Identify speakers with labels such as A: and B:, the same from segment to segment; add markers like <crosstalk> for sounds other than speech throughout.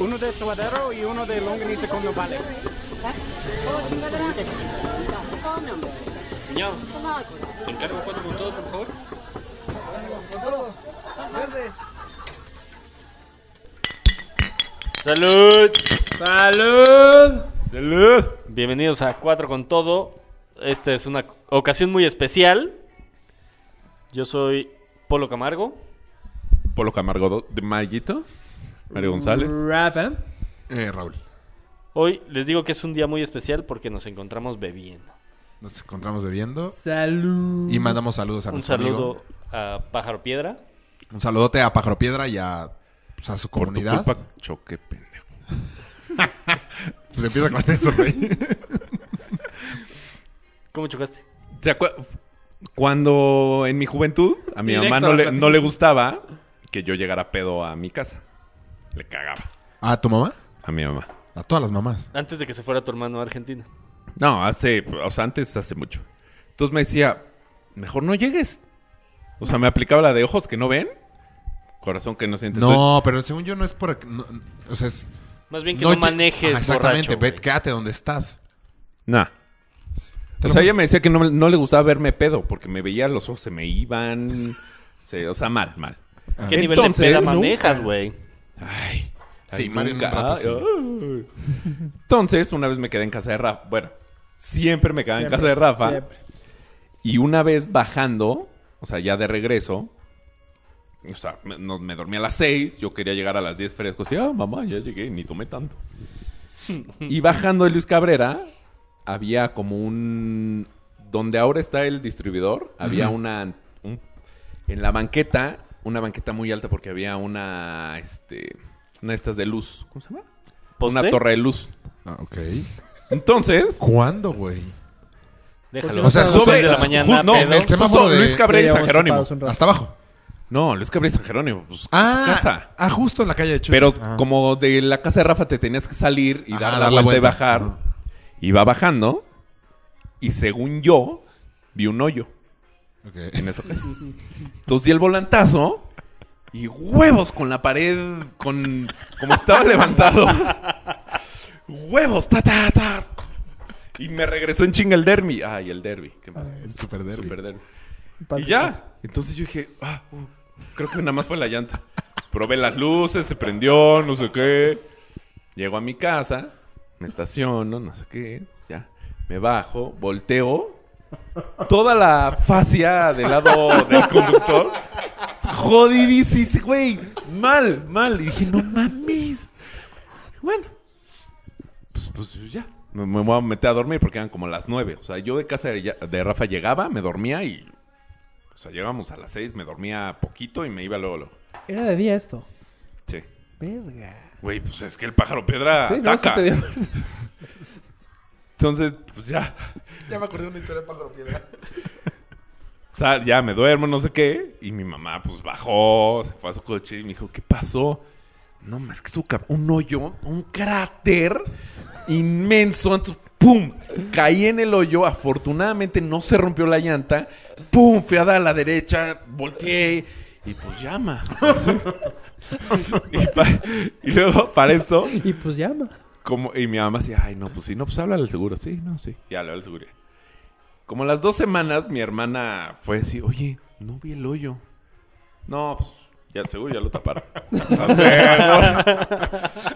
A: uno de suadero y uno de longaniza con nopales.
B: Ya, encargo cuatro con todo, por favor. Salud.
C: ¡Salud!
D: ¡Salud!
B: Bienvenidos a Cuatro con todo. Esta es una ocasión muy especial. Yo soy Polo Camargo.
D: Polo Camargo do- de Mayito. Mario González.
C: Rafa.
E: Eh, Raúl,
B: Hoy les digo que es un día muy especial porque nos encontramos bebiendo.
E: nos encontramos bebiendo
C: Salud.
E: y mandamos saludos a
B: Un
E: nuestro
B: saludo
E: amigo.
B: a Pájaro Piedra.
E: Un saludote a Pájaro Piedra y a, pues, a su
D: Por tu
E: comunidad.
D: culpa choqué, pendejo.
E: Pues empieza con eso,
D: <laughs>
E: güey.
B: ¿Cómo chocaste?
D: ¿Se acuer- Cuando en mi juventud a mi
C: Directo
D: mamá no
C: al
D: le,
C: platillo.
D: no le gustaba que yo llegara pedo a mi casa. Le cagaba
E: ¿A tu mamá?
D: a mi mamá.
E: A todas las mamás.
B: Antes de que se fuera tu hermano a Argentina.
D: No, hace, o sea, antes hace mucho. Entonces me decía, mejor no llegues. O sea, me aplicaba la de ojos que no ven, corazón que no siente.
E: No, pero según yo no es por... no- o sea, es...
B: Más bien que no,
E: lle-
B: manejes.
E: Ajá, Ah, Exactamente,
B: borracho,
E: ve,
B: güey.
E: quédate donde estás.
D: Nah. O sea, ella me decía que no, no le gustaba verme pedo porque me veía los ojos, se me iban. se- o sea, mal, mal.
B: ¿Qué nivel
D: Entonces,
B: de peda
D: nunca.
E: Ah,
B: manejas, güey?
D: Ay.
E: Sí,
D: ay,
E: Mario, en
D: nunca. Ah,
E: un rato sí.
D: Ay. Entonces, una vez me quedé en casa de Rafa. Bueno, siempre me quedaba en casa de Rafa.
C: Siempre.
D: Y una vez bajando, o sea, ya de regreso, o sea, me, no- me dormí a las 6, yo quería llegar a las 10 fresco. Así, ah, mamá, ya llegué, ni tomé tanto. y bajando de Luis Cabrera, había como un... Donde ahora está el distribuidor, había una... un- en la banqueta, una banqueta muy alta porque había una... Este, una de estas de luz. ¿Cómo se llama?
B: ¿Postre?
D: Una torre de luz.
E: Ah, ok.
D: Entonces...
E: ¿Cuándo, güey?
B: Déjalo.
E: <laughs> O sea,
B: A las
E: sobre-
B: seis de la
E: ju-
B: mañana,
D: no,
B: pedo.
E: el semáforo
D: justo
E: de-
D: Luis Cabrera y San
C: Llevamos
D: Jerónimo.
C: chupados un rato.
E: Hasta abajo.
D: No, Luis Cabrera y San Jerónimo. Pues,
E: Ah,
D: casa.
E: ah, justo en la calle de Chuy.
D: Pero
E: Ah.
D: como de la casa de Rafa te tenías que salir y
E: Ajá,
D: Ah, dar la vuelta, y bajar,
E: Ajá.
D: iba bajando y según yo vi un hoyo <laughs>
E: Ok.
D: en eso. Entonces di el volantazo y huevos con la pared, con como estaba levantado. huevos, ta ta ta. Y me regresó en chinga el derby. Ay, el derby, ¿qué más?
E: El super derbi.
D: Super derby.
C: Paz
D: Y ya.
C: descanse.
D: Entonces yo dije, ah, uh, creo que nada más fue la llanta. Probé las luces, se prendió, no sé qué. Llego a mi casa, me estaciono, no sé qué. Ya. Me bajo, volteo. Toda la fascia del lado del conductor. Jodidísis, güey. Mal, mal. Y dije, no mames. Bueno. Pues, pues ya. Me, me voy a meter a dormir porque eran como las nueve. O sea, yo de casa de, de Rafa llegaba, me dormía y o sea, llegamos a las 6, me dormía poquito y me iba luego, luego.
C: Era de día esto.
D: Sí.
C: Verga.
D: Güey, pues es que el pájaro piedra
C: Sí, no, sí
D: ataca.
C: te dio. <laughs>
D: Entonces, pues ya.
E: Ya me acordé de una historia de Pájaro <laughs> Piedra.
D: O sea, ya me duermo, no sé qué. Y mi mamá, pues bajó, se fue a su coche y me dijo, ¿qué pasó? No, más que su un hoyo, un cráter inmenso. Entonces, ¡pum! Caí en el hoyo. Afortunadamente no se rompió la llanta. ¡Pum! Fui a dar a la derecha, volteé. Y pues llama. y, pa- y luego, para esto,
C: Y pues llama.
D: Como, y mi mamá decía, ay, no, pues sí, no, pues habla al seguro. Sí, no, sí. Ya, le hablé al seguro. Como a las dos semanas, mi hermana fue así, oye, no vi el hoyo. No, pues, ya el seguro ya lo taparon. O sea,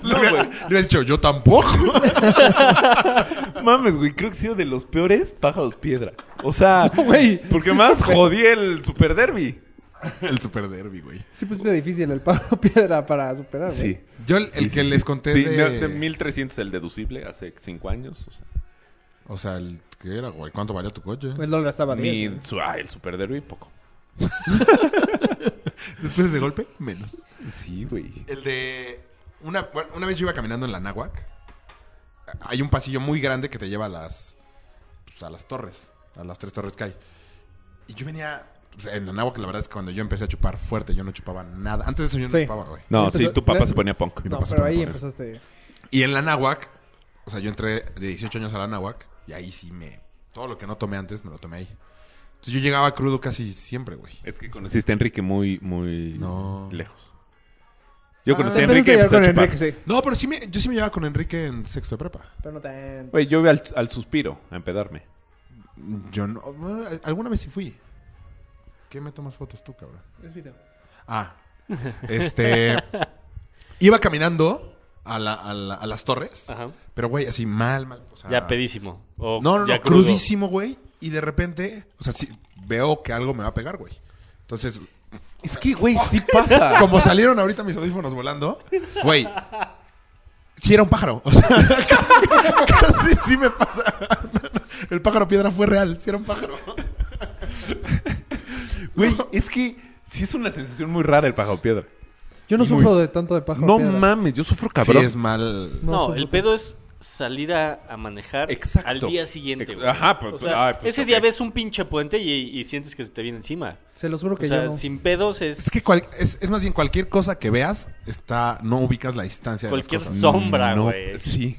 E: Le hubiera le hubiera dicho, yo tampoco. <laughs>
D: no, <laughs> mames, güey, creo que he sido de los peores pájaros piedra. O <laughs> sea,
C: No, güey.
D: porque más jodí el super derby.
E: El super derby, güey.
C: Sí pusiste difícil el Pablo <laughs> Piedra para superar, güey.
D: Sí.
E: Yo Ah, el, el
D: Sí,
E: que
D: sí,
E: les
D: sí.
E: conté
D: Sí,
E: de...
D: no, de 1300 el deducible hace cinco años. o sea.
E: O sea, el que era, güey. ¿Cuánto valía tu coche?
C: El dólar estaba a 10.
D: Mi-
C: güey.
D: su- ah, el super derby, poco.
E: Después de golpe, menos.
D: Sí, güey.
E: El de... Una, bueno, una vez yo iba caminando en la náhuac. Hay un pasillo muy grande que te lleva a las... pues, a las torres. A las tres torres que hay. Y yo venía... pues, en la náhuac, la verdad es que cuando yo empecé a chupar fuerte, yo no chupaba nada. Antes de eso yo no
C: Sí.
E: chupaba, güey.
D: No,
C: Entonces,
D: sí, tu papá
C: la-
D: se ponía punk.
E: Mi
C: No,
E: papá se
C: pero
E: pone
C: ahí
E: poner.
C: empezaste.
E: Y en la náhuac... O sea, yo entré de 18 años a la náhuac. Y ahí sí me... Todo lo que no tomé antes, me lo tomé ahí. Entonces yo llegaba crudo casi siempre, güey.
D: Es que conociste a Enrique muy, muy
E: No.
D: lejos. Yo
E: Ah,
D: conocí
E: te
D: a
C: Empezaste
D: Enrique
C: a
D: y
C: llevar
D: empecé a
C: con
D: chupar.
C: Enrique, sí.
E: No, pero sí me, yo sí me llevaba con Enrique en sexto de prepa.
C: Pero no tan...
D: Güey, yo iba al, al suspiro a empedarme.
E: Yo no. bueno, alguna vez sí fui. ¿Qué me tomas fotos tú, cabrón?
C: Es video.
E: Ah. Este. iba caminando a, la- a la- a las torres.
B: Ajá.
E: Pero, güey, así mal, mal. o sea,
B: Ya pedísimo. O
E: Ah. No, no,
B: ya
E: no,
B: crudo.
E: crudísimo, güey. Y de repente, o sea, sí, veo que algo me va a pegar, güey. Entonces,
D: Es que, güey, sí pasa.
E: como salieron ahorita mis audífonos volando, güey, sí era un pájaro. O sea, <laughs> casi, casi sí me pasa. El pájaro piedra fue real, sí era un pájaro.
D: <laughs> Güey, es que sí es una sensación muy rara el pájaro piedra.
C: Yo no
D: Muy-
C: sufro de tanto de paja.
D: no
C: piedra.
D: mames, yo sufro cabrón.
E: Sí es mal.
C: No,
B: No,
C: soy
B: el
C: puto.
B: pedo es salir a, a manejar
D: Exacto.
B: al día siguiente.
D: Ex-
B: güey.
D: ajá, pues-
B: O sea,
D: ay, pues,
B: ese
D: ok.
B: día ves un pinche puente y, y sientes que se te viene encima.
C: Se los juro que
B: o sea,
C: yo no.
B: sin pedos es,
E: Es que cual- es, es más bien cualquier cosa que veas, está, no ubicas la distancia de
B: Cualquier
E: las cosas.
B: sombra,
D: No,
B: güey.
D: sí.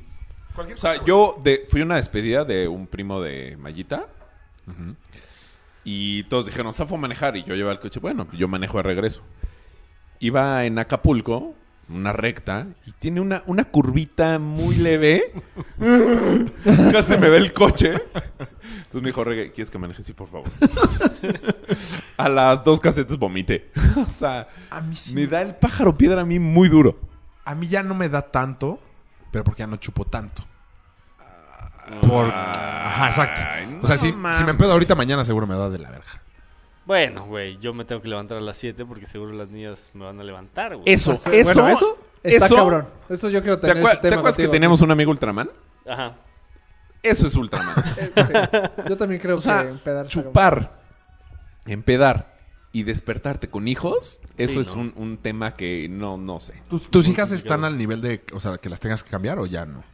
E: Cualquier
D: O sea, yo de- fui a una despedida de un primo de Mayita. Y todos dijeron, Zafo a manejar. Y yo llevaba el coche. Bueno, yo manejo de regreso. Iba en Acapulco, una recta, y tiene una, una curvita muy leve. <laughs> Casi me ve el coche. Entonces me dijo, Regue, ¿quieres que maneje? Sí, por favor. <laughs> a las dos casetas vomité. <laughs> o sea,
E: A mí sí
D: me da el pájaro piedra a mí muy duro.
E: A mí ya no me da tanto, pero porque ya no chupo tanto. Por... Ajá, exacto. o sea,
D: Ah. no
E: si, si me empedo ahorita mañana seguro me da de la verja.
B: Bueno, güey, yo me tengo que levantar a las 7 porque seguro las niñas me van a levantar, güey.
D: Eso,
C: O sea,
D: eso,
C: bueno, eso está
D: eso-
C: cabrón. Eso yo quiero
D: ¿Te,
C: tener
D: acua-
C: ese
D: te
C: tema
D: acuerdas que
C: contigo.
D: teníamos un amigo Ultraman?
B: Ajá.
D: Eso es Ultraman.
C: Eh, sí. Yo
D: <laughs>
C: también creo
D: o sea,
C: que empedar.
D: chupar, empedar y despertarte con hijos, eso
B: Sí,
D: es
B: ¿no?
D: un, un tema que no, no sé.
E: ¿Tus, tus hijas están al nivel de... O sea, que las tengas que cambiar o ya no?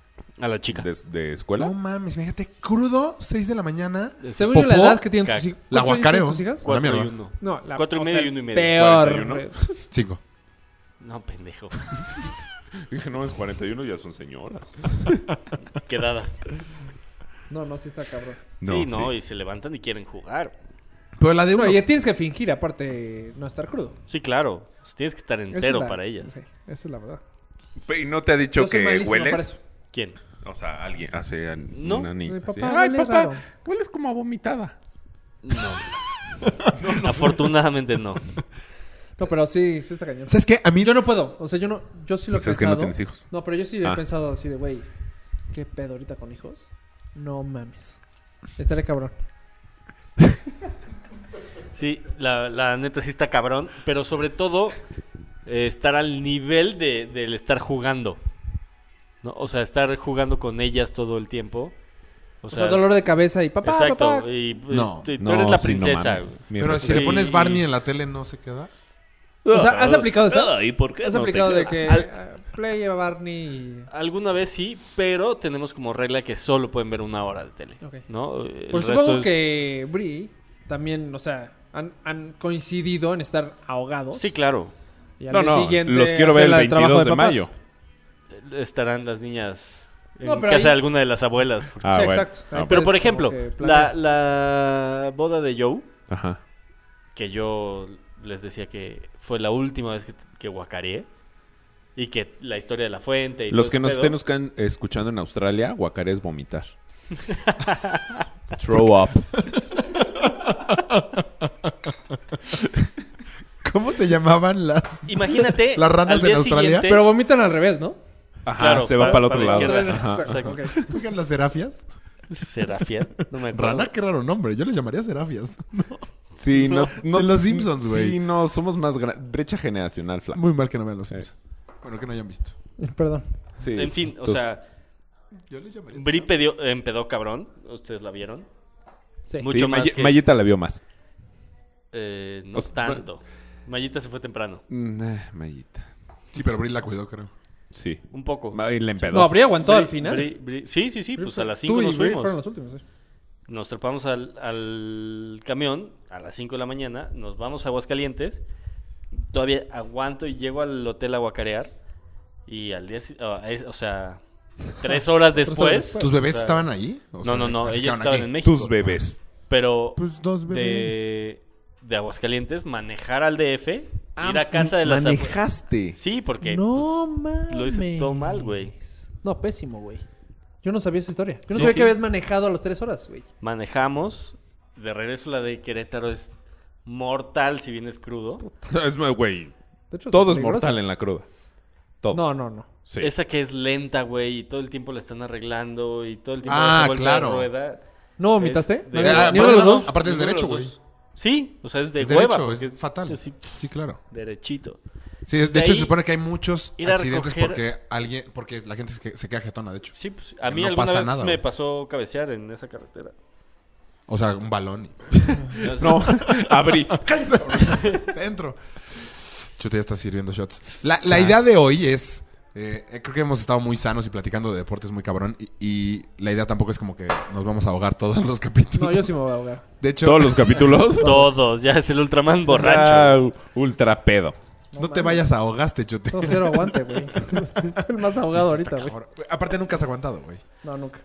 B: A la chica.
D: ¿De, de escuela?
E: No mames, imagínate, crudo, 6 de la mañana.
C: Según yo, la
E: Popó,
C: edad que tienen tus
B: caca.
C: hijos.
E: La
C: ¿cuántos años
E: guacareo.
C: tienen tus
E: Una
C: hijas?
B: Cuatro y
E: mierda.
B: uno.
C: No, la
B: Cuatro y
C: o
B: medio y uno y medio.
C: Peor.
E: 5.
B: No, pendejo. <laughs>
D: Dije, no, es 41 ya son señoras.
B: Quedadas.
C: No, no, sí está cabrón.
B: sí, no, y se levantan y quieren jugar.
E: Pero la de uno...
C: No, y tienes que fingir, aparte, no estar crudo.
B: Sí, claro. Tienes que estar
C: Esa
B: entero
C: es la-
B: para ellas.
C: sí, esa es la verdad.
D: Pe- ¿Y no te ha dicho
C: Yo soy
D: que
C: malísimo para
D: hueles?
C: eso.
B: ¿Quién?
D: O sea, alguien hace a
B: No.
D: una niña.
C: Mi
D: así,
C: papá huele raro".
D: hueles como a vomitada.
B: No. Afortunadamente no.
C: No, pero sí, sí está cañón.
E: ¿Sabes qué? A mí...
C: Yo no puedo. O sea, yo no, yo sí lo
D: Pues
C: he
D: es que no
C: pensado.
D: tienes hijos.
C: No, pero yo sí
D: Ah.
C: he pensado así de, güey, ¿qué pedo ahorita con hijos? No mames. Estaré cabrón.
B: Sí, la, la neta sí está cabrón. Pero sobre todo, eh, estar al nivel de, del estar jugando. ¿no? O sea, estar jugando con ellas todo el tiempo. O
C: O
B: sea,
C: sea, dolor de cabeza y papá,
B: exacto.
C: papá.
B: Y, y
E: No,
B: tú, tú
D: No,
B: eres la
D: sí, no
B: princesa.
D: mames.
B: güey.
D: Mi
E: Pero
D: respeto.
E: si le
B: Sí.
E: pones Barney en la tele, ¿no se queda?
C: O sea,
B: Ah,
C: ¿has aplicado eso?
F: ¿Y por qué
C: ¿Has
F: no te
C: aplicado de
F: quedas?
C: que
B: Al-
C: ah, play a Barney y...
B: Alguna vez sí, pero tenemos como regla que solo pueden ver una hora de tele.
C: Ok.
B: ¿no? El
C: Pues
B: resto
C: supongo
B: es-
C: que Brie también, o sea, han, han coincidido en estar ahogados.
B: Sí, claro.
C: Y al
D: No,
C: día
D: no,
C: siguiente
D: los quiero ver
C: hacer
D: el
C: la del trabajo
D: 22 de,
C: papás.
D: mayo.
B: Estarán las niñas en
C: No, pero
B: casa
C: ahí-
B: de alguna de las abuelas. porque-
D: Ah,
C: sí,
D: bueno.
C: exacto.
D: Ah,
C: Ahí
D: bueno.
B: Pero, por
C: puedes
B: ejemplo,
C: como que
B: la,
C: planear.
B: la boda de Joe,
D: Ajá.
B: que yo les decía que fue la última vez que, que guacareé, y que la historia de la fuente y
D: Los
B: todo
D: que
B: ese
D: nos
B: pedo.
D: estén buscan- escuchando en Australia, guacaré es vomitar. Throw up.
E: ¿Cómo se
B: <laughs>
E: llamaban las...?
D: <laughs>
B: Imagínate.
E: ¿Las ranas
B: al día
E: en Australia?
B: siguiente-
C: Pero vomitan al revés, ¿no?
D: Ajá,
B: Claro,
D: se va
B: pa-
D: para el otro
B: para la
D: lado.
B: izquierda. <laughs>
D: Ajá.
B: Exacto.
C: Ok.
E: ¿Oigan las serafias?
B: Serafia,
D: <laughs>
B: no me acuerdo.
E: Rana, qué raro nombre. Yo les llamaría <laughs> serafias.
D: Sí, no, no-
E: De los Simpsons, güey.
D: Sí, no, somos más gra- brecha generacional, flaco.
E: Muy mal que no vean los Simpsons. Bueno, que no hayan visto.
C: Perdón.
D: Sí.
B: En fin, o
D: Tus-
B: sea,
E: Yo les llamaría...
B: Bri pedió- empedó cabrón. Ustedes la vieron.
C: Sí.
B: Muy-
D: sí,
B: mucho más
D: Maye-
B: que-
D: Mayeta la vio más.
B: Eh, no
D: O sea,
B: tanto. Mayita se fue temprano.
D: Mm, eh, Mayita.
E: Sí, pero Brie la cuidó, creo.
D: Sí.
B: Un poco.
D: Ma- Y la empedó.
C: No, Brie aguantó
B: Bri-
C: al final.
B: Bri- Bri- sí, sí, sí.
C: Brie
B: Pues
C: fue-
B: a las 5
C: tú y
B: nos
C: Brie
B: fuimos.
C: fueron los últimos, sí.
B: Nos trepamos al, al camión a las 5 de la mañana, nos vamos a Aguascalientes, todavía aguanto y llego al hotel a guacarear y al día, si- ah, es- o sea, tres horas
C: Tres horas
B: después.
C: después.
E: ¿Tus bebés
B: o sea,
E: estaban ahí? O
B: No,
E: sea,
B: no, no,
E: así
B: ellas
E: quedaron
B: estaban
E: aquí.
B: en México.
D: Tus bebés.
B: Pero
E: Pues dos bebés.
B: de, de Aguascalientes, manejar al DF
D: Ah,
B: Ir a Ah, casa de las afueras.
F: Manejaste.
B: Sí, porque
C: no mames.
B: pues, lo hice todo mal, güey.
C: No, pésimo, güey. Yo no sabía esa historia. Yo no
B: Sí,
C: sabía
B: sí.
C: que habías manejado a las tres horas, güey.
B: manejamos. De regreso la de Querétaro es mortal si vienes crudo.
D: <laughs> Es más,
B: Pues,
D: güey.
C: De hecho,
D: Todo es
C: peligroso.
D: mortal en la cruda. Todo.
C: No, no, no.
D: Sí.
B: Esa que es lenta, güey, y todo el tiempo la están arreglando y todo el tiempo
E: Ah,
B: se vuelve la
E: claro.
B: rueda.
C: ¿No vomitaste?
B: Es
C: ¿No
B: de-
C: había-
E: Ah,
C: ni uno de los
E: aparte, no,
C: dos?
E: aparte es
B: Ninguno de
E: derecho,
B: los
E: güey.
B: dos. Sí, o sea, es de
E: Es
B: hueva.
E: derecho, es
B: porque-
E: fatal.
B: yo sí,
E: Sí, claro.
B: derechito.
E: Sí, de,
B: De
E: hecho
B: ahí,
E: se supone que hay muchos
B: ir a
E: accidentes
B: recoger-
E: porque alguien, porque la gente se, que- se queda jetona, de hecho.
B: Sí, pues, a
E: Que
B: mí
E: no
B: alguna
E: pasa
B: vez
E: nada,
B: me
E: güey.
B: pasó cabecear en esa carretera.
E: O sea, un balón
B: <laughs>
D: No, <laughs> abrí.
E: y <laughs> centro. Chuta, ya está sirviendo shots. La, la idea de hoy es, eh, eh, creo que hemos estado muy sanos y platicando de deportes muy cabrón y, y la idea tampoco es como que nos vamos a ahogar todos los <laughs> capítulos.
C: No, yo sí me voy a ahogar.
E: De hecho,
D: Todos los capítulos.
B: Todos, ya es el Ultraman borracho.
D: Ah, ultra pedo.
E: no, te vayas a ahogaste, Chute.
C: Todo
E: <laughs>
C: cero aguante, güey. <laughs> Soy el más ahogado
E: Sí, está
C: ahorita, güey.
E: cabrón. Aparte nunca has aguantado, güey.
C: No, nunca.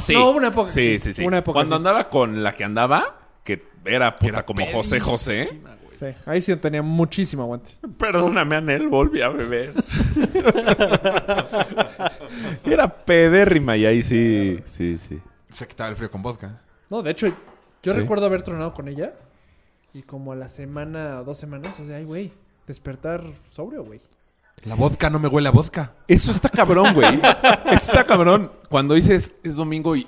D: sí.
C: No, hubo una época.
D: Sí, sí, sí.
C: Una época.
D: Cuando
C: sí.
D: andaba con la que andaba, que era puta
E: Era
D: como José José. ¿eh?
E: pedísima, güey.
C: Sí, ahí sí tenía muchísimo aguante.
D: Perdóname, Anel, volví a beber. <laughs> era pedérrima y ahí sí, sí, sí.
E: Se quitaba el frío con vodka.
C: No, de hecho, yo
D: Sí.
C: recuerdo haber tronado con ella. Y como a la semana o dos semanas, o sea, ay, güey, despertar sobrio, güey.
E: La vodka no me huele a vodka.
D: Eso está cabrón, güey. Eso está cabrón. Cuando dices es domingo y.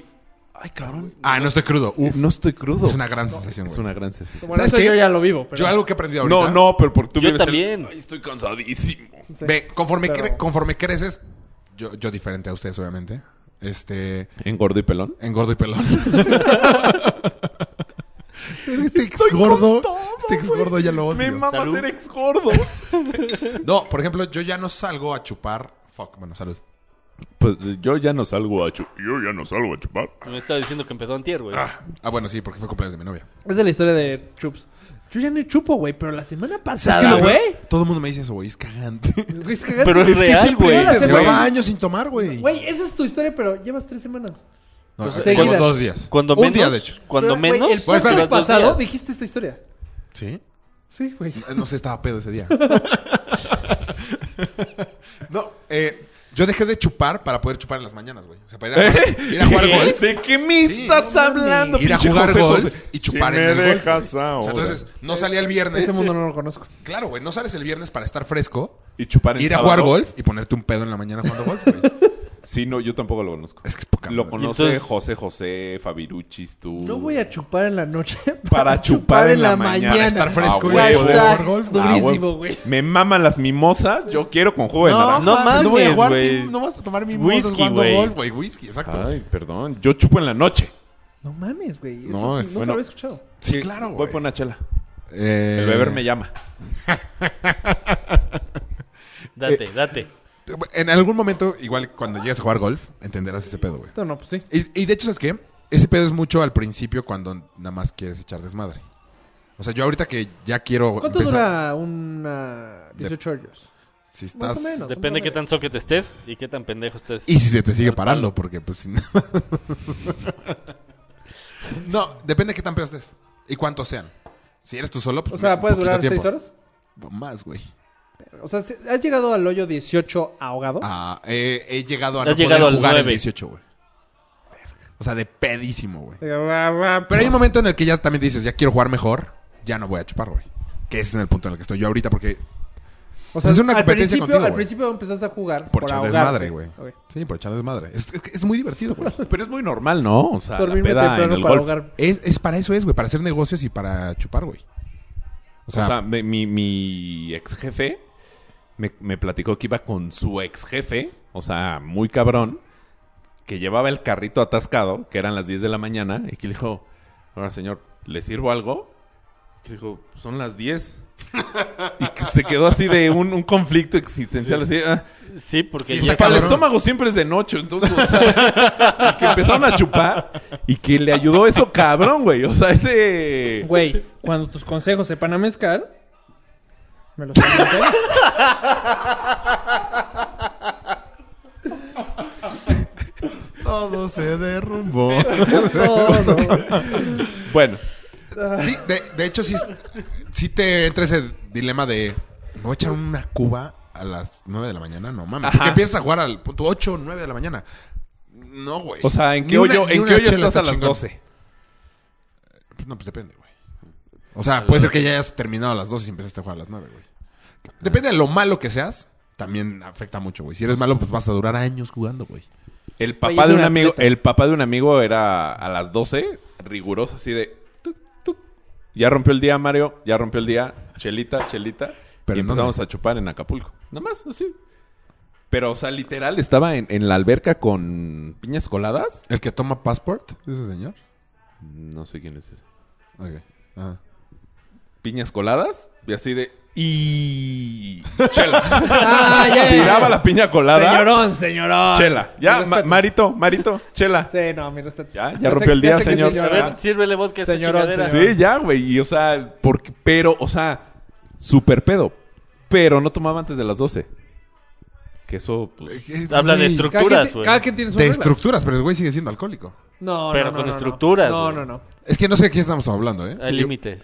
D: Ay, cabrón.
E: Ah, no estoy crudo. Uf,
D: No estoy crudo.
E: es una gran sensación,
D: Es
E: güey.
D: una gran sensación.
C: Como
E: ¿Sabes
C: eso
E: qué?
C: yo ya lo vivo, pero...
E: Yo algo que he aprendido ahorita.
D: No, no, pero porque tú
B: Yo
D: vives el-
B: también.
D: Ay, estoy cansadísimo.
C: Sí.
E: Ve, conforme,
C: Pero-
E: cre- conforme creces, yo, yo diferente a ustedes, obviamente. Este,
D: ¿Engordo y pelón?
E: engordo y
C: <laughs>
E: pelón. este ex gordo, este ex gordo ya lo odio.
B: Salud.
D: ex gordo.
E: No, por ejemplo, yo ya no salgo a chupar. Fuck, bueno, salud.
D: Pues yo ya no salgo a chupar. Yo ya no salgo a
C: <laughs>
D: chupar.
C: Ah.
B: Me estaba diciendo que empezó antier, güey.
E: Ah, bueno, sí, porque fue cumpleaños de mi novia.
C: Es de la historia de Chups. Yo ya no chupo, güey, pero la semana
E: ¿Sabes qué es
C: pasada,
E: lo peor?
C: güey...
E: Todo el mundo me dice eso, güey, es
C: <laughs>
E: cagante.
C: es cagante.
B: Pero es
D: que
B: real,
D: siempre
B: güey.
C: dices,
E: Se
D: güey.
E: llevaba años sin tomar, güey.
C: Güey, esa es tu historia, pero llevas tres semanas.
E: No,
C: Pues,
E: llevo
C: seguidas.
E: dos días.
B: Cuando
E: Un
B: menos,
E: día, de hecho.
B: Cuando
C: Pero, güey,
B: menos,
C: el
E: Pues,
C: podcast
E: espera,
B: los dos
C: pasado
B: días.
C: dijiste esta historia.
E: ¿Sí?
C: Sí, güey.
E: Ah, No sé, estaba pedo ese día. <laughs> no, eh, yo dejé de chupar para poder chupar en las mañanas, güey. O sea, para ir a, ir a jugar golf.
D: ¿De ¿Eh? qué me
E: Sí.
D: estás
C: No mames.
D: hablando?
E: Ir a
D: pinche
E: jugar
D: José
E: golf
D: José?
E: y chupar
D: Si
E: en
D: me
E: el golf.
D: dejas
E: O sea,
D: ahora.
E: entonces, no salía el viernes.
C: Ese mundo no lo conozco.
E: Claro, güey, no sales el viernes para estar fresco,
D: Y chupar en
E: ir a
D: sábado.
E: jugar golf y ponerte un pedo en la mañana jugando golf, güey. <laughs>
D: Sí, no, yo tampoco lo conozco.
E: Es que es poca
D: Lo
E: madre.
D: conoce
B: Entonces-
D: José José, Fabiruchis, tú. Ah,
C: No voy a chupar en la noche <laughs>
D: Para chupar en la mañana.
E: Estar fresco
D: Ah,
E: y
D: güey,
E: poder
D: está
E: jugar golf.
C: No,
E: güey.
D: Ah,
C: durísimo,
D: güey.
C: güey.
D: Me maman las mimosas. Yo quiero con jugo de naranja.
B: no
E: mames, no voy a
B: mames,
E: jugar,
B: güey.
E: mi- no vas a tomar mi
B: Whisky,
E: jugando
B: güey.
E: golf, güey. Whisky, exacto.
D: Ay, perdón. Yo chupo en la noche.
C: No mames, güey. Eso
E: No,
C: No,
E: es-
C: te
D: bueno.
C: lo había escuchado.
E: Sí, claro, güey.
D: Voy por una chela.
E: Eh,
D: El beber me llama.
B: Date, date.
E: En algún momento, igual cuando llegues a jugar golf, entenderás ese pedo, güey.
C: No, no, pues sí.
E: Y, y de hecho, ¿sabes qué? Ese pedo es mucho al principio cuando nada más quieres echar desmadre. O sea, yo ahorita que ya quiero.
C: ¿Cuánto
E: empezar-
C: dura una 18 hoyos?
E: Si estás...
C: Más o menos.
B: Depende
C: una-
B: qué tan socket estés y qué tan pendejo estés.
E: Y si se te sigue parando, porque
B: <laughs>
E: pues si no. no, depende de qué tan pedo estés. Y cuántos sean. Si eres tú solo, pues.
C: O sea,
E: un
C: ¿puedes
E: poquito
C: durar
E: tiempo.
C: 6 horas?
E: Más, güey.
C: O sea, ¿sí- ¿has llegado al hoyo 18 ahogado?
E: Ah, eh, he llegado a
B: Has
E: no poder
B: llegado al
E: jugar el
B: nueve.
E: 18, güey. O sea, de pedísimo, güey.
C: Digo, "Ra, ra,
E: Pero hay un momento en el que ya también dices, ya quiero jugar mejor, ya no voy a chupar, güey. Que ese es en el punto en el que estoy yo ahorita, porque.
C: O sea,
E: Es una
C: al
E: competencia
C: principio,
E: contigo,
C: Al
E: güey.
C: principio empezaste a jugar
E: Por
C: por,
E: echar
C: ahogarte.
E: desmadre, güey.
C: Ok.
E: Sí, por echar desmadre. Es, es, que es muy divertido, güey. <laughs>
D: Pero es muy normal, ¿no? O sea, la
C: Dormirme
D: peda en
C: temprano
D: el
C: para
D: golf.
C: ahogar.
E: Es, es para eso, es, güey, para hacer negocios y para chupar, güey.
D: O
E: O sea,
D: sea, me- mi, mi ex jefe me, me platicó que iba con su ex jefe, o sea, muy cabrón, que llevaba el carrito atascado, que eran las 10 de la mañana, y que le dijo, ahora señor, ¿le sirvo algo? Y dijo, son las 10. y que se quedó así de un, un conflicto existencial, así. ah,
B: Sí, porque
E: Sí,
B: ya
E: está
D: para el
E: cabrón.
D: estómago siempre es de noche, entonces, o sea, y que empezaron a chupar y que le ayudó eso cabrón, güey. O sea, ese...
C: Güey, cuando tus consejos sepan a mezcal,
D: <laughs>
C: me los <laughs> apunté.
E: todo se derrumbó. <laughs>
C: Todo.
D: Bueno,
E: sí, de, de hecho, sí, sí te entra ese dilema de, ¿me voy a echar una cuba a las 9 de la mañana? No mames. Porque empiezas a jugar al punto 8 o 9 de la mañana. No, güey.
D: O sea, ¿en
E: Ni
D: qué
E: una-
D: hoyo,
E: ni
D: ¿en
E: una
D: qué hoyo
E: chela
D: estás
E: está
D: a las
E: chingón.
D: 12?
E: No, pues depende, güey. O sea, puede ser que ya hayas terminado a las 12 y empezaste a jugar a las 9, güey. Depende de lo malo que seas, también afecta mucho, güey. Si eres malo, pues vas a durar años jugando, güey.
D: El
C: Oye,
D: papá
C: es
D: de un
C: un
D: amigo,
C: atleta.
D: el papá de un amigo era a las 12, riguroso así de tuc, tuc. Ya rompió el día, Mario, ya rompió el día, chelita, chelita,
E: Pero
D: y
E: ¿en dónde?
D: empezamos a chupar en Acapulco. Nada más, así. Pero, o sea, literal, estaba en, en la alberca con piñas coladas.
E: ¿El que toma passport? ¿Ese señor?
D: No sé quién es ese.
E: Ok. Ah. Ajá.
D: Piñas coladas, y así de. Y.
C: <laughs>
D: Chela.
C: Ah, ya, ya, ya.
D: Tiraba la piña colada.
C: Señorón, señorón.
D: Chela. Ya,
C: Mis
D: ma-
C: respetos.
D: Marito, Marito, chela.
C: Sí, no, mi respeto.
D: Ya, ya rompió el día, señor.
B: A ver, sírvele vodka a esta
C: Señorón,
B: chingadera.
C: señorón.
D: Sí, ya, güey. Y, o sea, porque, pero, o sea, super pedo. Pero no tomaba antes de las 12. Que eso, pues.
B: Habla de
E: Güey,
B: estructura. Estructuras,
C: Cada quien, ti-
B: güey.
C: cada quien tiene sus
E: De
C: reglas.
E: estructuras, pero el güey sigue siendo alcohólico.
C: No, no,
B: Pero
C: no,
B: con
C: no, no.
B: estructuras,
C: No,
B: güey.
C: no, no.
E: Es que no sé de quién estamos hablando, ¿eh?
B: Hay
E: Sí,
B: límites.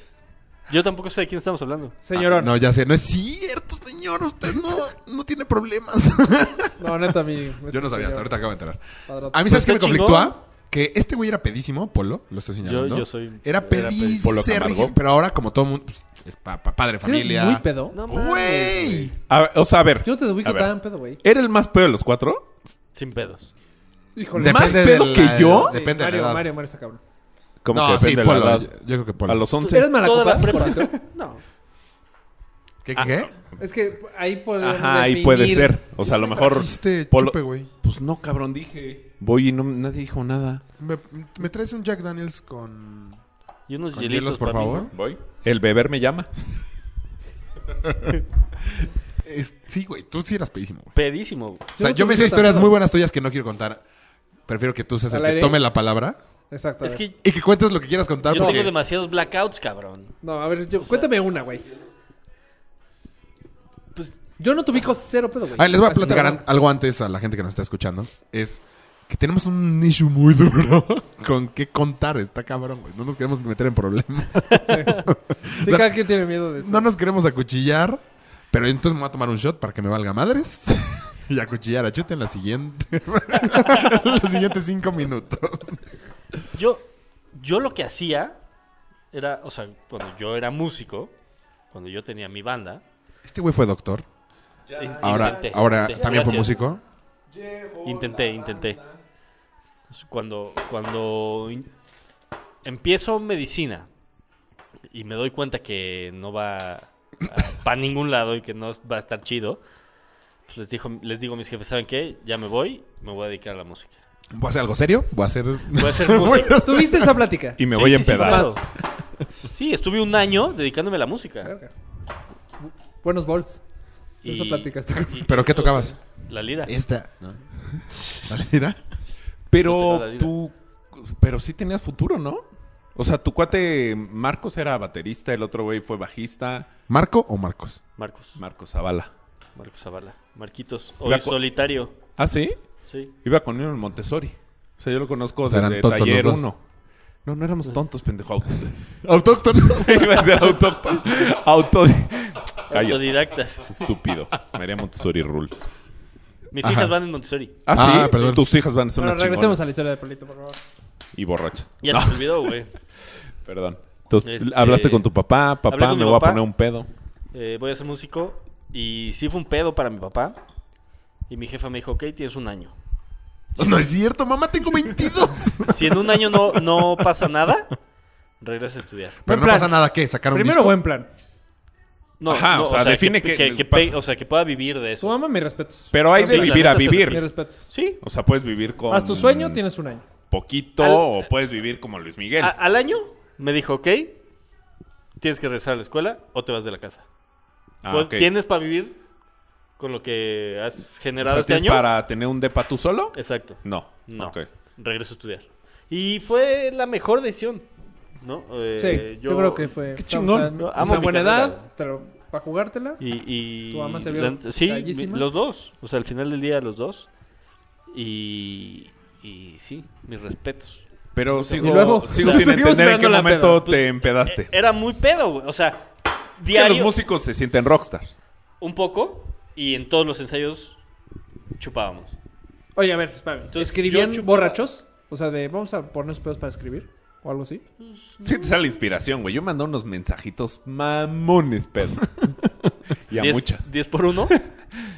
B: Yo tampoco sé de quién estamos hablando.
E: Ah,
C: Señorón.
E: no, ya sé. No es cierto, señor. Usted no, no tiene problemas.
B: <laughs>
C: no. neta, mi.
E: Yo no sabía, hasta ahorita acabo de enterar.
C: Padrote.
E: A mí, ¿sabes
B: Pues
E: qué
B: qué
E: me
B: chingón.
E: conflictúa? Que este güey era pedísimo, Polo, lo estoy señalando.
B: yo soy-
E: Era
B: era pedísimo.
D: Polo
E: pedísimo.
D: Camargo.
E: Pero ahora, como todo mundo, pues, es pa- pa- padre,
C: ¿Sí eres
E: familia.
C: muy pedo?
B: No mames,
E: ¡Güey!
B: güey.
D: A ver, o sea, a ver.
C: Yo no te ubico
D: A ver.
C: tan pedo, güey.
D: ¿Era el más pedo de los cuatro?
B: Sin pedos.
C: Híjole.
D: ¿Más pedo
E: de
D: que yo?
C: Sí,
E: Depende
C: Mario,
E: de la edad.
C: Mario, Mario, está cabrón.
D: Como
E: no,
D: que depende
E: sí,
D: de la
E: Polo.
D: edad.
E: yo, yo creo que Polo.
D: A los
B: ¿Tú
D: 11.
C: ¿Eres malacopa?
B: ¿Toda la prepa?
C: Correcto.
B: No.
E: ¿Qué?
D: ah,
E: qué, ¿Qué?
C: Es que ahí puede.
D: Ajá, ahí puede ser. O sea, a lo mejor.
E: Trajiste
D: Polo-
E: chupe, güey.
D: Pues no, cabrón, dije. Voy y no, nadie dijo nada.
E: Me, me traes un Jack Daniels con.
B: Y unos
E: Con
B: hielitos,
E: hielos, por
B: pa' mí.
E: favor.
D: Voy. El beber me llama.
E: Es- sí, güey. Tú sí eras pedísimo, güey.
B: Pedísimo, güey.
E: O sea, yo me sé historias muy buenas tuyas que no quiero contar. Prefiero que tú seas el
C: Al
E: que
C: aire.
E: tome la palabra
C: Exacto. a
B: Es
C: ver.
B: que
E: y que cuentes lo que quieras contar.
B: yo
E: porque-
B: tengo demasiados blackouts, cabrón.
C: No, a ver, yo- cuéntame una, güey.
B: Pues
C: Yo no te ubico cero pedo, güey.
E: A ver, les voy a
C: Así,
E: platicar
C: cabrón.
E: an- algo antes a la gente que nos está escuchando. Es que tenemos un issue muy duro <laughs> con qué contar. Está cabrón, güey. No nos queremos meter en problemas.
C: Sí, cada quien tiene miedo de eso.
E: No nos queremos acuchillar. Pero entonces me voy a tomar un shot para que me valga madres. <laughs> Y acuchillar a Chute en la siguiente. <laughs> en los siguientes cinco minutos.
B: yo, yo lo que hacía era, o sea, cuando yo era músico, cuando yo tenía mi banda.
E: Este güey fue doctor.
B: in-
E: Ahora,
B: intenté,
E: ahora
B: intenté.
E: también fue
B: Gracias.
E: músico.
B: Intenté, intenté. Es Cuando, cuando in- empiezo medicina y me doy cuenta que no va para ningún lado y que no va a estar chido, pues les, dijo, les digo a mis jefes, ¿saben qué? Ya me voy, me voy a dedicar a la música.
E: ¿Voy a hacer algo serio? ¿Voy a hacer...?
B: Voy
D: <laughs>
B: a ser músico.
C: ¿Tuviste esa plática?
D: Y me
B: Sí,
D: voy a
B: sí, sí,
D: empedar.
B: claro. Sí, estuve un año dedicándome a la música.
C: Verga. Bu- Buenos bols. Esa
B: Y-
C: plática está-
B: y-
E: ¿Pero qué
B: o sea,
E: tocabas?
B: La lira.
E: Esta. ¿No? ¿Vale, mira?
B: Yo te
D: Pero
B: la
D: tú, pero sí tenías futuro, ¿no? O sea, tu cuate Marcos era baterista, el otro güey fue bajista,
E: ¿Marco o Marcos?
B: Marcos,
D: Marcos Zavala.
B: Marcos Zavala. Marquitos,
D: Iba
B: hoy
D: co-
B: solitario.
D: ¿Ah, sí?
B: Sí.
D: Iba con en Montessori. O sea, yo lo conozco
E: O sea, eran
D: desde
E: tontos
D: taller
E: los dos.
D: 1. No, no
B: Ah.
D: éramos tontos, pendejo. <laughs>
E: Autóctonos.
D: Iba a ser autóctono. Auto... Cállate.
B: Autodidactas.
D: Estúpido. María Montessori Rules.
B: Mis
E: Ajá.
B: hijas van en Montessori.
D: Ah, sí.
E: Ah, perdón.
D: Tus hijas van a ser
C: Bueno,
D: unas
C: regresemos a
D: chingonas.
C: la historia de Polito, por favor.
D: Y borrachas.
B: Ya se me olvidó, güey.
D: Perdón. Entonces,
B: Este-
D: hablaste con tu papá.
B: Hablé
D: Papá,
B: con mi
D: me voy a
B: papá.
D: poner un pedo.
B: Eh, voy a ser músico. Y sí fue un pedo para mi papá. Y mi jefa me dijo, ok, tienes un año.
E: <laughs> No es cierto, mamá, tengo 22.
B: Si en un año no, no pasa nada, regresa a estudiar.
E: Pero no
C: plan.
E: pasa nada, ¿qué? ¿Sacar un
C: Primero,
E: disco?
C: buen plan.
B: No,
D: Ajá,
B: no,
D: o sea, define que-
B: que,
D: pasa-
B: pe- O sea, que pueda vivir de eso.
C: Su mamá, mis respetos.
D: Pero hay
B: Sí,
D: de
B: la
D: vivir a
B: neta se
D: vivir.
C: Mis respetos.
B: Sí.
D: O sea, puedes vivir con...
C: Haz tu sueño, tienes un año.
D: poquito
B: Al- Ah,
D: o puedes vivir como Luis Miguel.
B: A- al año me dijo, ok, tienes que regresar a la escuela o te vas de la casa.
D: Ah,
B: Pues,
D: ok.
B: Tienes para vivir con lo que has
D: O sea,
B: generado este
D: ¿tienes
B: año.
D: para tener un depa tú solo?
B: Exacto.
D: No.
B: No.
D: Ok.
B: Regreso a estudiar. Y fue la mejor decisión, ¿no? Eh,
C: sí, yo, creo que fue.
D: qué chingón.
C: O sea,
B: Yo
C: o sea,
B: amo mi
C: buena
B: carrera.
C: edad, para jugártela.
B: Y, y-
C: Tu mamá se vio
B: la- sí,
C: gallísima.
B: mi- los dos. O sea, al final del día, los dos. Y, y sí, mis respetos.
D: Pero sigo,
C: luego?
D: sigo
C: Seguimos
D: sin entender en
C: esperando
D: qué
C: la
D: momento
B: peda.
D: te empedaste.
B: Eh, Era muy pedo, güey. O sea,
D: Es que los
B: eh, diario,
D: músicos se sienten rockstars.
B: un poco, y en todos los ensayos chupábamos.
C: Oye, a ver, espérame.
B: Entonces,
C: ¿Escribían
B: yo chupaba-
C: borrachos? O sea, de vamos a ponernos pedos para escribir o algo así.
D: Sí te sale inspiración, güey. Yo mandé unos mensajitos mamones,
C: <laughs>
D: Pedro. y a
B: Diez-
D: muchas.
B: diez por
D: <laughs>
B: uno.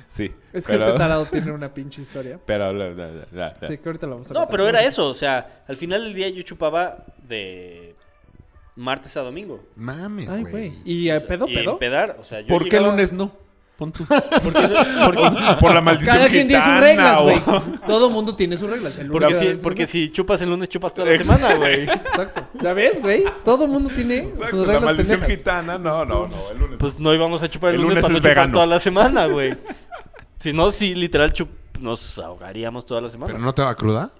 D: Sí.
C: Es que
D: pero,
C: este tarado tiene una
D: <laughs>
C: pinche historia.
D: pero, la, la, la, la, la.
C: Sí, que ahorita la vamos a
B: No,
C: contar.
B: pero era eso, o sea, al final del día yo chupaba de martes a domingo.
E: Mames,
C: Ay,
E: güey.
C: güey. ¿Y eh, pedo,
B: Y
C: pedo?
B: empedar, o sea, yo
D: ¿Por qué
B: llegaba-
D: lunes no? Pon
C: <laughs>
D: tú.
B: <laughs>
D: Ah,
B: Porque, porque-
D: Por la maldición
C: Cada quien tiene sus
D: gitana, <laughs>
C: reglas,
D: o-
C: güey. Todo mundo tiene sus reglas. El
B: porque
C: lunes-
B: si,
C: el
B: porque
C: lunes-
B: si chupas el lunes, chupas toda la semana, güey.
C: Exacto. ¿Ya ves, güey? Todo mundo tiene
D: Exacto,
C: sus
D: la
C: reglas
D: maldición
C: pendejas.
D: gitana. No, no, no. El lunes.
B: Pues no íbamos a chupar el,
D: El
B: lunes,
D: lunes
B: para no
D: es
B: chupar
D: vegano.
B: toda la semana, güey. si no, sí, literal, chup- nos ahogaríamos toda la semana.
E: ¿Pero no te va cruda?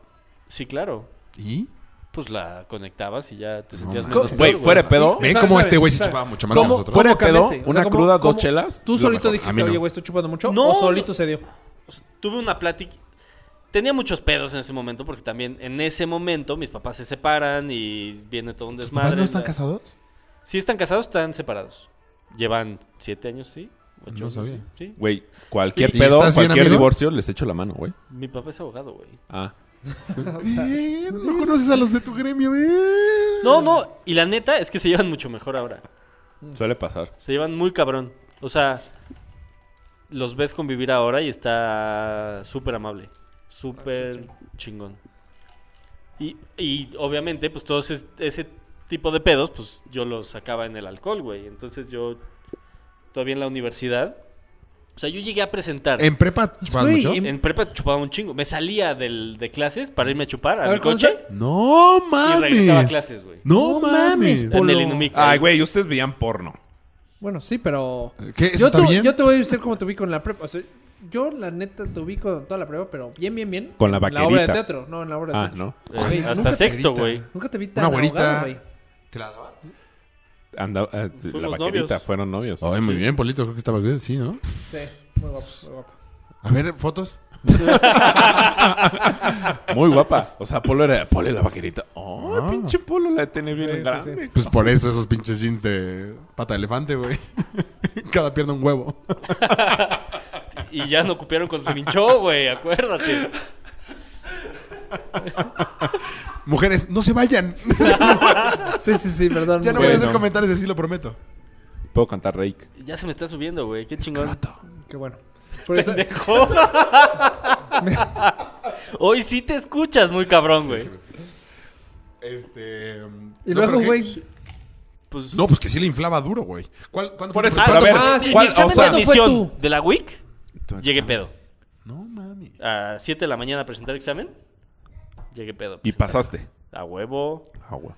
B: Sí, claro.
E: ¿Y?
B: Pues la conectabas y ya te
E: No
B: sentías
E: mames.
B: menos
D: Güey,
B: peor,
D: fuera de pedo.
E: ¿Ven
C: Sabe,
E: cómo
C: sabe,
E: este güey se
C: sabe.
E: chupaba mucho más que
D: ¿Cómo?
E: nosotros?
D: Fuera de pedo,
C: cambiaste? O sea,
D: una
C: ¿cómo-
D: cruda,
C: cómo-
D: dos chelas.
C: ¿Tú
E: Lo
C: solito
E: mejor. A
C: dijiste,
E: mí no.
C: oye, güey, estoy chupando mucho?
B: No.
C: ¿O solito se dio?
B: tuve una plática. Tenía muchos pedos en ese momento porque también en ese momento mis papás se separan y viene todo un desmadre.
E: no están
B: La-
E: casados?
B: Sí están casados, están separados. Llevan siete años, sí. Ocho
E: No
B: años,
E: sabía.
B: sí. Sí.
D: Güey, cualquier
E: ¿Y
D: pedo,
E: estás bien,
D: cualquier
E: amigo?
D: divorcio, les echo la mano, güey.
B: Mi papá es abogado, güey.
C: <laughs>
D: Ah.
E: Eh, no conoces a los de tu gremio, eh.
B: No, no. Y la neta es que se llevan mucho mejor ahora.
D: Suele pasar.
B: Se llevan muy cabrón. O sea, los ves convivir ahora y está súper amable. Súper chingón. Y, y obviamente, pues todos es- ese tipo de pedos, pues yo los sacaba en el alcohol, güey. Entonces yo, todavía en la universidad. O sea, yo llegué a presentar. En,
E: ¿En prepa chupabas
C: Güey,
E: mucho?
C: en-
B: prepa chupaba un chingo. Me salía del, de clases para irme a chupar a,
C: A
B: mi
C: ver, ¿cómo
B: coche
C: se-
E: No
B: y regresaba a
E: mames.
B: clases, güey.
E: No mames.
B: En el Inumic.
D: Ay, güey, ustedes veían porno.
C: Bueno, sí, pero...
E: Eh, ¿Qué? ¿Eso
C: Yo
E: está
C: te,
E: bien?
C: yo te voy a decir cómo te ubico en la prepa. O sea, yo, la neta, te ubico en toda la prepa, pero bien, bien, bien.
D: Con la
C: En la obra de
D: vaquerita.
C: teatro. No, en la obra de
D: Ah,
C: teatro.
D: ¿no?
B: Eh,
E: Güey, nunca
B: hasta
E: te
B: sexto,
E: gritan.
B: güey.
C: Nunca te vi tan
E: Una güerita.
C: ahogado, güey.
E: ¿Te la dabas?
D: Anda, eh, la
B: Fuimos
D: vaquerita,
B: novios.
D: fueron novios.
E: Ay, muy bien, Polito. Creo que estaba bien, sí, ¿no?
C: Sí, muy guapo, muy guapo.
E: A ver, fotos.
D: Muy guapa. O sea, Polo era Polo y la vaquerita. Oh,
E: Ah.
D: pinche Polo la tiene bien
C: Sí, sí,
D: grande.
C: sí.
E: Pues por eso esos pinches jeans de pata de elefante, güey. <laughs> Cada pierna un huevo.
B: Y ya no cupieron cuando se hinchó, güey, acuérdate.
E: Mujeres, no se vayan. <laughs>
C: Sí, sí, sí, perdón.
E: ya no
D: Bueno.
E: voy a hacer comentarios así, lo prometo.
D: Puedo cantar Rake.
B: Ya se me está subiendo, güey. Qué chingón.
E: Croto.
C: Qué bueno. Pero está-
B: Pendejo. Hoy sí te escuchas muy cabrón, güey.
E: Este. mm,
C: y
E: no,
C: luego,
E: pero que-
C: güey...
B: Pues
E: No, pues que sí le inflaba duro, güey. ¿Cuál, ¿Cuándo
D: Por
E: fue?
D: eso,
E: tu
B: Ah,
D: pero pues, a
E: primer-
D: ver,
C: ah, sí,
D: ¿cuál,
C: sí, examen
D: o sea,
C: de dónde-
B: edición
C: fue tú?
B: de la week,
D: tu
B: llegué
D: examen?
B: pedo.
E: No mami.
B: A 7 de la mañana a presentar examen, llegué pedo.
D: Y pasaste.
B: A huevo.
D: Ah, güey.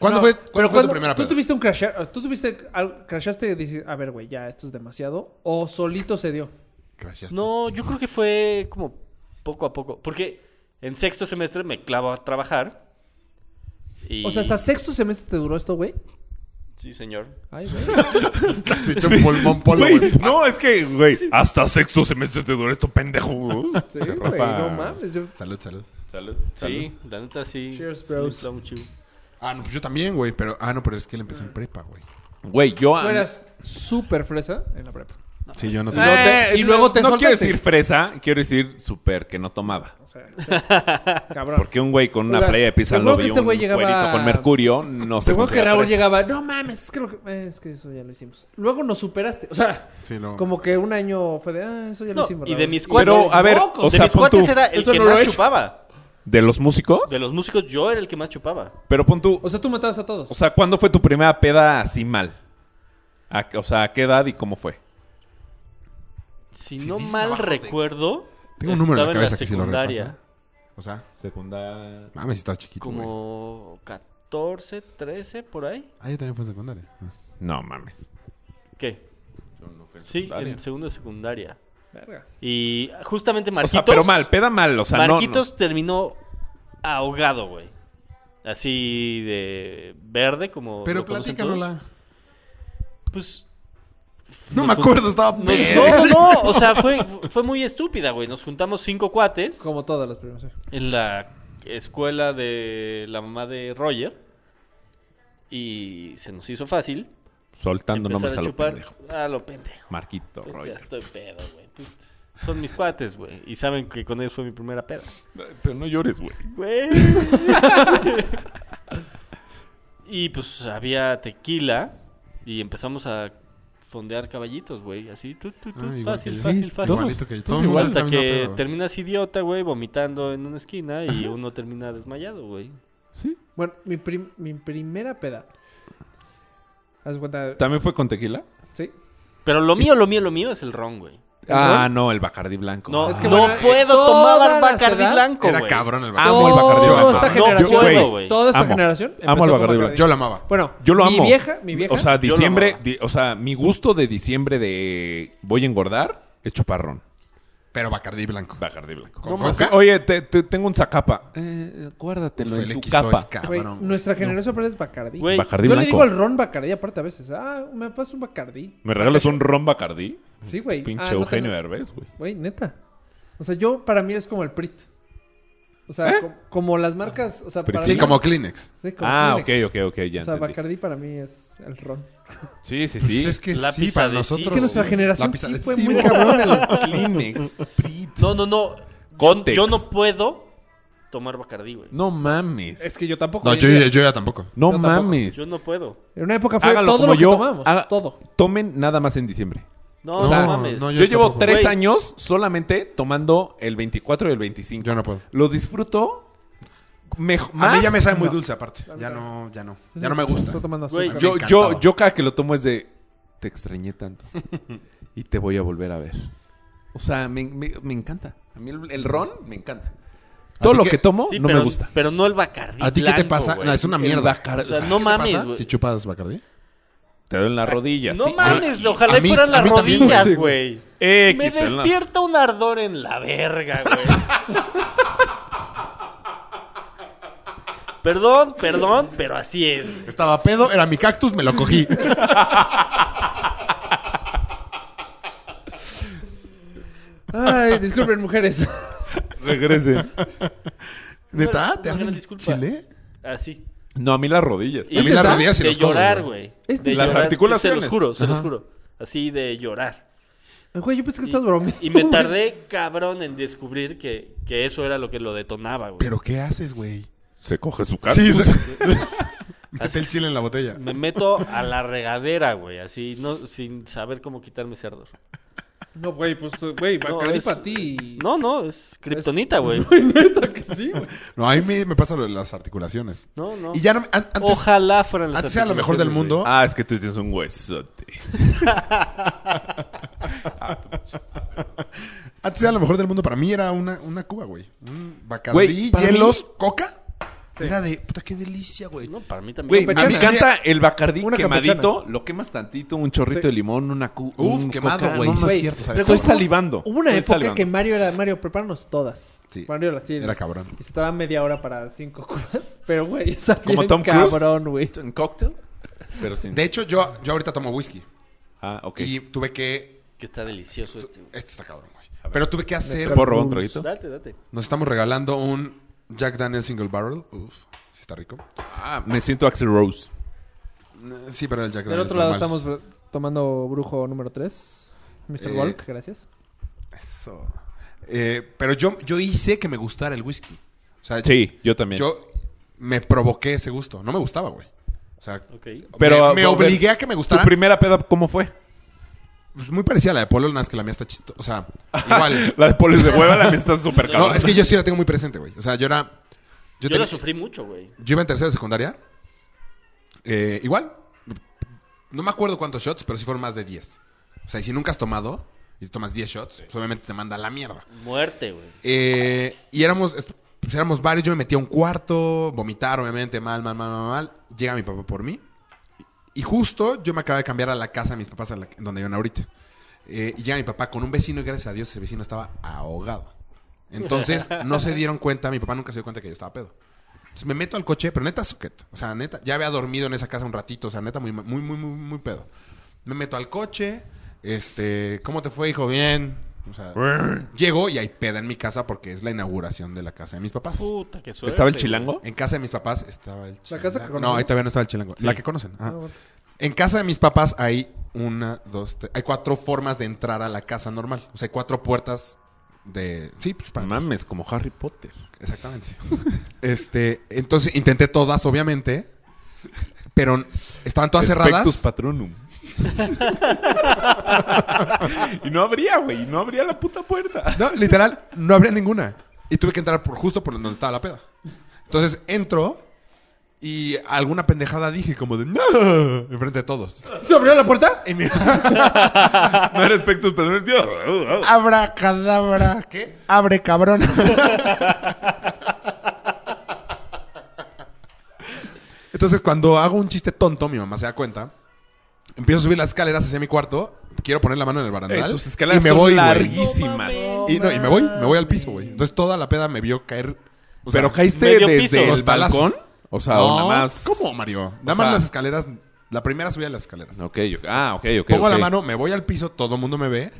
E: ¿Cuándo
C: No,
E: fue, cuándo
C: pero
E: fue tu
C: cuando-
E: primera
C: ¿Tú
E: peda?
C: tuviste un crash? ¿Tú tuviste al- crashaste y dices, a ver, güey, ya esto es demasiado? ¿O solito se dio?
E: Crasheaste.
B: No, yo creo que fue como poco a poco. Porque en sexto semestre me clavo a trabajar. Y...
C: O sea, hasta sexto semestre te duró esto, güey.
B: Sí, señor.
C: Ay, güey.
D: <laughs>
E: <laughs> Se echó un pulmón polo,
D: Güey,
E: güey.
D: no, es que, güey, hasta sexto semestre te dura esto, pendejo. güey.
C: Sí,
D: Uh, Se
C: güey,
D: rafa.
C: no mames. yo-
E: Salud, salud.
D: Salud. Salud.
B: Sí, la neta sí.
C: Cheers,
B: sí,
C: bros.
B: está muy chido.
E: Ah, no, pues yo también, güey. Pero, ah, no, pero es que él empezó en prepa, güey.
D: Güey, yo.
C: Tú eras súper fresa en la prepa.
E: Sí,
C: Eh,
E: yo
D: No
E: no tenía.
C: te- y luego te
D: No quiero
C: soltaste.
D: decir fresa, quiero decir super, que no tomaba.
C: O sea, o sea,
D: <laughs>
C: cabrón.
D: Porque un güey con una
C: O sea,
D: playa de pizza
C: seguro
D: no
C: que
D: vio
C: este
D: un
C: güey llegaba-
D: güerito con mercurio, no se
C: Seguro que
D: considera
C: Raúl
D: fresa.
C: llegaba, no mames, es que, lo que- eh, es que eso ya lo hicimos. Luego nos superaste. O sea,
E: Sí, no.
C: como que un año fue de, ah, eso ya lo
B: No,
C: hicimos.
B: y de
C: Raúl".
B: mis cuates.
D: Pero, a ver,
C: Locos.
D: o
B: de
D: sea,
B: mis
D: pon
B: cuates
D: tú-
B: era el
C: Eso
B: que
C: no lo he
B: más
C: hecho.
B: chupaba.
D: ¿De los músicos?
B: De los músicos, yo era el que más chupaba.
D: Pero pon tú,
C: O sea, tú matabas a todos.
D: o sea, ¿cuándo fue tu primera peda así mal? ¿A- o sea, ¿a qué edad y cómo fue?
B: Si
E: Sí,
B: no
E: dice
B: mal
E: abajo de-
B: recuerdo.
E: Tengo un número en la
B: estaba
E: cabeza que sí lo
B: secundaria,
E: repasa. O sea,
D: Secundaria.
E: mames, estaba chiquito, güey.
B: Como 14, 13, por ahí.
E: Ah, yo también fui en secundaria. Ah.
D: No mames.
B: ¿Qué? Sí, en segundo de secundaria.
C: Verga.
B: Y justamente
D: O
B: Marquitos.
D: sea, pero mal, peda mal, o sea, no-
B: Marquitos terminó ahogado, güey. Así de verde, como.
E: Pero
B: lo conocen todos.
E: platícanosla.
B: Pues.
E: No
B: nos jun-
E: me acuerdo, estaba
B: nos-
E: pedo.
B: No, no, no. O sea, fue, fue muy estúpida, güey. Nos juntamos cinco cuates.
C: Como todas las primeras. sí.
B: en la escuela de la mamá de Roger y se nos hizo fácil
D: soltando nombres
B: empezar
D: a,
B: a
D: lo
B: chupar.
D: pendejo.
B: A lo pendejo.
D: Marquito,
B: Pues
D: Roger.
B: ya estoy pedo, güey. Pues, son mis cuates, güey. Y saben que con ellos fue mi primera peda.
D: Ay, Eh, Pero no llores, güey.
B: Güey. <laughs> y pues había tequila y empezamos a fondear caballitos, güey. Así, tú, tú, tú,
E: Ah, igual
B: fácil,
E: que yo.
B: fácil,
D: Sí,
B: fácil.
D: todos.
E: Igualito que yo.
D: Todos
E: Todo el mundo
D: igual.
B: Hasta
E: está en la misma
B: que
E: peda, güey.
B: terminas idiota, güey, vomitando en una esquina y uno termina desmayado, güey.
D: Sí.
C: Bueno, mi, prim- mi primera peda. ¿Haz cuenta?
D: ¿También fue con tequila?
C: Sí.
B: Pero lo mío, lo mío, lo mío es el ron, güey.
D: Ah, no, el Bacardí blanco.
B: No,
C: Es que
B: no
C: bueno,
B: puedo
C: eh,
B: tomar
C: todas las
B: Bacardi
C: edad-
B: blanco,
E: Era
B: güey.
E: cabrón el
D: Ah, Amo el Bacardí
C: Toda
D: blanco.
C: esta
B: No
C: generación.
B: puedo, güey.
C: toda esta
D: Amo.
C: generación.
D: Amo
C: empezó
D: el
C: con
D: Bacardí blanco.
E: Yo la amaba.
C: Bueno,
D: Yo lo
C: mi
D: amo.
C: vieja, mi vieja.
D: O sea,
B: Yo lo
D: diciembre,
B: amaba.
D: di- o sea, mi gusto de diciembre de voy a engordar es chuparrón.
E: Pero Bacardí blanco.
D: Bacardí blanco.
E: ¿Con
D: No,
E: coca?
D: sí, Oye, te- te- tengo un zacapa. Eh, guárdatelo
E: Uf,
D: en
E: el
D: tu
E: XO es
D: capa.
C: güey,
E: cabrón. güey.
C: nuestra generación aparte es Bacardí.
B: Güey,
D: Bacardí
C: Yo le
D: blanco.
C: digo el ron Bacardí aparte a veces. Ah, me pasas un Bacardí.
D: ¿Me regalas un ron Bacardí?
C: Sí, güey.
D: Pinche
C: Ah, no
D: Eugenio
C: tengo-
D: Derbez, güey.
C: Güey, neta. O sea, yo para mí es como el Prit. O sea,
D: ¿Eh?
C: com- como, las marcas, o sea,
D: Prit.
C: para
E: Sí,
C: mí-
E: como Kleenex.
C: sí, como
D: Ah, ok,
C: Kleenex.
D: ok, ok, ya
C: O sea,
D: entendí.
C: Bacardí para mí es el ron.
D: Sí, sí,
E: Pues
D: sí.
E: es que
B: Lápiz
E: sí, para
B: adhesivo.
E: nosotros.
B: Es
C: Es que nuestra
E: sí.
C: generación
E: Lápiz
C: sí fue
E: adhesivo.
C: muy cabrón. el-
D: <laughs> Kleenex.
B: No, no, no.
D: Contex.
B: Yo no puedo tomar Bacardí, güey.
D: No mames.
C: Es que yo tampoco.
E: No,
C: hoy en
E: yo,
C: día-
E: yo, yo ya tampoco.
D: no
C: yo tampoco.
D: mames.
B: Yo no puedo.
C: En una época fue
D: Hágalo
C: todo
D: como
C: lo que
D: yo.
C: tomamos.
D: Haga-
C: Todo.
D: Tomen nada más en diciembre.
B: No,
D: O
B: no,
D: sea,
B: mames.
E: no,
D: Yo, llevo
E: tampoco.
D: tres
B: Güey.
D: años solamente tomando el 24 y el 25.
E: Yo no puedo.
D: Lo disfruto mejor.
E: A mí ya me
D: Más.
E: sabe muy dulce aparte. Ya no, ya no. Ya no me gusta.
C: Estoy tomando
B: Güey,
C: azúcar.
D: Yo,
E: Me
D: yo,
E: encantaba.
D: yo cada que lo tomo es de. Te extrañé tanto. <laughs> y te voy a volver a ver. O sea, me, me- me encanta. A mí el, el ron me encanta.
E: ¿A
D: Todo
E: ti
D: lo
E: qué-
D: que tomo
B: Sí,
D: no
B: pero,
D: me gusta.
B: Pero no el Bacardí.
E: ¿A ti qué te
B: blanco,
E: pasa?
B: güey.
E: No, es una
D: El
E: mierda.
D: Bacardi.
B: O sea,
E: ¿Qué
B: no
E: te
B: mames,
E: pasa
B: güey.
E: Si chupas Bacardí.
D: Te doy en la rodilla.
B: No
D: sí.
B: mames,
D: X.
B: ojalá
E: A mí-
B: fueran
E: a mí
B: las
E: también,
B: rodillas,
D: sí,
B: güey.
D: X,
B: Me
D: te doy Eh, en la-
B: despierta un ardor en la verga, güey.
E: <laughs>
B: perdón, perdón, pero así es. güey.
E: Estaba pedo, era mi cactus, me lo cogí.
C: <laughs> Ay, disculpen, mujeres.
D: Ah, Regresen.
E: ¿Neta?
B: Bueno,
E: ¿Te
B: una
E: arde
B: gran
E: el
B: disculpa.
E: chile?
B: Así.
D: <laughs> No, a mí las rodillas.
E: A mí las rodillas y
B: de
E: los codos,
B: llorar,
E: güey.
B: güey.
C: Este-
B: De
D: Las
B: llorar.
D: articulaciones.
B: Se los juro, se los juro. Así de <laughs> llorar.
C: Ah, Güey, yo pensé que
B: Y,
C: estás bromeando.
B: y me
C: güey.
B: tardé cabrón en descubrir que, que eso era lo que lo detonaba, güey.
E: ¿Pero qué haces, güey?
D: Se coge su cara.
E: Sí, <laughs> se- Mete el chile en la botella.
B: Me meto a la regadera, güey, así, no, sin saber cómo quitarme ese ardor.
C: No, güey, pues, güey,
B: No,
C: Bacardí
B: es-
C: para ti.
B: No, no, es kriptonita, <laughs> güey.
C: <laughs> neta que sí, güey.
E: No, a mí me, me pasa lo de las articulaciones.
B: No, no.
E: Y ya no, me- an- antes,
B: Ojalá fueran las
E: antes era lo mejor del mundo.
D: Ah, es que tú tienes un huesote.
E: Antes era lo mejor del mundo. Para mí era una, una cuba, güey. Un
D: Güey,
E: bacardí,
D: para
E: hielos, coca. Era de, puta, qué delicia, güey.
B: No, para mí
D: Güey,
B: también.
D: me
E: Campechana.
D: encanta el bacardí
C: Una
D: quemadito.
C: campechana.
D: Lo quemas tantito, un chorrito
C: Sí.
D: de limón, una cu
E: Uf,
D: un
E: quemado,
D: coca,
E: güey,
D: no
E: sí es
D: mames.
E: cierto, ¿sabes?
D: Estoy
E: Hubo-
D: salivando.
C: Hubo una
D: Estoy
C: época
D: salivando.
C: que Mario era Mario, prepáranos todas.
E: Sí.
C: Mario era así.
E: Era cabrón.
C: Y se tardaba media hora para cinco <laughs> cubas. Pero, güey, está
D: Como
C: bien
D: Tom Cruise.
C: cabrón, güey.
D: ¿Un cóctel? Pero sin...
E: De hecho, yo, yo ahorita tomo whisky.
D: Ah, ok.
E: Y tuve que...
B: Que está delicioso este, güey.
E: Este está cabrón, güey. Pero tuve que hacer...
D: ¿Te puedo robar un traguito?
B: Date, date.
E: Nos estamos regalando un Jack Daniel Single Barrel. Uf, sí está rico.
D: Ah, me siento Axel Rose.
E: Eh, Sí, pero el Jack
C: Del
E: Daniel
C: otro lado
E: es normal.
C: estamos br- tomando brujo número 3. Mr.
E: Eh,
C: Walk, gracias.
E: Eso. Eh, pero yo, yo hice que me gustara el whisky. O sea,
D: Sí, yo también.
E: yo me provoqué ese gusto. No me gustaba, güey. O sea,
B: Ok.
D: Pero,
E: me, me
D: a ver,
E: obligué a que me gustara.
D: ¿Tu primera peda cómo fue?
E: Pues muy parecida a la de Polo, nada más que la mía está chistosa.
D: <laughs>
E: O sea, igual.
D: La de polis de hueva, la mía
B: <laughs>
D: está súper cabrón.
E: no, es que yo sí la tengo muy presente, güey. O sea, yo era.
B: Yo,
E: Yo, tenía-
B: la sufrí mucho, güey.
E: yo iba en tercera de secundaria. Eh, igual. No me acuerdo cuántos shots, pero sí fueron más de 10. O sea, y si nunca has tomado y tomas 10 shots, pues obviamente te manda a la mierda.
B: Muerte, güey.
E: Eh, y éramos, est- pues, éramos varios, yo me metí a un cuarto, vomitar, obviamente, mal, mal, mal, mal, mal. Llega mi papá por mí. Y justo yo me acababa de cambiar a la casa de mis papás, a la- en donde viven ahorita. Eh, y llega mi papá con un vecino y gracias a Dios ese vecino estaba ahogado.
C: <laughs>
E: Entonces no se dieron cuenta, mi papá nunca se dio cuenta que yo estaba pedo. Entonces me meto al coche, pero neta soquet. O sea, neta, ya había dormido en esa casa un ratito, o sea, neta, muy, muy, muy, muy, muy pedo. Me meto al coche, este, ¿cómo te fue, hijo? Bien. O sea, llego y hay peda en mi casa porque es la inauguración de la casa de mis papás.
B: Puta, qué suerte.
D: ¿Estaba el
B: güey.
D: chilango?
E: En casa de mis papás estaba el chilango.
C: Uh. casa que
E: no,
C: conocemos.
E: ahí todavía no estaba el chilango. La que conocen. ajá.
C: Ah, bueno.
E: En casa de mis papás hay una, dos, tres. Hay cuatro formas de entrar a la casa normal. O sea, hay cuatro puertas de. Sí, pues para.
D: Mames, como Harry Potter.
E: Exactamente. <laughs> este, entonces intenté todas, obviamente. Pero estaban todas
D: Spectus
B: <laughs>
E: cerradas.
D: patronum. y no abría, güey. No abría la puta puerta.
E: No, literal, no habría ninguna. Y tuve que entrar por justo por donde estaba la peda. Entonces entro y alguna pendejada dije como de no enfrente de todos.
C: ¿Se abrió la puerta?
E: Y mi
D: No era Spectus patronum, tío. Uh, uh.
E: abra cadabra, ¿qué? Abre cabrón. Entonces cuando hago un chiste tonto, mi mamá se da cuenta. Empiezo a subir las escaleras hacia mi cuarto. Quiero poner la mano en el
D: Eh,
E: barandal.
D: tus escaleras
E: y me
D: son
E: voy, güey.
D: larguísimas.
E: Y no, y me voy, me voy al piso, güey. Entonces toda la peda me vio caer. o sea,
D: Pero caíste
B: medio
D: desde
B: piso.
D: el
E: Los palazos.
D: balcón. O sea,
E: No,
D: nada más.
E: ¿Cómo, Mario?
D: sea-
E: Nada más las escaleras. La primera subida de las escaleras.
D: Ok, yo- ah, ok, ok.
E: Pongo la
D: ok.
E: mano, me voy al piso, todo el mundo me ve.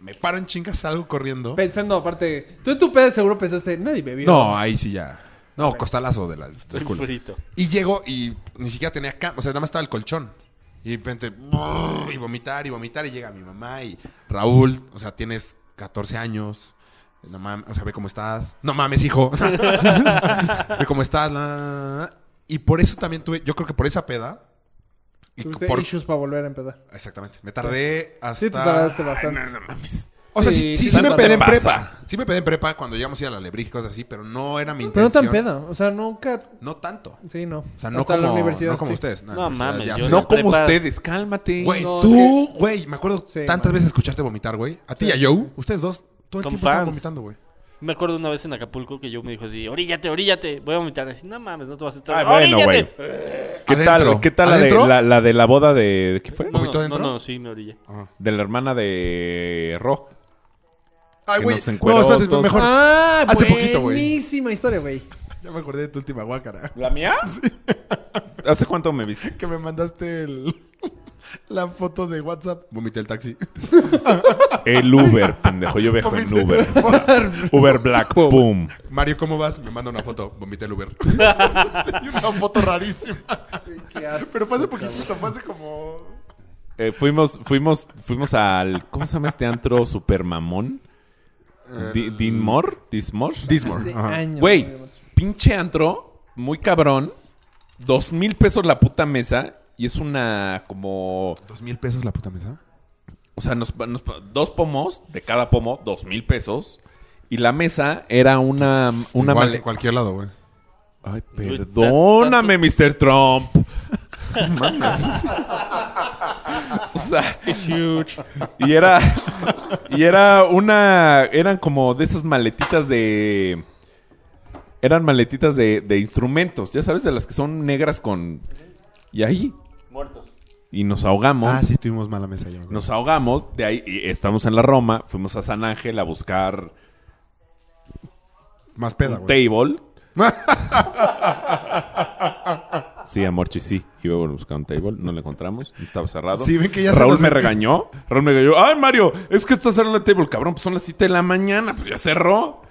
E: Me paro en chingas, salgo corriendo.
C: Pensando, aparte, tú en tu pedo seguro pensaste, nadie me vio.
E: No, ahí sí ya. No, costalazo de la, del
B: El
E: culo.
B: frito.
E: Y llego y ni siquiera tenía cama. O sea, nada más estaba el colchón. Y de repente, brrr, y vomitar, y vomitar. Y llega mi mamá y Raúl, o sea, tienes 14 años. No mames, o sea, ve cómo estás. No mames, hijo. <laughs> ve cómo estás. la, la, la. Y por eso también tuve, yo creo que por esa peda. Y
C: Tuviste
E: por,
C: issues para volver a empezar.
E: exactamente. Me tardé hasta.
C: Sí, te tardaste bastante.
E: O sea, sí, sí,
C: Sí,
E: sí,
C: sí,
E: me
D: te
E: pedí en
D: pasa.
E: prepa. Sí me pedí en prepa cuando llegamos a ir a la lebrija y cosas así, pero no era mi
C: Pero
E: intención.
C: no tan peda. O sea, nunca.
E: No tanto.
C: Sí, no.
E: O sea, no
C: Hasta
E: como,
C: la universidad.
E: no como
C: sí.
E: ustedes. No,
B: No
E: la universidad
B: mames,
E: ya
B: yo no
E: soy
D: No
E: adulto.
D: como
B: Prepas-
D: ustedes, cálmate.
E: Güey,
C: No,
E: tú, güey, me acuerdo
C: Sí,
E: tantas
C: man.
E: veces escucharte vomitar, güey. A ti y a Joe, ustedes dos, todo el
B: Son
E: tiempo estaban
B: fans.
E: vomitando, güey.
B: Me acuerdo una vez en Acapulco que yo me dijo así, oríllate, oríllate, voy a vomitar. Así, no mames, no te vas a entrar.
D: Ay, Ah, bueno,
B: "Oríllate".
D: güey. ¿Qué
E: Adentro.
D: tal, ¿qué tal la, de,
E: ¿Adentro?
D: la, la de la boda de. ¿de ¿Qué fue?
B: No, no,
E: ¿Vomitó
B: no,
E: dentro?
B: no, sí, me orillé.
D: De la hermana de Ro.
E: Ay,
D: Que
E: güey.
D: nos
E: No,
D: encueró
E: espérate,
D: todos.
E: mejor.
C: Ah,
E: Hace
C: buenísima
E: poquito, güey.
C: historia, güey.
E: Ya me acordé de tu última guácara.
D: ¿La mía? ¿Hace cuánto me viste?
E: Que me mandaste el- <laughs> la foto de WhatsApp. Vomité el taxi.
D: El Uber, pendejo. Yo viajo en Uber. Uber Black, boom.
E: <laughs> Mario, ¿cómo vas? Me manda una foto. Vomité el Uber. <laughs> y una foto rarísima.
C: Qué asco,
E: <laughs> Pero fue hace
C: cabrón.
E: poquitito, fue hace como...
D: Eh, fuimos, fuimos, fuimos al. ¿Cómo se llama este antro super mamón? Di- Dinmore, Dismore.
E: Dismore.
C: Hace
E: ajá.
C: años.
D: Eh, Güey,
C: güey.
D: pinche antro, muy cabrón. Dos mil pesos la puta mesa. Y es una como.
E: ¿Dos mil pesos la puta mesa?
D: O sea, nos, nos- dos pomos, de cada pomo, dos mil pesos. Y la mesa era una. una
E: Igual,
D: male-
E: en cualquier lado, güey.
D: Ay, perdóname, Mr. Trump. Mames. o sea, y era y era una eran como de esas maletitas de eran maletitas de, de instrumentos, ya sabes, de las que son negras con y ahí
B: Muertos.
D: y nos ahogamos.
E: Ah, sí, tuvimos mala mesa. ya me acuerdo.
D: Nos ahogamos, de ahí y estamos en la Roma, fuimos a San Ángel a buscar
E: Más
D: un
E: peda, Ah, güey. <laughs>
D: table. sí, a Morchi sí. Iba a buscar un table, no lo encontramos, estaba cerrado.
E: Sí, ven que ya se
D: Raúl
E: nos-
D: me regañó. Raúl me regañó. ¡Ay, Mario! Es que está cerrado el table, cabrón. Pues son las 7 de la mañana, pues ya cerró.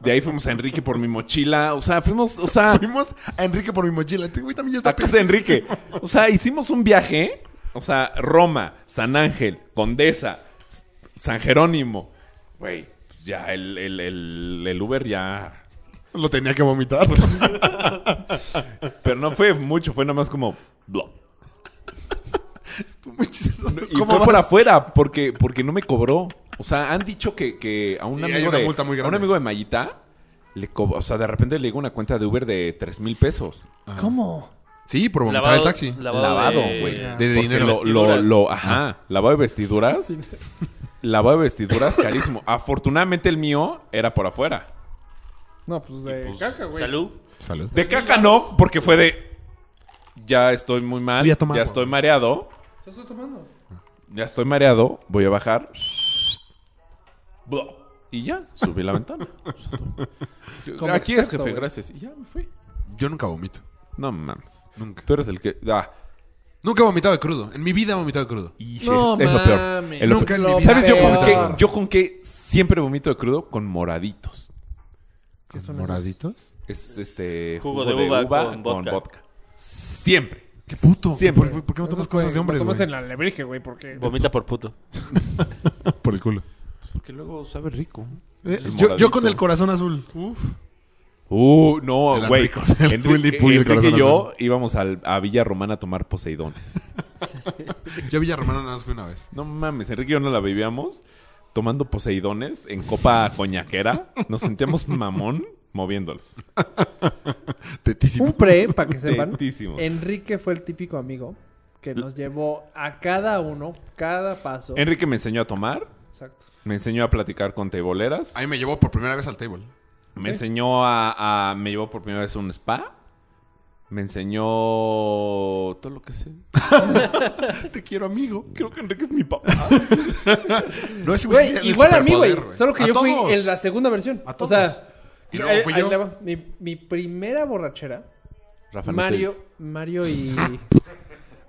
D: De ahí fuimos a Enrique por mi mochila. O sea, fuimos, o sea,
E: <laughs> Fuimos a Enrique por mi mochila. Este güey también ya está
D: a casa de
E: pedísimo.
D: Enrique. O sea, hicimos un viaje. O sea, Roma, San Ángel, Condesa, S- San Jerónimo. Güey, pues ya el, el, el, el Uber ya
E: <laughs> Lo tenía que vomitar.
D: Pero no fue mucho, fue nada más como... "Blo".
E: <laughs> Estuvo muy chistoso.
D: Y fue por afuera, porque, porque no me cobró. O sea, han dicho que, que a un
E: Sí, hay
D: amigo
E: una
D: de...
E: multa muy
D: a un
E: grande.
D: amigo de Mayita, le co- o sea, de repente le llegó una cuenta de Uber de 3 mil pesos.
C: ¿Cómo?
E: Sí, por vomitar el taxi.
D: Lavado,
B: de-
D: güey.
E: De
D: Porque Lo,
E: dinero.
D: lo,
B: Vestiduras.
D: lo- ajá, lavado de vestiduras. Lavado de vestiduras, carísimo. Afortunadamente el mío era por afuera.
C: No, pues de
B: Pues,
C: caca, güey.
B: Salud.
E: Salud.
D: De caca no, porque fue de... Ya estoy muy mal,
E: Tú
D: ya,
E: ya toma agua.
D: estoy mareado.
C: Yo estoy tomando.
D: Ya estoy mareado, voy a bajar. Blah. Y ya, subí la
C: <laughs>
D: ventana. O sea, todo. Yo-
C: Como
D: Aquí es
C: experto,
D: jefe,
C: güey.
D: gracias. Y ya me fui.
E: Yo nunca vomito.
D: No mames.
E: Nunca.
D: Tú eres el que. Ah,
E: Nunca he vomitado de crudo. En mi vida he vomitado de crudo.
D: y
C: No,
D: es, es lo peor.
C: mames.
D: Es lo
E: Nunca
D: peor.
E: en mi vida
D: ¿Sabes yo
E: he
D: con, qué,
E: vomitado de
D: yo con qué siempre vomito de crudo? Con moraditos.
E: ¿Moraditos?
D: Es este.
B: Jugo de uva con vodka.
D: Siempre.
E: Qué puto.
D: Siempre.
E: ¿Por, por qué no tomas
C: Esas
E: cosas de hombres,
C: No tomas
E: güey?
C: en la alebrije, güey, porque...
B: Vomita por puto.
E: <laughs> Por el culo.
D: Porque luego sabe rico.
E: Eh,
D: El
E: yo, yo
D: moradito.
E: con el corazón azul. Uf.
D: Uh, no,
E: El
D: güey.
E: <laughs> Enrico, o sea, el Willy
D: Enrique,
E: Puy, el
D: Enrique y
E: corazón
D: yo íbamos al- a Villa Romana a tomar poseidones.
E: Yo a Villarromano nada más fui una
D: <laughs>
E: vez.
D: No mames, Enrique y yo no la vivíamos tomando poseidones en copa coñaquera. Nos
E: <laughs>
D: sentíamos mamón moviéndolos.
E: Tetísimo.
C: Un pre, para que sepan.
D: Tentísimos.
C: Enrique fue el típico amigo que nos llevó a cada uno, cada paso.
D: Enrique me enseñó a tomar,
C: Exacto.
D: me enseñó a platicar con teiboleras,
E: A mí me llevó por primera vez al table.
D: me enseñó a, a- Me llevó por primera vez a un spa. Me enseñó todo lo que sé.
E: Te quiero, amigo.
D: <laughs> Creo que Enrique es mi papá.
E: No, ese
C: Güey,
E: sí tiene Pues, el
C: igual a mí, güey.
E: superpoder,
C: Solo que
E: A
C: yo
E: todos.
C: fui en la segunda versión.
E: A
C: O
E: todos.
C: sea,
E: Y luego fui
C: ahí- ahí
E: yo.
C: le va. Mi, mi primera borrachera,
D: Rafa, no te
C: Mario,
D: digas.
C: Mario y. <laughs>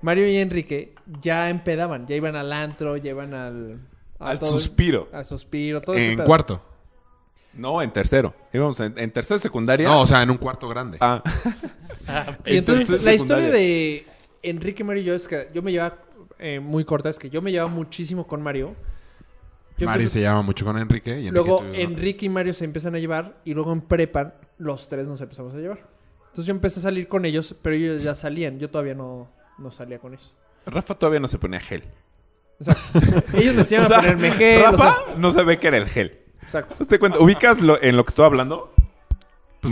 C: Mario y Enrique ya empedaban, ya iban al antro, ya iban al. a
D: Al
C: todo-
D: suspiro.
C: Al suspiro, todo ese
E: En
C: pedo.
E: cuarto.
D: No, en tercero. Íbamos en, en tercero de secundaria.
E: No, o sea, en un cuarto grande.
D: Ah,
C: Y entonces,
D: Entonces,
C: la
D: secundaria.
C: historia de Enrique, Mario y yo es que yo me llevaba eh, muy corta, es que yo me llevaba muchísimo con Mario. Yo
E: Mario
C: empecé-
E: se llama mucho con Enrique. Y Enrique
C: luego
E: tú- <laughs>
C: Enrique y Mario se empiezan a llevar y luego en prepa los tres nos empezamos a llevar. Entonces yo empecé a salir con ellos, pero ellos ya salían, yo todavía no, no salía con ellos.
D: Rafa todavía no se ponía gel.
C: Exacto. ellos me
D: <laughs>
C: hacían
D: O sea,
C: ponerme gel. o
D: Rafa
C: sea,
D: no sabe que era el gel.
C: exacto.
D: ¿Te cuenta? ¿Ubicas lo- en lo que estoy hablando?
E: Pues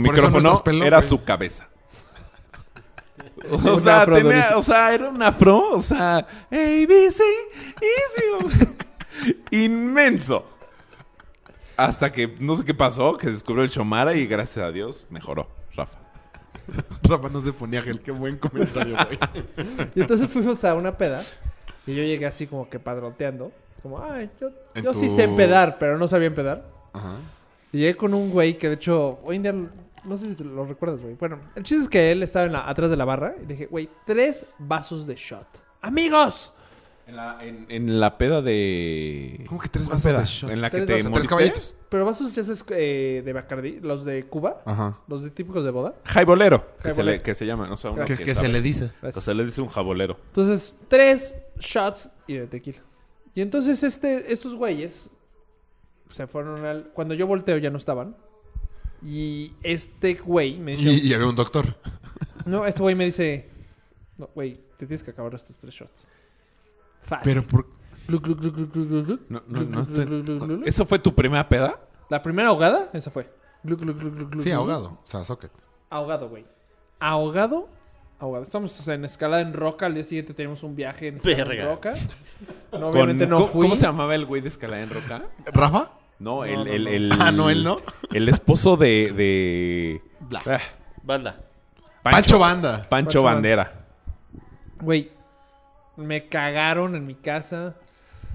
D: el
E: por eso no
D: micrófono
E: estás pelón,
D: era
E: güey.
D: su cabeza. O <laughs>
C: Un
D: sea,
C: afro
D: tenía-
C: durísimo.
D: o sea, era un afro, o sea, ABC, easy. <laughs> inmenso. Hasta que no sé qué pasó, que descubrió el Shomara y gracias a Dios mejoró, Rafa.
E: Rafa no se ponía gel. Qué buen comentario, güey.
C: Y entonces fuimos a una peda y yo llegué así como que padroteando. Como, ay, yo,
E: En
C: yo sí
E: tu-
C: sé empedar, pero no sabía empedar.
E: Ajá.
C: Y llegué con un güey que de hecho, hoy en día, no sé si te lo recuerdas, güey. Bueno, el chiste es que él estaba en la- atrás de la barra y le dije, güey, tres vasos de shot. ¡Amigos!
D: En la, en- en la peda de...
E: ¿Cómo que tres
D: ¿Cuál
E: vasos
D: peda?
E: de shot?
D: En la que
C: Tres
D: te
C: vasos.
E: Tres
D: moriste.
E: caballitos.
C: Pero vasos ya sabes, eh, de Bacardí, los de Cuba,
E: Ajá.
C: los de típicos de boda.
D: Jaibolero, que, se
C: Jaibolero.
D: le- que se llama, no sé, uno
C: Gracias.
D: que sabe.
E: dice?
D: O sea, le dice un jabolero.
C: Entonces, tres shots y de tequila. Y entonces este, estos güeyes se fueron al... Cuando yo volteo ya no estaban. Y este güey me dice...
E: Y, y había un doctor.
C: No, este güey me dice... No, güey, te tienes que acabar estos tres shots. Fácil.
E: Pero por...
C: Gluc, gluc, gluc, gluc, gluc, gluc, gluc.
D: No, no,
C: Gluc,
D: no
C: gluc,
D: estoy-
C: gluc, gluc, <laughs> gluc, gluc.
D: ¿Eso fue tu primera peda?
C: La primera ahogada, esa fue. Gluc, gluc, gluc, gluc, gluc,
E: Sí,
C: gluc.
E: ahogado. O sea, socket.
C: Ahogado, güey. Ahogado, ahogado. Estamos o sea, en escalada en roca. Al día siguiente tenemos un viaje en escalada en
B: Verga.
C: roca.
D: <laughs>
C: No,
D: Con-
C: obviamente no
D: ¿cómo,
C: fui.
D: cómo se llamaba el güey de Escalada en Roca?
E: ¿Rafa?
D: No,
C: No,
D: el,
C: no,
D: el,
C: no.
D: el-
E: Ah, no, él no.
D: El esposo de. de-
E: Bla.
D: Ah,
B: Banda.
E: Pancho Banda.
D: Pancho
C: Pancho
D: Bandera.
C: Güey, me cagaron en mi casa.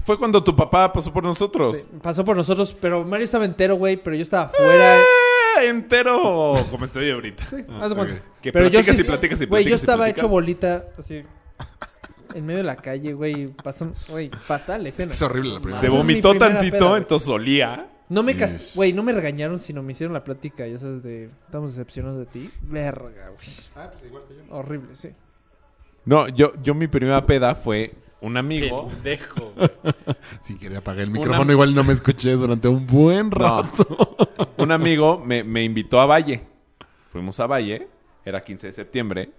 D: Fue cuando tu papá pasó por nosotros.
C: Sí, pasó por nosotros, pero Mario estaba entero, güey. Pero yo estaba afuera.
D: ¡Eh! Entero como estoy ahorita.
C: Sí, haz de cuenta.
E: ok.
D: Ah, Que
C: Pero yo
D: platicas
C: sí-
D: y platicas y
C: Güey, yo
D: platicas y
C: estaba
D: platicas.
C: hecho bolita, así. En medio de la calle, güey. Pasan, güey, fatal
E: Es
C: escena.
E: que es horrible la primera.
D: Se
C: Esa es mi
D: vomitó
C: primera
D: tantito,
C: peda, güey.
D: entonces olía.
C: No me
E: Yes.
C: cas... Güey, no me regañaron, sino me hicieron la plática, ya sabes, de... Estamos decepcionados de ti. Verga, güey.
E: Ah, pues igual que yo.
C: Horrible, sí.
D: No, yo, yo mi primera peda fue un amigo. <laughs>
B: Pendejo.
E: Sin querer apagué el micrófono,
D: Una-
E: igual no me escuché durante un buen
D: No.
E: rato.
C: <laughs>
D: Un amigo me, me invitó a Valle. Fuimos a Valle. Era 15 de septiembre.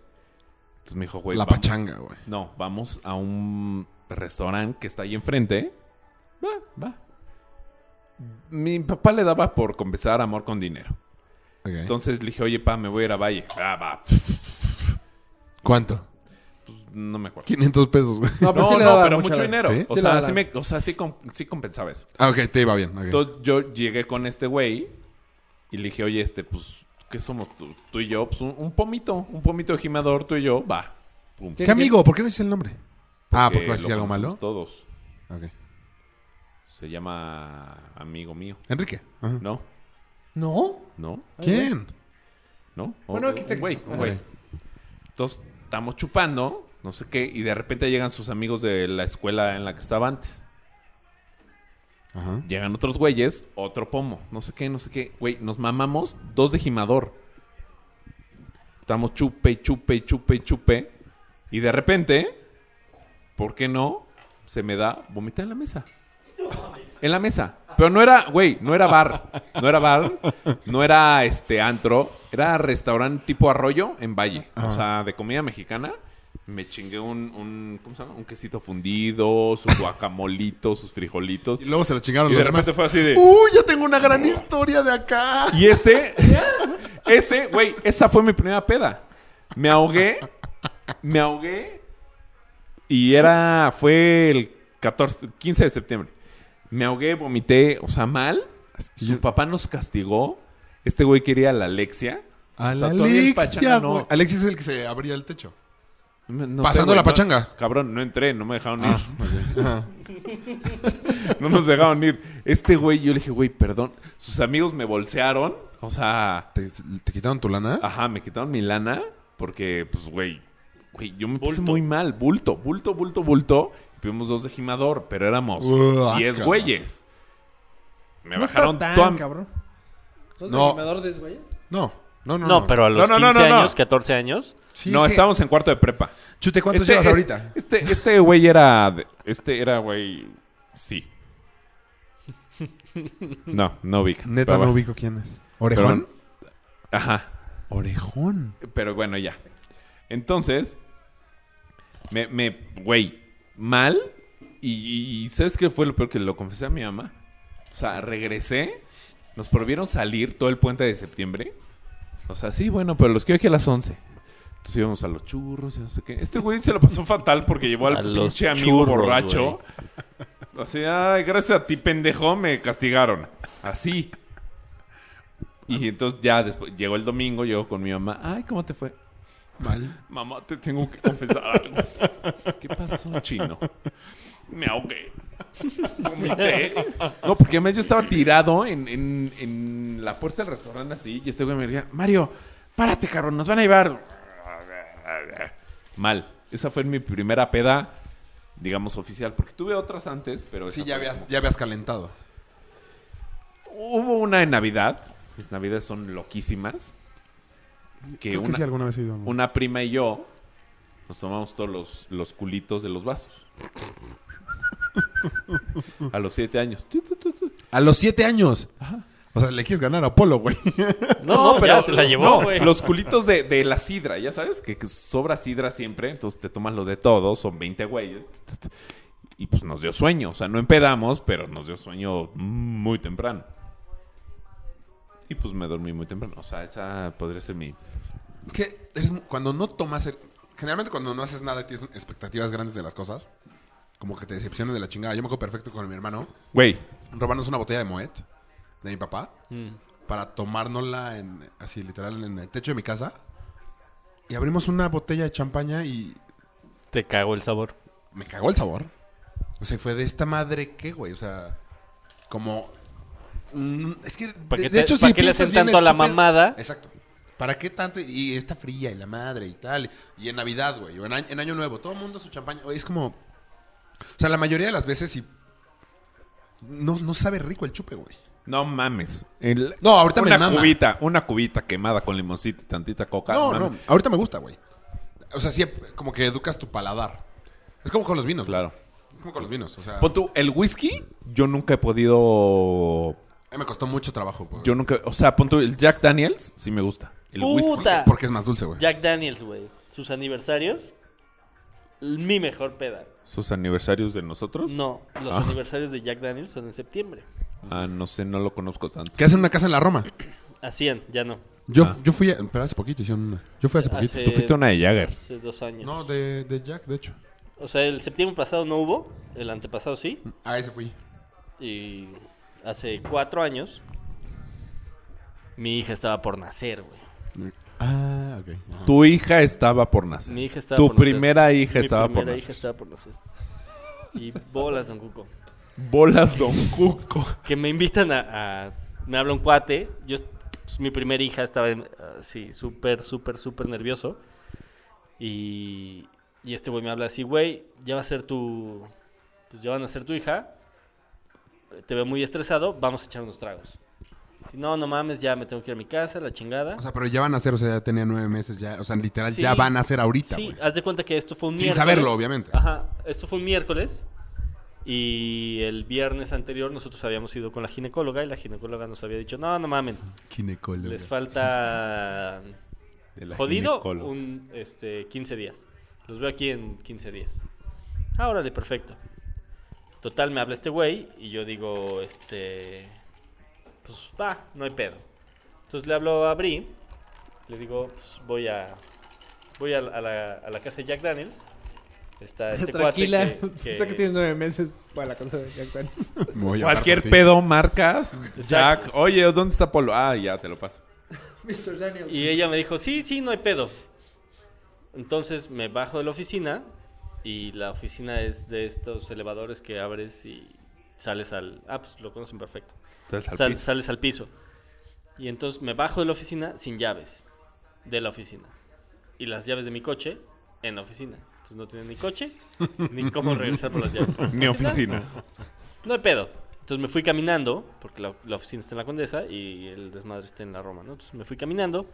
D: Entonces me dijo, güey.
E: la
D: vamos.
E: pachanga, güey.
D: No, vamos a un restaurante que está ahí enfrente. Va, va. Mi papá le daba por compensar amor con dinero.
E: Ok.
D: Entonces le dije, oye, pa, me voy a ir a Valle. Ah, va.
E: ¿Cuánto?
D: No me acuerdo.
E: 500 pesos, güey.
C: No, pero
D: No,
C: sí le
D: no,
C: daba
D: pero
C: mucha
D: mucho
C: lana.
D: dinero.
E: ¿Sí?
D: O,
C: Sí, la
D: sea,
C: verdad.
D: sí me- o sea, sí com- sí compensaba eso.
E: Ah, ok, te iba bien. ok.
D: Entonces yo llegué con este güey y le dije, oye, este, pues, ¿qué somos tú, tú y yo? Pues un, un pomito, un pomito de gimador, tú y yo, va. Pum.
E: ¿Qué amigo? ¿Por qué no dices el nombre? ah, porque vas a
D: lo
E: decir algo malo.
D: conocemos Todos.
E: Ok.
D: Se llama amigo mío.
E: Enrique. Ajá.
D: ¿No?
C: ¿No?
D: ¿No?
E: ¿Quién?
D: ¿no?
C: Bueno,
D: O-
C: aquí está-
D: un güey, un
C: Ajá.
D: güey. Entonces, estamos chupando, no sé qué, y de repente llegan sus amigos de la escuela en la que estaba antes.
E: Ajá.
D: Llegan otros güeyes, otro pomo, no sé qué, no sé qué. Güey, nos mamamos dos de gimador. Estamos chupe, y chupe, y chupe, y chupe. Y de repente, ¿por qué no? Se me da vomitar en la mesa. En la mesa. Pero no era, güey, no era bar. No era bar. No era este antro. Era restaurante tipo arroyo en Valle. O sea, de comida mexicana. Me chingué un, un, ¿cómo se llama? Un quesito fundido, sus guacamolitos, sus frijolitos.
E: Y luego se lo chingaron
D: Y de
E: los
D: repente
E: demás. Uh.
D: fue así de...
E: ¡Uy, ya tengo una gran historia de acá!
D: Y ese, <laughs> ese, güey, esa fue mi primera peda. Me ahogué, me ahogué y era, fue el 14, 15 de septiembre. Me ahogué, vomité, o sea, mal. Su papá nos castigó. Este güey quería la Alexia.
E: A
D: O
E: la
D: sea, todavía el
E: Alexia,
D: Pachanga no-
E: güey. Alexia es el que se abría el techo.
D: No sé,
E: Pasando
D: güey,
E: la
D: no-
E: pachanga. Ah,
D: cabrón, no entré, no me dejaron <laughs> ir. no nos dejaron ir. Este güey, yo le dije, güey, perdón. Sus amigos me bolsearon. O sea,
E: ¿Te, te quitaron tu lana?
D: Ajá, me quitaron mi lana porque, pues, güey, güey, yo me puse
B: Bulto.
D: muy mal. Bulto, bulto, bulto, bulto. Tuvimos dos de gimador, pero éramos
E: Uah,
D: 10
E: cabrón.
D: güeyes. Me
C: No
D: bajaron
C: está tan,
D: toda...
C: cabrón. ¿Sos
E: No.
C: animador de güeyes?
E: No, no, no.
B: No, pero a los
D: No, no, no,
B: 15
D: no, no.
B: años, 14 años,
E: Sí,
D: no,
E: es que-
D: estábamos en cuarto de prepa.
E: Chute, ¿cuántos
D: Este-
E: llevas
D: este-
E: ahorita?
D: Este, este güey era... de- Este era, güey...
C: <laughs>
D: Sí. No, no ubica.
E: Neta,
D: pero
E: no
D: bueno.
E: ubico quién es. ¿Orejón?
D: Ajá.
E: Orejón.
D: Pero bueno, ya. Entonces, me, me, güey, mal. Y, y- y ¿sabes qué fue lo peor que lo confesé a mi mamá? O sea, regresé. Nos prohibieron salir todo el puente de septiembre. O sea, sí, bueno, pero los quiero aquí a las 11. Entonces íbamos a los churros y no sé qué. Este güey se lo pasó fatal porque llevó al
B: A los
D: pinche amigo
B: churros,
D: borracho. O sea, "Ay, gracias a ti, pendejo, me castigaron. Así. Y entonces ya después llegó el domingo, llegó con mi mamá. Ay, ¿cómo te fue?
E: Mal.
D: Mamá, te tengo que confesar <laughs> algo. ¿Qué pasó, chino? Me <laughs> ahogué. Vomité. No, porque además yo estaba tirado en, en- en la puerta del restaurante así y este güey me decía, Mario, párate, cabrón, nos van a llevar. Mal. Esa fue mi primera peda, digamos, oficial, porque tuve otras antes, pero...
E: Pues Sí,
D: esa
E: ya
D: fue
E: habías,
D: como-
E: ya habías calentado.
D: Hubo una en Navidad. Mis Navidades son loquísimas. Que
E: Creo que
D: una,
E: sí, alguna vez he ido. a uno.
D: una prima y yo nos tomamos todos los, los culitos de los vasos. A los siete años. Tu, tu, tu, tu.
E: A los siete años. O sea, le quieres ganar a Apolo, güey.
B: No, no, ya se la llevó,
D: no,
B: güey.
D: los culitos de, de la sidra, ya sabes, que, que sobra sidra siempre. Entonces te tomas lo de todos, son 20 güeyes. Tu, tu, tu. Y pues nos dio sueño. O sea, no empedamos, pero nos dio sueño muy temprano. Y pues me dormí muy temprano. O sea, esa podría ser mi
E: Es que eres mu- cuando no tomas... el- Generalmente cuando no haces nada y tienes expectativas grandes de las cosas, como que te decepcionan de la chingada. Yo me acuerdo perfecto con mi hermano
D: Güey,
E: robarnos una botella de Moet de mi papá para tomárnosla en, así literal en el techo de mi casa. Y abrimos una botella de champaña y
B: te cago el sabor.
E: me cagó el sabor. O sea, fue de esta madre que, güey. O sea, como. mm, es que.
B: ¿Para
E: de,
B: qué
E: de
B: te-
E: hecho,
B: para
E: si
B: qué le
E: piensas
B: hacen
E: bien,
B: tanto
E: el
B: a la
E: chupe-
B: mamada?
E: Exacto. ¿Para qué tanto? Y, y está fría y la madre y tal. Y en Navidad, güey. O en, año- en Año Nuevo. Todo el mundo su champaña. Güey, Es como. O sea, la mayoría de las veces sí. No, no sabe rico el chupe, güey.
D: No mames. El-
E: No, ahorita
D: una
E: me mama.
D: cubita, una cubita quemada con limoncito y tantita
B: Ah,
D: coca.
E: No,
D: mames.
E: no. Ahorita me gusta, güey. O sea, sí, como que educas tu paladar. Es como con los vinos.
D: Claro.
E: güey. Es como con los vinos. O sea,
D: Pon tú, el whisky, yo nunca he podido.
E: a mí me costó mucho trabajo, güey.
D: Yo nunca. O sea, pon tú, el Jack Daniels sí me gusta. El whisky.
B: Puta.
E: Porque es más dulce, güey.
B: Jack Daniels, güey. Sus aniversarios, l- mi mejor peda.
D: ¿Sus aniversarios de nosotros?
B: No, los
D: Ah.
B: aniversarios de Jack Daniels son en septiembre.
D: Ah, no sé, no lo conozco tanto.
E: Que hacen una casa en la Roma.
B: Hacían, ya no.
E: Yo, yo fui, a- pero hace poquito hicieron una. Yo fui hace poquito.
B: Hace,
D: Tú fuiste una de Jagger.
B: hace dos años.
E: No, de, de Jack, de hecho.
B: O sea, el septiembre pasado no hubo, el antepasado sí.
E: Ah, ese fui.
B: Y hace cuatro años, mi hija estaba por nacer, güey.
E: Ah, ok. Ajá.
D: Tu hija estaba por nacer.
B: Mi hija estaba
D: tu
B: por nacer.
D: primera hija
B: Mi
D: estaba por
B: primera
D: nacer.
B: hija estaba por nacer. Y bolas, don Cuco.
D: Bolas Don Cuco.
B: Que me invitan a... a- me habla un cuate. Yo, pues, mi primera hija estaba en- así, súper, súper, súper nervioso. Y, y este güey me habla así, güey, ya va a ser tu... Pues ya van a ser tu hija. Te veo muy estresado, vamos a echar unos tragos. Si no, no mames, ya me tengo que ir a mi casa, la chingada.
E: O sea, pero ya van a hacer, o sea, ya tenía nueve meses, ya, o sea, literal,
B: Sí.
E: ya van a hacer ahorita,
B: sí,
E: güey.
B: haz de cuenta que esto fue un
E: Sin
B: miércoles.
E: saberlo, obviamente.
B: Ajá, esto fue un miércoles. Y el viernes anterior nosotros habíamos ido con la ginecóloga y la ginecóloga nos había dicho, no, no mamen,
E: Ginecólogo.
B: les falta
D: De la
B: jodido
D: ginecóloga.
B: un, este, 15 días. Los veo aquí en 15 días. Ah, órale, perfecto. Total, me habla este güey y yo digo, este, pues va, no hay pedo. Entonces le hablo a Bri, le digo, pues voy a, voy a, la- a la, a la casa de Jack Daniels. Está este cuate
C: Tranquila. <laughs>
B: que-
C: Sé
B: que-
C: que tienes nueve meses para la cosa de Jack
B: <laughs>
C: Daniels.
E: Me voy a
D: Cualquier
E: hablar por ti.
D: pedo marcas.
B: Exacto.
D: Jack, oye, ¿dónde está Polo? Ah, ya te lo paso.
C: Mr. Daniels.
B: Y ella me dijo, sí, sí, no hay pedo. Entonces me bajo de la oficina y la oficina es de estos elevadores que abres y sales al... Ah, pues lo conocen perfecto.
D: Entonces, al
B: Sal-
D: piso.
B: Sales al piso. Y entonces me bajo de la oficina sin llaves de la oficina. Y las llaves de mi coche en la oficina. Entonces no tenía
D: <laughs>
B: ni coche ni cómo regresar por las llaves.
D: Ni oficina.
B: No hay pedo. Entonces me fui caminando, porque la, la oficina está en la Condesa y el desmadre está en la Roma, ¿no? Entonces me fui caminando,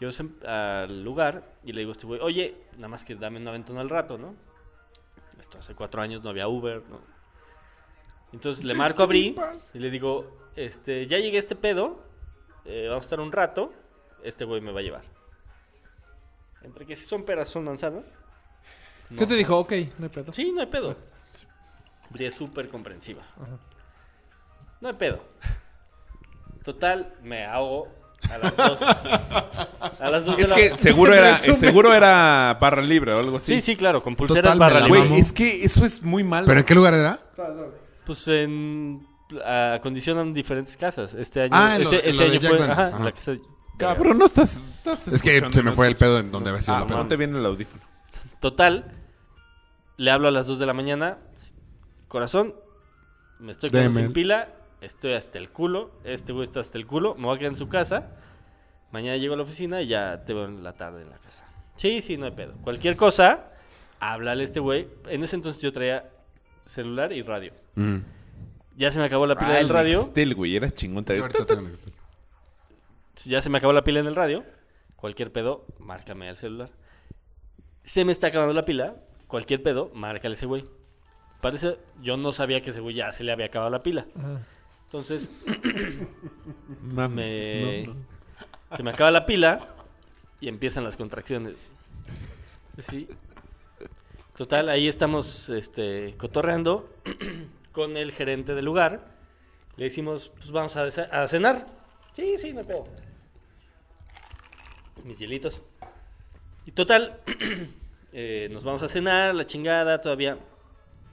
B: yo sem- al lugar y le digo a este güey, oye, nada más que dame un aventón al rato, ¿no? Esto hace cuatro años no había Uber, ¿no? Entonces le marco a Bri y le digo, este, ya llegué a este pedo, eh, vamos a estar un rato, este güey me va a llevar. Entre que si son peras, son manzanas.
C: ¿Qué
B: no sé.
C: te dijo? Ok, no hay pedo.
B: Sí, no hay pedo. Bri es súper comprensiva.
C: Ajá.
B: No hay pedo. Total, me ahogo a las dos. A las dos de
D: Es
B: la- <laughs>
D: que seguro era,
C: Resumen.
D: seguro era barra libre o algo así.
B: Sí, sí, claro, con pulseras
E: Total, me
B: barra
E: la
B: libre.
E: mamó.
D: Güey, es que eso es muy malo.
E: ¿Pero en qué lugar era?
B: Pues en... ah, Acondicionan diferentes casas. Este año,
E: Ah, en lo
B: este,
E: de- en
B: este
E: lo de
B: año
E: Jack
B: fue.
E: Daniels,
B: ajá,
E: ajá.
B: la casa de-
D: Cabrón, no estás. estás
E: Es que se me fue el pedo en donde había sido
D: Ah,
E: la
D: no
E: pedo.
D: te viene el audífono.
B: Total, le hablo a las 2 de la mañana. Corazón, me estoy quedando
E: Deme.
B: sin pila. Estoy hasta el culo. Este güey está hasta el culo. Me voy a quedar en su casa. Mañana llego a la oficina y ya te veo en la tarde en la casa. Sí, sí, no hay pedo. Cualquier cosa, háblale a este güey. En ese entonces yo traía celular y radio.
E: Mm.
B: Ya se me acabó la pila del
D: Ah,
B: radio.
D: Nextel, güey, era chingón.
E: Yo ahorita tengo que estar.
B: ya se me acabó la pila en el radio. Cualquier pedo, márcame al celular. Se me está acabando la pila. Cualquier pedo, márcale a ese güey. Parece, yo no sabía que ese güey ya se le había acabado la pila.
C: Ajá.
B: Entonces,
D: Mames,
B: me-
D: no, no.
B: se me acaba la pila y empiezan las contracciones. Pues Sí. Total, ahí estamos este, cotorreando <clears throat> con el gerente del lugar. Le decimos, pues vamos a, desa- a cenar. Sí, sí, no hay pedo. Mis hielitos. Y total, <clears throat> eh, nos vamos a cenar, la chingada, todavía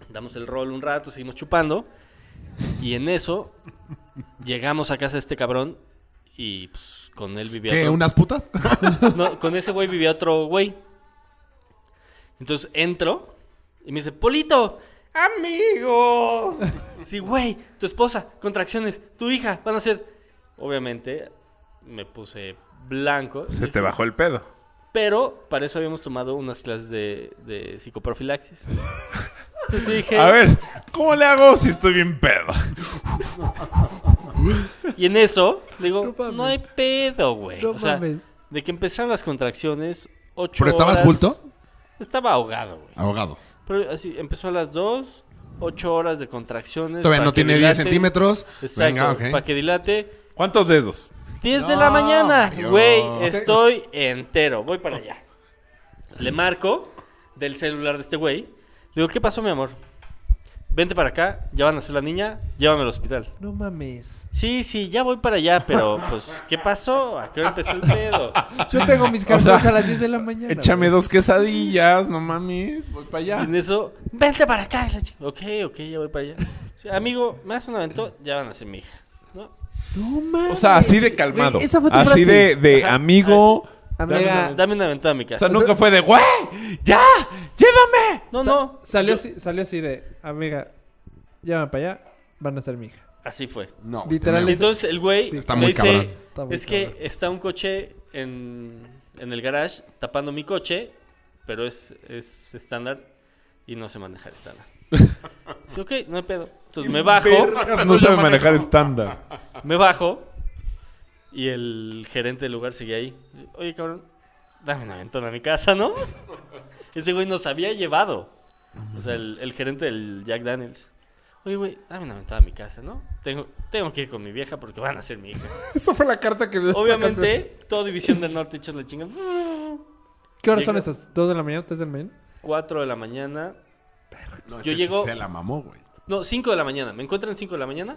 B: damos el rol un rato, seguimos chupando. Y en eso, llegamos a casa de este cabrón y pues, con él vivía
E: ¿Qué?
B: todo-
E: ¿Unas putas?
B: <laughs> no, con ese güey vivía otro güey. Entonces entro y me dice, Polito, amigo. Sí, güey, tu esposa, contracciones, tu hija, van a ser... Obviamente me puse blanco.
D: Se te bajó el pedo.
B: Pero para eso habíamos tomado unas clases de, de
C: <laughs>
B: psicoprofilaxis. Entonces dije...
D: A ver, ¿cómo le hago si estoy bien pedo? <laughs>
B: Y en eso, le digo,
C: No
B: no,
C: mames.
B: hay pedo, güey.
C: No
B: o sea,
C: mames.
B: de que empezaron las contracciones, ocho
E: ¿Pero estabas
B: horas-
E: bulto?
B: Estaba ahogado, güey.
E: Ahogado.
B: Pero así, empezó a las 2, 8 horas de contracciones.
E: Todavía
B: para
E: no
B: que
E: tiene 10
B: dilate.
E: centímetros.
B: Exacto,
E: Venga,
B: para
E: ok.
B: que dilate.
D: ¿Cuántos dedos?
B: 10 de
E: No,
B: la mañana,
E: Mario.
B: güey, estoy entero, voy para allá. Le marco del celular de este güey. Le digo, ¿qué pasó, mi amor? Vente para acá, ya van a ser la niña, llévame al hospital.
C: No mames.
B: Sí, sí, ya voy para allá, pero pues, ¿qué pasó? ¿A qué hora empezó el pedo?
C: Yo tengo
D: <laughs>
C: mis cartas
D: sea,
C: a las 10 de la
D: <laughs>
C: mañana.
D: Échame
C: güey.
D: dos quesadillas, no mames. Voy para
B: Y
D: allá.
B: en eso, vente para acá. Y la chica, ok, ok, ya voy para allá. Sí, amigo, me das un aventón, ya van a ser mi hija. ¿no?
C: No mames.
D: O sea, así de calmado.
C: Güey, esa fue tu
D: así
C: frase.
D: de, de amigo.
C: Amiga.
D: Dame una-
B: Dame un aventón a mi
D: O
B: casa.
D: sea, nunca fue de, güey, ya, llévame.
B: no,
C: Sa-
B: no.
C: Salió,
B: yo-
C: así, salió así de, amiga, llama para allá, van a ser mi hija.
B: Así fue.
E: No,
C: Literal,
E: tenía-
B: Entonces el güey
C: Sí.
E: Está
B: me
E: muy
B: dice,
E: cabrón.
C: Está muy
B: es que
C: cabrón.
B: está un coche en, en el garage tapando mi coche, pero es, es estándar y no sé manejar
C: <laughs>
B: estándar.
D: <laughs>
B: Dice, ok, no hay pedo. Entonces me bajo,
D: No sabe manejar estándar.
B: me bajo, Y el gerente del lugar seguía ahí. Oye, cabrón, dame una ventana a mi casa,
C: <laughs>
B: ¿no? Ese güey nos había llevado. O sea, el, el gerente del Jack Daniels. Oye, güey, dame una ventana a mi casa, ¿no? Tengo, tengo que ir con mi vieja porque van a ser mi hija.
C: Esa fue la carta <laughs> que me sacaste.
B: Obviamente, toda División del Norte echó la chinga. Mm,
C: ¿Qué horas son
B: Llegó-
C: estas? ¿Dos de la mañana? ¿Tres del mañana?
B: 4 de la mañana.
E: No, es
B: Yo
E: que
B: llego-
E: Se la mamó, güey.
B: No, 5 de la mañana. ¿Me encuentran 5 de la mañana?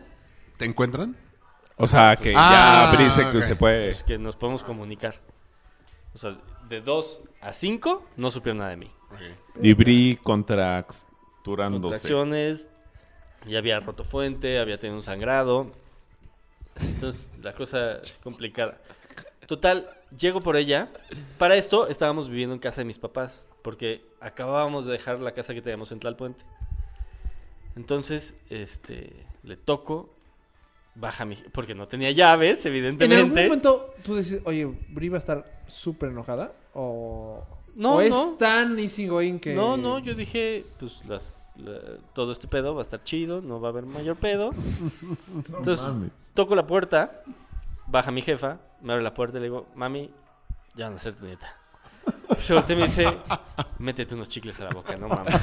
E: ¿Te encuentran?
D: O sea, que
E: Ah,
D: ya abrirse que
E: ok.
D: se puede.
B: Pues que nos podemos comunicar. O sea, de 2 a 5 no supieron nada de mí.
D: Dibri contracturándose.
B: Contracciones, ya había roto fuente, había tenido un sangrado. Entonces, la cosa es complicada. Total, llego por ella. Para esto estábamos viviendo en casa de mis papás, porque acabábamos de dejar la casa que teníamos en Tlalpuente. Entonces, este, le toco, baja mi... porque no tenía llaves,
C: En
B: evidentemente.
C: algún momento tú dices, oye, Bri va a estar súper enojada. O.
B: No,
C: o es
B: no.
C: tan easygoing que.
B: No, no, yo dije, pues las, la- todo este pedo va a estar chido, no va a haber mayor pedo. Entonces, toco la puerta, baja mi jefa, me abre la puerta y le digo, mami, ya van a ser tu nieta. Se voltea y me dice, métete unos chicles a la boca, no mames.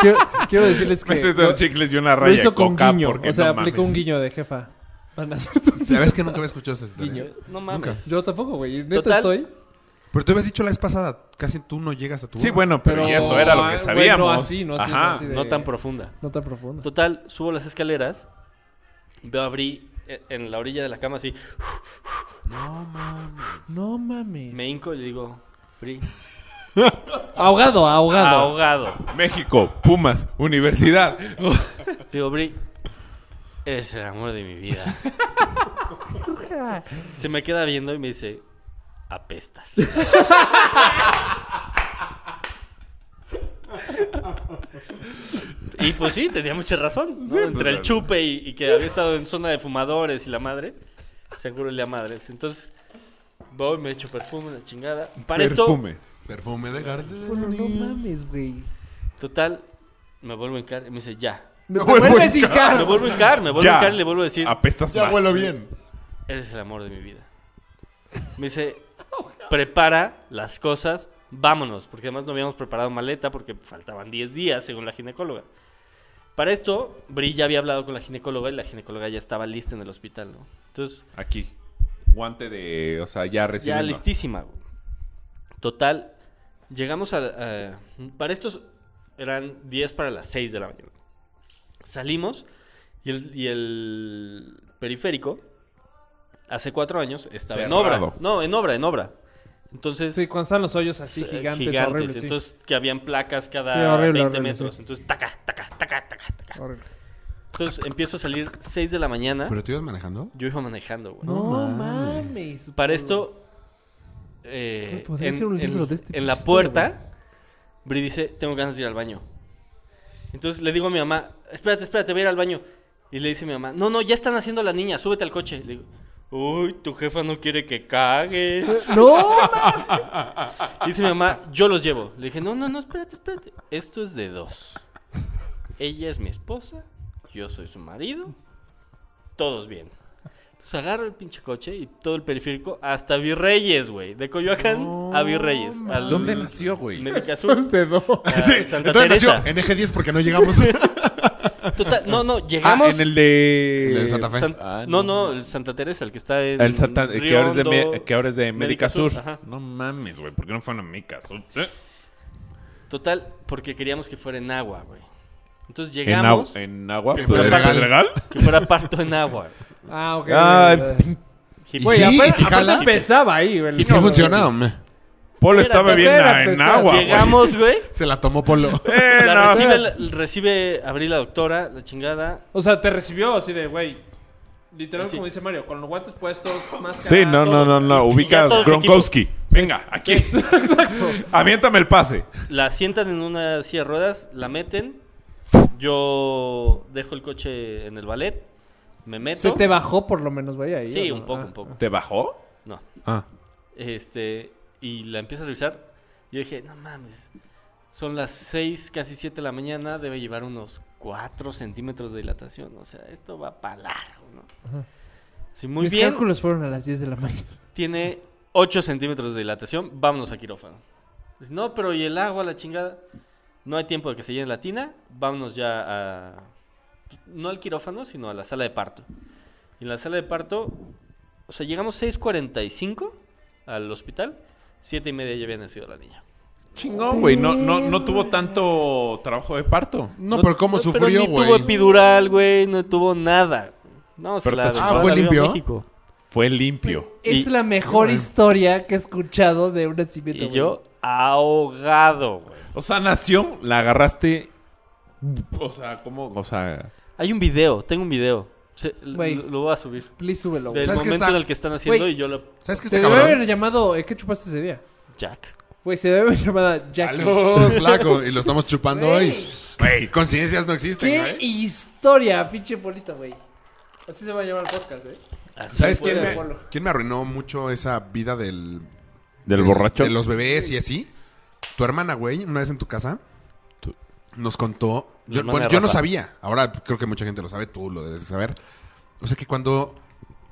C: Quiero, quiero
D: <laughs>
C: decirles que.
D: Métete los chicles y una
C: lo
D: raya
C: hizo
D: de
C: con
D: coca
C: guiño.
D: porque
C: O sea,
D: no
C: aplicó un
D: mames.
C: guiño de jefa. Van a hacer
E: ¿Sabes que nunca había escuchado esa historia?
C: Niño.
B: No mames.
C: Yo tampoco, güey. Neta
B: Total.
C: estoy.
E: Pero tú habías dicho la vez pasada, casi tú no llegas a tu
D: Sí,
E: boda.
D: bueno, pero,
C: Pero-
D: y eso era lo
C: Ah,
D: que
C: güey,
D: sabíamos.
C: no así, no así, no
D: Ajá.
C: así de-
B: No tan profunda.
C: No tan profundo.
B: Total, subo las escaleras, veo a Bri eh, en la orilla de la cama así,
E: No mames.
C: No mames.
B: me hinco y le digo, Bri,
C: Ahogado, ahogado.
B: ahogado.
D: México, Pumas,
C: <laughs>
D: Universidad.
B: Digo, Bri, eres el amor de mi vida.
D: <laughs>
B: Se me queda viendo y me dice, apestas. y pues sí, tenía mucha razón. ¿no? Entre el
D: claro.
B: chupe y, y que había estado en zona de fumadores y la madre, seguro le a madres. Entonces, voy, me echo perfume, la chingada. Para
D: Perfume.
E: Perfume de Gardel.
C: Bueno, no mames, güey.
B: esto, total, me vuelvo a hincar y me dice, ya.
C: Me
E: Me
C: vuelvo
E: vuelvo
C: a
E: en cara.
B: Me vuelvo a hincar, me vuelvo a
D: Ah, Ya.
B: hincar y le vuelvo a decir,
D: Apestas
E: Ya
D: más.
E: vuelo bien.
B: Eres el amor de mi vida. Me dice, prepara las cosas, vámonos, porque además no habíamos preparado maleta porque faltaban 10 días, según la ginecóloga. Para esto, Bri ya había hablado con la ginecóloga y la ginecóloga ya estaba lista en el hospital, ¿no? Entonces,
D: Aquí. Guante de, o sea, ya recién.
B: ya listísima. güey. Total, llegamos a... a- para estos eran 10 para las 6 de la mañana. Salimos y el, y el periférico, hace cuatro años, estaba en
D: Cerrado.
B: obra. No, en obra, en obra. Entonces...
C: Sí, cuando están los hoyos así
B: eh,
C: gigantes, horribles. sí.
B: Entonces, que habían placas cada
C: Sí,
B: 20
C: horrible, horrible,
B: metros.
C: sí.
B: Entonces, taca, taca, taca, taca, taca.
C: Horrible.
B: Entonces, empiezo a salir 6 de la
C: ¿Ah?
B: mañana.
E: ¿Pero tú ibas manejando?
B: Yo iba manejando, güey.
C: No
E: mames.
C: mames.
B: Para
C: bro.
B: esto, eh,
C: Podría
B: en,
C: ser un
B: en-
C: libro de este
B: en la
C: pinche historia,
B: puerta, Bri dice, tengo ganas de ir al baño. Entonces le digo a mi mamá, espérate, espérate, voy a ir al baño. Y le dice mi mamá, no, no, ya están haciendo la niña, súbete al coche. Le digo, uy, tu jefa no quiere que cagues.
C: No mames.
B: Dice mi mamá, yo los llevo. Le dije, no, no, no, espérate, espérate. Esto es de dos. Ella es mi esposa, yo soy su marido, todos bien. Entonces agarro el pinche coche y todo el periférico hasta Virreyes, güey. De Coyoacán a Virreyes. al
D: ¿Dónde nació, güey? Ah, <laughs>
B: Médica Sur.
C: De dos.
B: a
E: Sí,
B: Santa
E: entonces
B: Teresa.
E: nació en eje 10 porque no llegamos. <laughs>
B: Total, no, no,
D: Ah,
B: llegamos.
D: en el de.
E: El de Santa Fe.
B: San-
D: Ah,
B: no,
D: no.
B: no, el Santa Teresa, el que está en.
D: El Santa- que, ahora es de,
B: Riondo,
D: Me- que ahora es de Médica Sur.
B: ajá.
D: No mames, güey. ¿Por qué no fueron a Médica Sur? Eh.
B: Total, porque queríamos que fuera en agua, güey. Entonces
D: ¿En, agua?
B: llegamos.
D: ¿En agua?
E: En
D: ¿Pero
E: Pedregal.
D: Pedregal?
B: Que fuera parto en agua.
C: <laughs> Ah, ok.
D: Ay,
B: Hippie.
E: Güey, ¿Y sí?
C: apenas-
E: ¿Y si
C: apenas
E: jala?
C: empezaba ahí, güey.
E: ¿Y si funcionaba? me.
D: Polo estaba
C: Espérate,
D: bien a-
C: espérate,
D: en
C: espérate.
D: agua. güey.
B: Llegamos, güey.
E: Se la tomó Polo.
D: Eh,
B: La
D: no.
B: recibe, la- recibe Abril la doctora, la chingada.
C: O sea, te recibió así de, güey. Literal,
B: Sí.
C: como dice Mario, con los guantes puestos, máscara.
D: Sí, no, no, no,
C: todo.
D: no. Ubicas
B: todos
D: Gronkowski. Venga, aquí.
B: <laughs>
D: Aviéntame el pase.
B: La sientan en una silla de ruedas, la meten. Yo dejo el coche en el ballet, me meto.
C: Se te bajó por lo menos, güey, ahí.
B: Sí,
C: ¿o no?
B: un poco,
C: Ah.
B: un poco.
D: ¿Te bajó?
B: No.
D: Ah.
B: Este, y la empieza a revisar. Yo dije, no mames. Son las 6, casi 7 de la mañana, debe llevar unos 4 centímetros de dilatación. O sea, esto va para largo, ¿no? Sí, muy
C: Mis
B: bien.
C: cálculos fueron a las 10 de la mañana.
B: Tiene 8 centímetros de dilatación. Vámonos a quirófano. Dice, no, pero y el agua, la chingada. No hay tiempo de que se llene la tina. Vámonos ya a. No al quirófano, sino a la sala de parto. Y en la sala de parto, o sea, llegamos 6.45 al hospital. Siete y media ya había nacido la niña.
D: Chingón, güey. No, no, no tuvo tanto trabajo de parto.
E: No, pero cómo
B: no, pero
E: sufrió,
B: ni tuvo
E: güey.
B: epidural, güey. No tuvo nada. No, se
D: Pero
B: la
D: te-
E: Ah,
B: la
E: ¿fue
B: dio a
E: limpio?
B: México.
D: Fue limpio.
C: Es
B: Y-
C: la mejor
E: Uy.
C: historia que he escuchado de un nacimiento.
B: Y
C: güey.
B: yo ahogado, güey.
D: O sea, nació, la agarraste. O sea, ¿cómo? O sea,
B: Hay un video, tengo un video. Se- l-
C: Güey.
B: lo, lo voy a subir.
C: Please súbelo, güey.
B: Del
E: ¿Sabes qué
B: momento
E: está?
B: en el que están haciendo
C: Güey.
B: y yo lo...
E: ¿Sabes qué
C: Se
E: está
C: debe haber
E: cabrón?
C: llamado... ¿eh? ¿Qué chupaste ese día?
B: Jack.
C: Güey, se debe haber llamado Jackie.
E: Salud, flaco. Y lo estamos chupando
C: Güey.
E: hoy. Güey, conciencias no existen,
C: ¡Qué
E: güey.
C: historia, pinche Polito, güey! Así se va a llamar el podcast, ¿eh?
B: Así
E: ¿Sabes
B: puede.
E: quién me,
C: abuelo.
E: quién me arruinó mucho esa vida del...
D: del
E: de-
D: borracho.
E: Eh, De los bebés y así. Tu hermana, güey, una vez en tu casa,
D: Tu-
E: nos contó...
B: Mi
E: Yo,
B: hermana
E: bueno, yo no
B: Rafa.
E: sabía. Ahora creo que mucha gente lo sabe. Tú lo debes de saber. O sea, que cuando,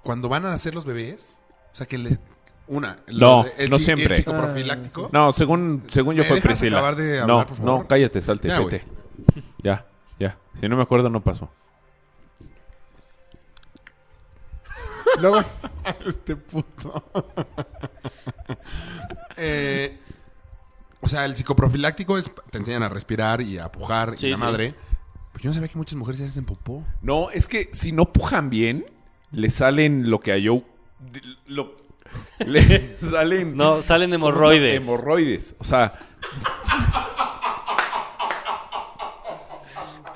E: cuando van a nacer los bebés... O sea, que le... Una...
D: No,
E: lo- el
D: no
E: psi-
D: siempre.
E: El psicoprofiláctico.
D: No, según, según yo
E: ¿Me
D: fue
E: dejas
D: Priscila.
E: acabar de hablar,
D: no,
E: por favor?
D: no, cállate, salte,
E: Ya,
D: vete. Ya, ya. Si no me acuerdo, no pasó.
C: Luego,
E: <laughs> Este puto. <laughs> Eh, o sea, el psicoprofiláctico es. Te enseñan a respirar y a pujar
B: Sí,
E: y la
B: sí.
E: madre. Pero yo no sabía que muchas mujeres se hacen popó.
D: No, es que si no pujan bien, le salen lo que a Joe. de- Lo, <laughs> le salen.
B: No, salen hemorroides.
D: Hemorroides. O sea, <laughs>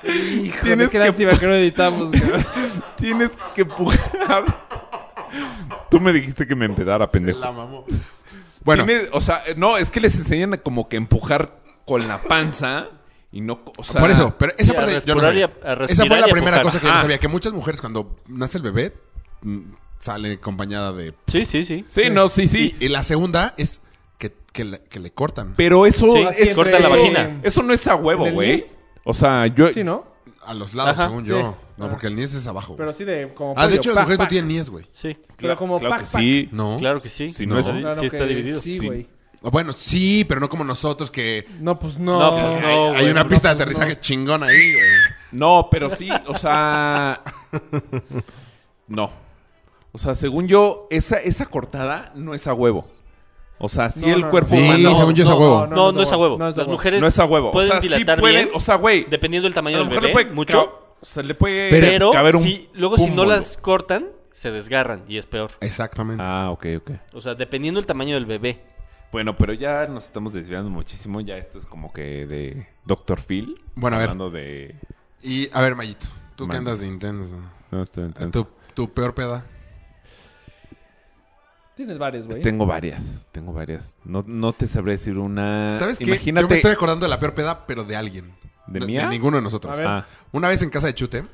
C: hijo,
D: Tienes
C: qué
D: que-
C: lástima que no
D: <laughs>
C: editamos, cabrón.
D: tienes que pujar. Tú me dijiste que me empedara, pendejo.
E: La mamó. Bueno,
D: Tiene- o sea, no, es que les enseñan a como que empujar con la panza y no. co- O sea,
E: por eso, pero esa
B: Sí, a
E: parte yo no
B: respirar y a-
E: sabía.
B: a
E: Esa
B: respirar
E: fue la
B: y a
E: primera
B: pujar.
E: cosa que yo no
D: Ajá.
E: sabía. Que muchas mujeres cuando nace el bebé mm, sale acompañada de.
B: Sí, sí, sí.
D: Sí, no, sí, sí.
E: Y la segunda es que, que le, que le cortan
D: Pero eso.
B: Sí,
D: es-
B: siempre. corta la
D: eso-
B: vagina.
D: Eso no es a huevo,
C: ¿En el
D: güey.
C: niés?
D: O sea, yo.
C: Sí, ¿no?
E: a los lados,
B: Ajá,
E: según
C: sí.
E: yo. No,
C: Ah.
E: porque el niés es abajo.
C: Pero sí de como
E: ah, de
C: pollo,
E: hecho,
C: pac,
E: las mujeres no
C: pac.
E: tienen niés, güey.
B: Sí,
C: Pero como
D: claro
C: pac,
D: que
C: pac.
D: sí.
E: No.
B: claro que sí.
D: Sí,
B: Sí,
D: no,
E: no.
C: Claro
B: está
C: que
B: dividido.
C: Sí,
D: Sí.
C: güey.
E: Bueno, sí, pero no como nosotros que
C: No, pues no.
B: No, pues no.
E: Hay
B: güey,
E: una
B: no,
E: pista de
C: pues,
E: aterrizaje
C: no.
E: chingón ahí, güey.
D: No, pero sí, o sea. <laughs> No. O sea, según yo, esa, esa cortada no es a huevo. O sea, sí
C: No,
D: el
C: no, no.
D: cuerpo
E: Sí,
D: humano.
E: según yo es a huevo.
B: No, no, es a huevo.
C: no es
B: Las
C: a huevo.
B: mujeres
D: No es a huevo. O
B: pueden
D: sea, sí
B: dilatar
D: pueden.
B: bien,
D: O sea, güey.
B: dependiendo del
D: A
B: tamaño
D: lo
B: del
D: mejor
B: bebé,
D: le puede.
B: mucho.
D: Se le puede
B: Pero,
D: caber un.
B: si- luego si no
D: pómulo.
B: las cortan, se desgarran y es peor.
E: Exactamente.
D: Ah, ok, ok.
B: O sea, dependiendo del tamaño del bebé.
D: Bueno, pero ya nos estamos desviando muchísimo. Ya esto es como que de Dr. Phil.
E: Bueno, a ver.
D: Hablando de.
E: Y, a ver, Mayito, tú
D: Mande.
E: que andas de intenso.
D: No, estoy intenso.
E: Tu, tu peor peda.
C: Tienes varios, güey.
E: Este,
D: Tengo varias, tengo varias. No, no te sabré decir una.
E: ¿Sabes qué?
D: Imagínate.
E: Yo me estoy acordando de la peor peda, pero de alguien.
D: ¿De
E: No-
D: mía?
E: De ninguno de nosotros.
C: A ver.
D: Ah,
E: Una vez en casa de Chute,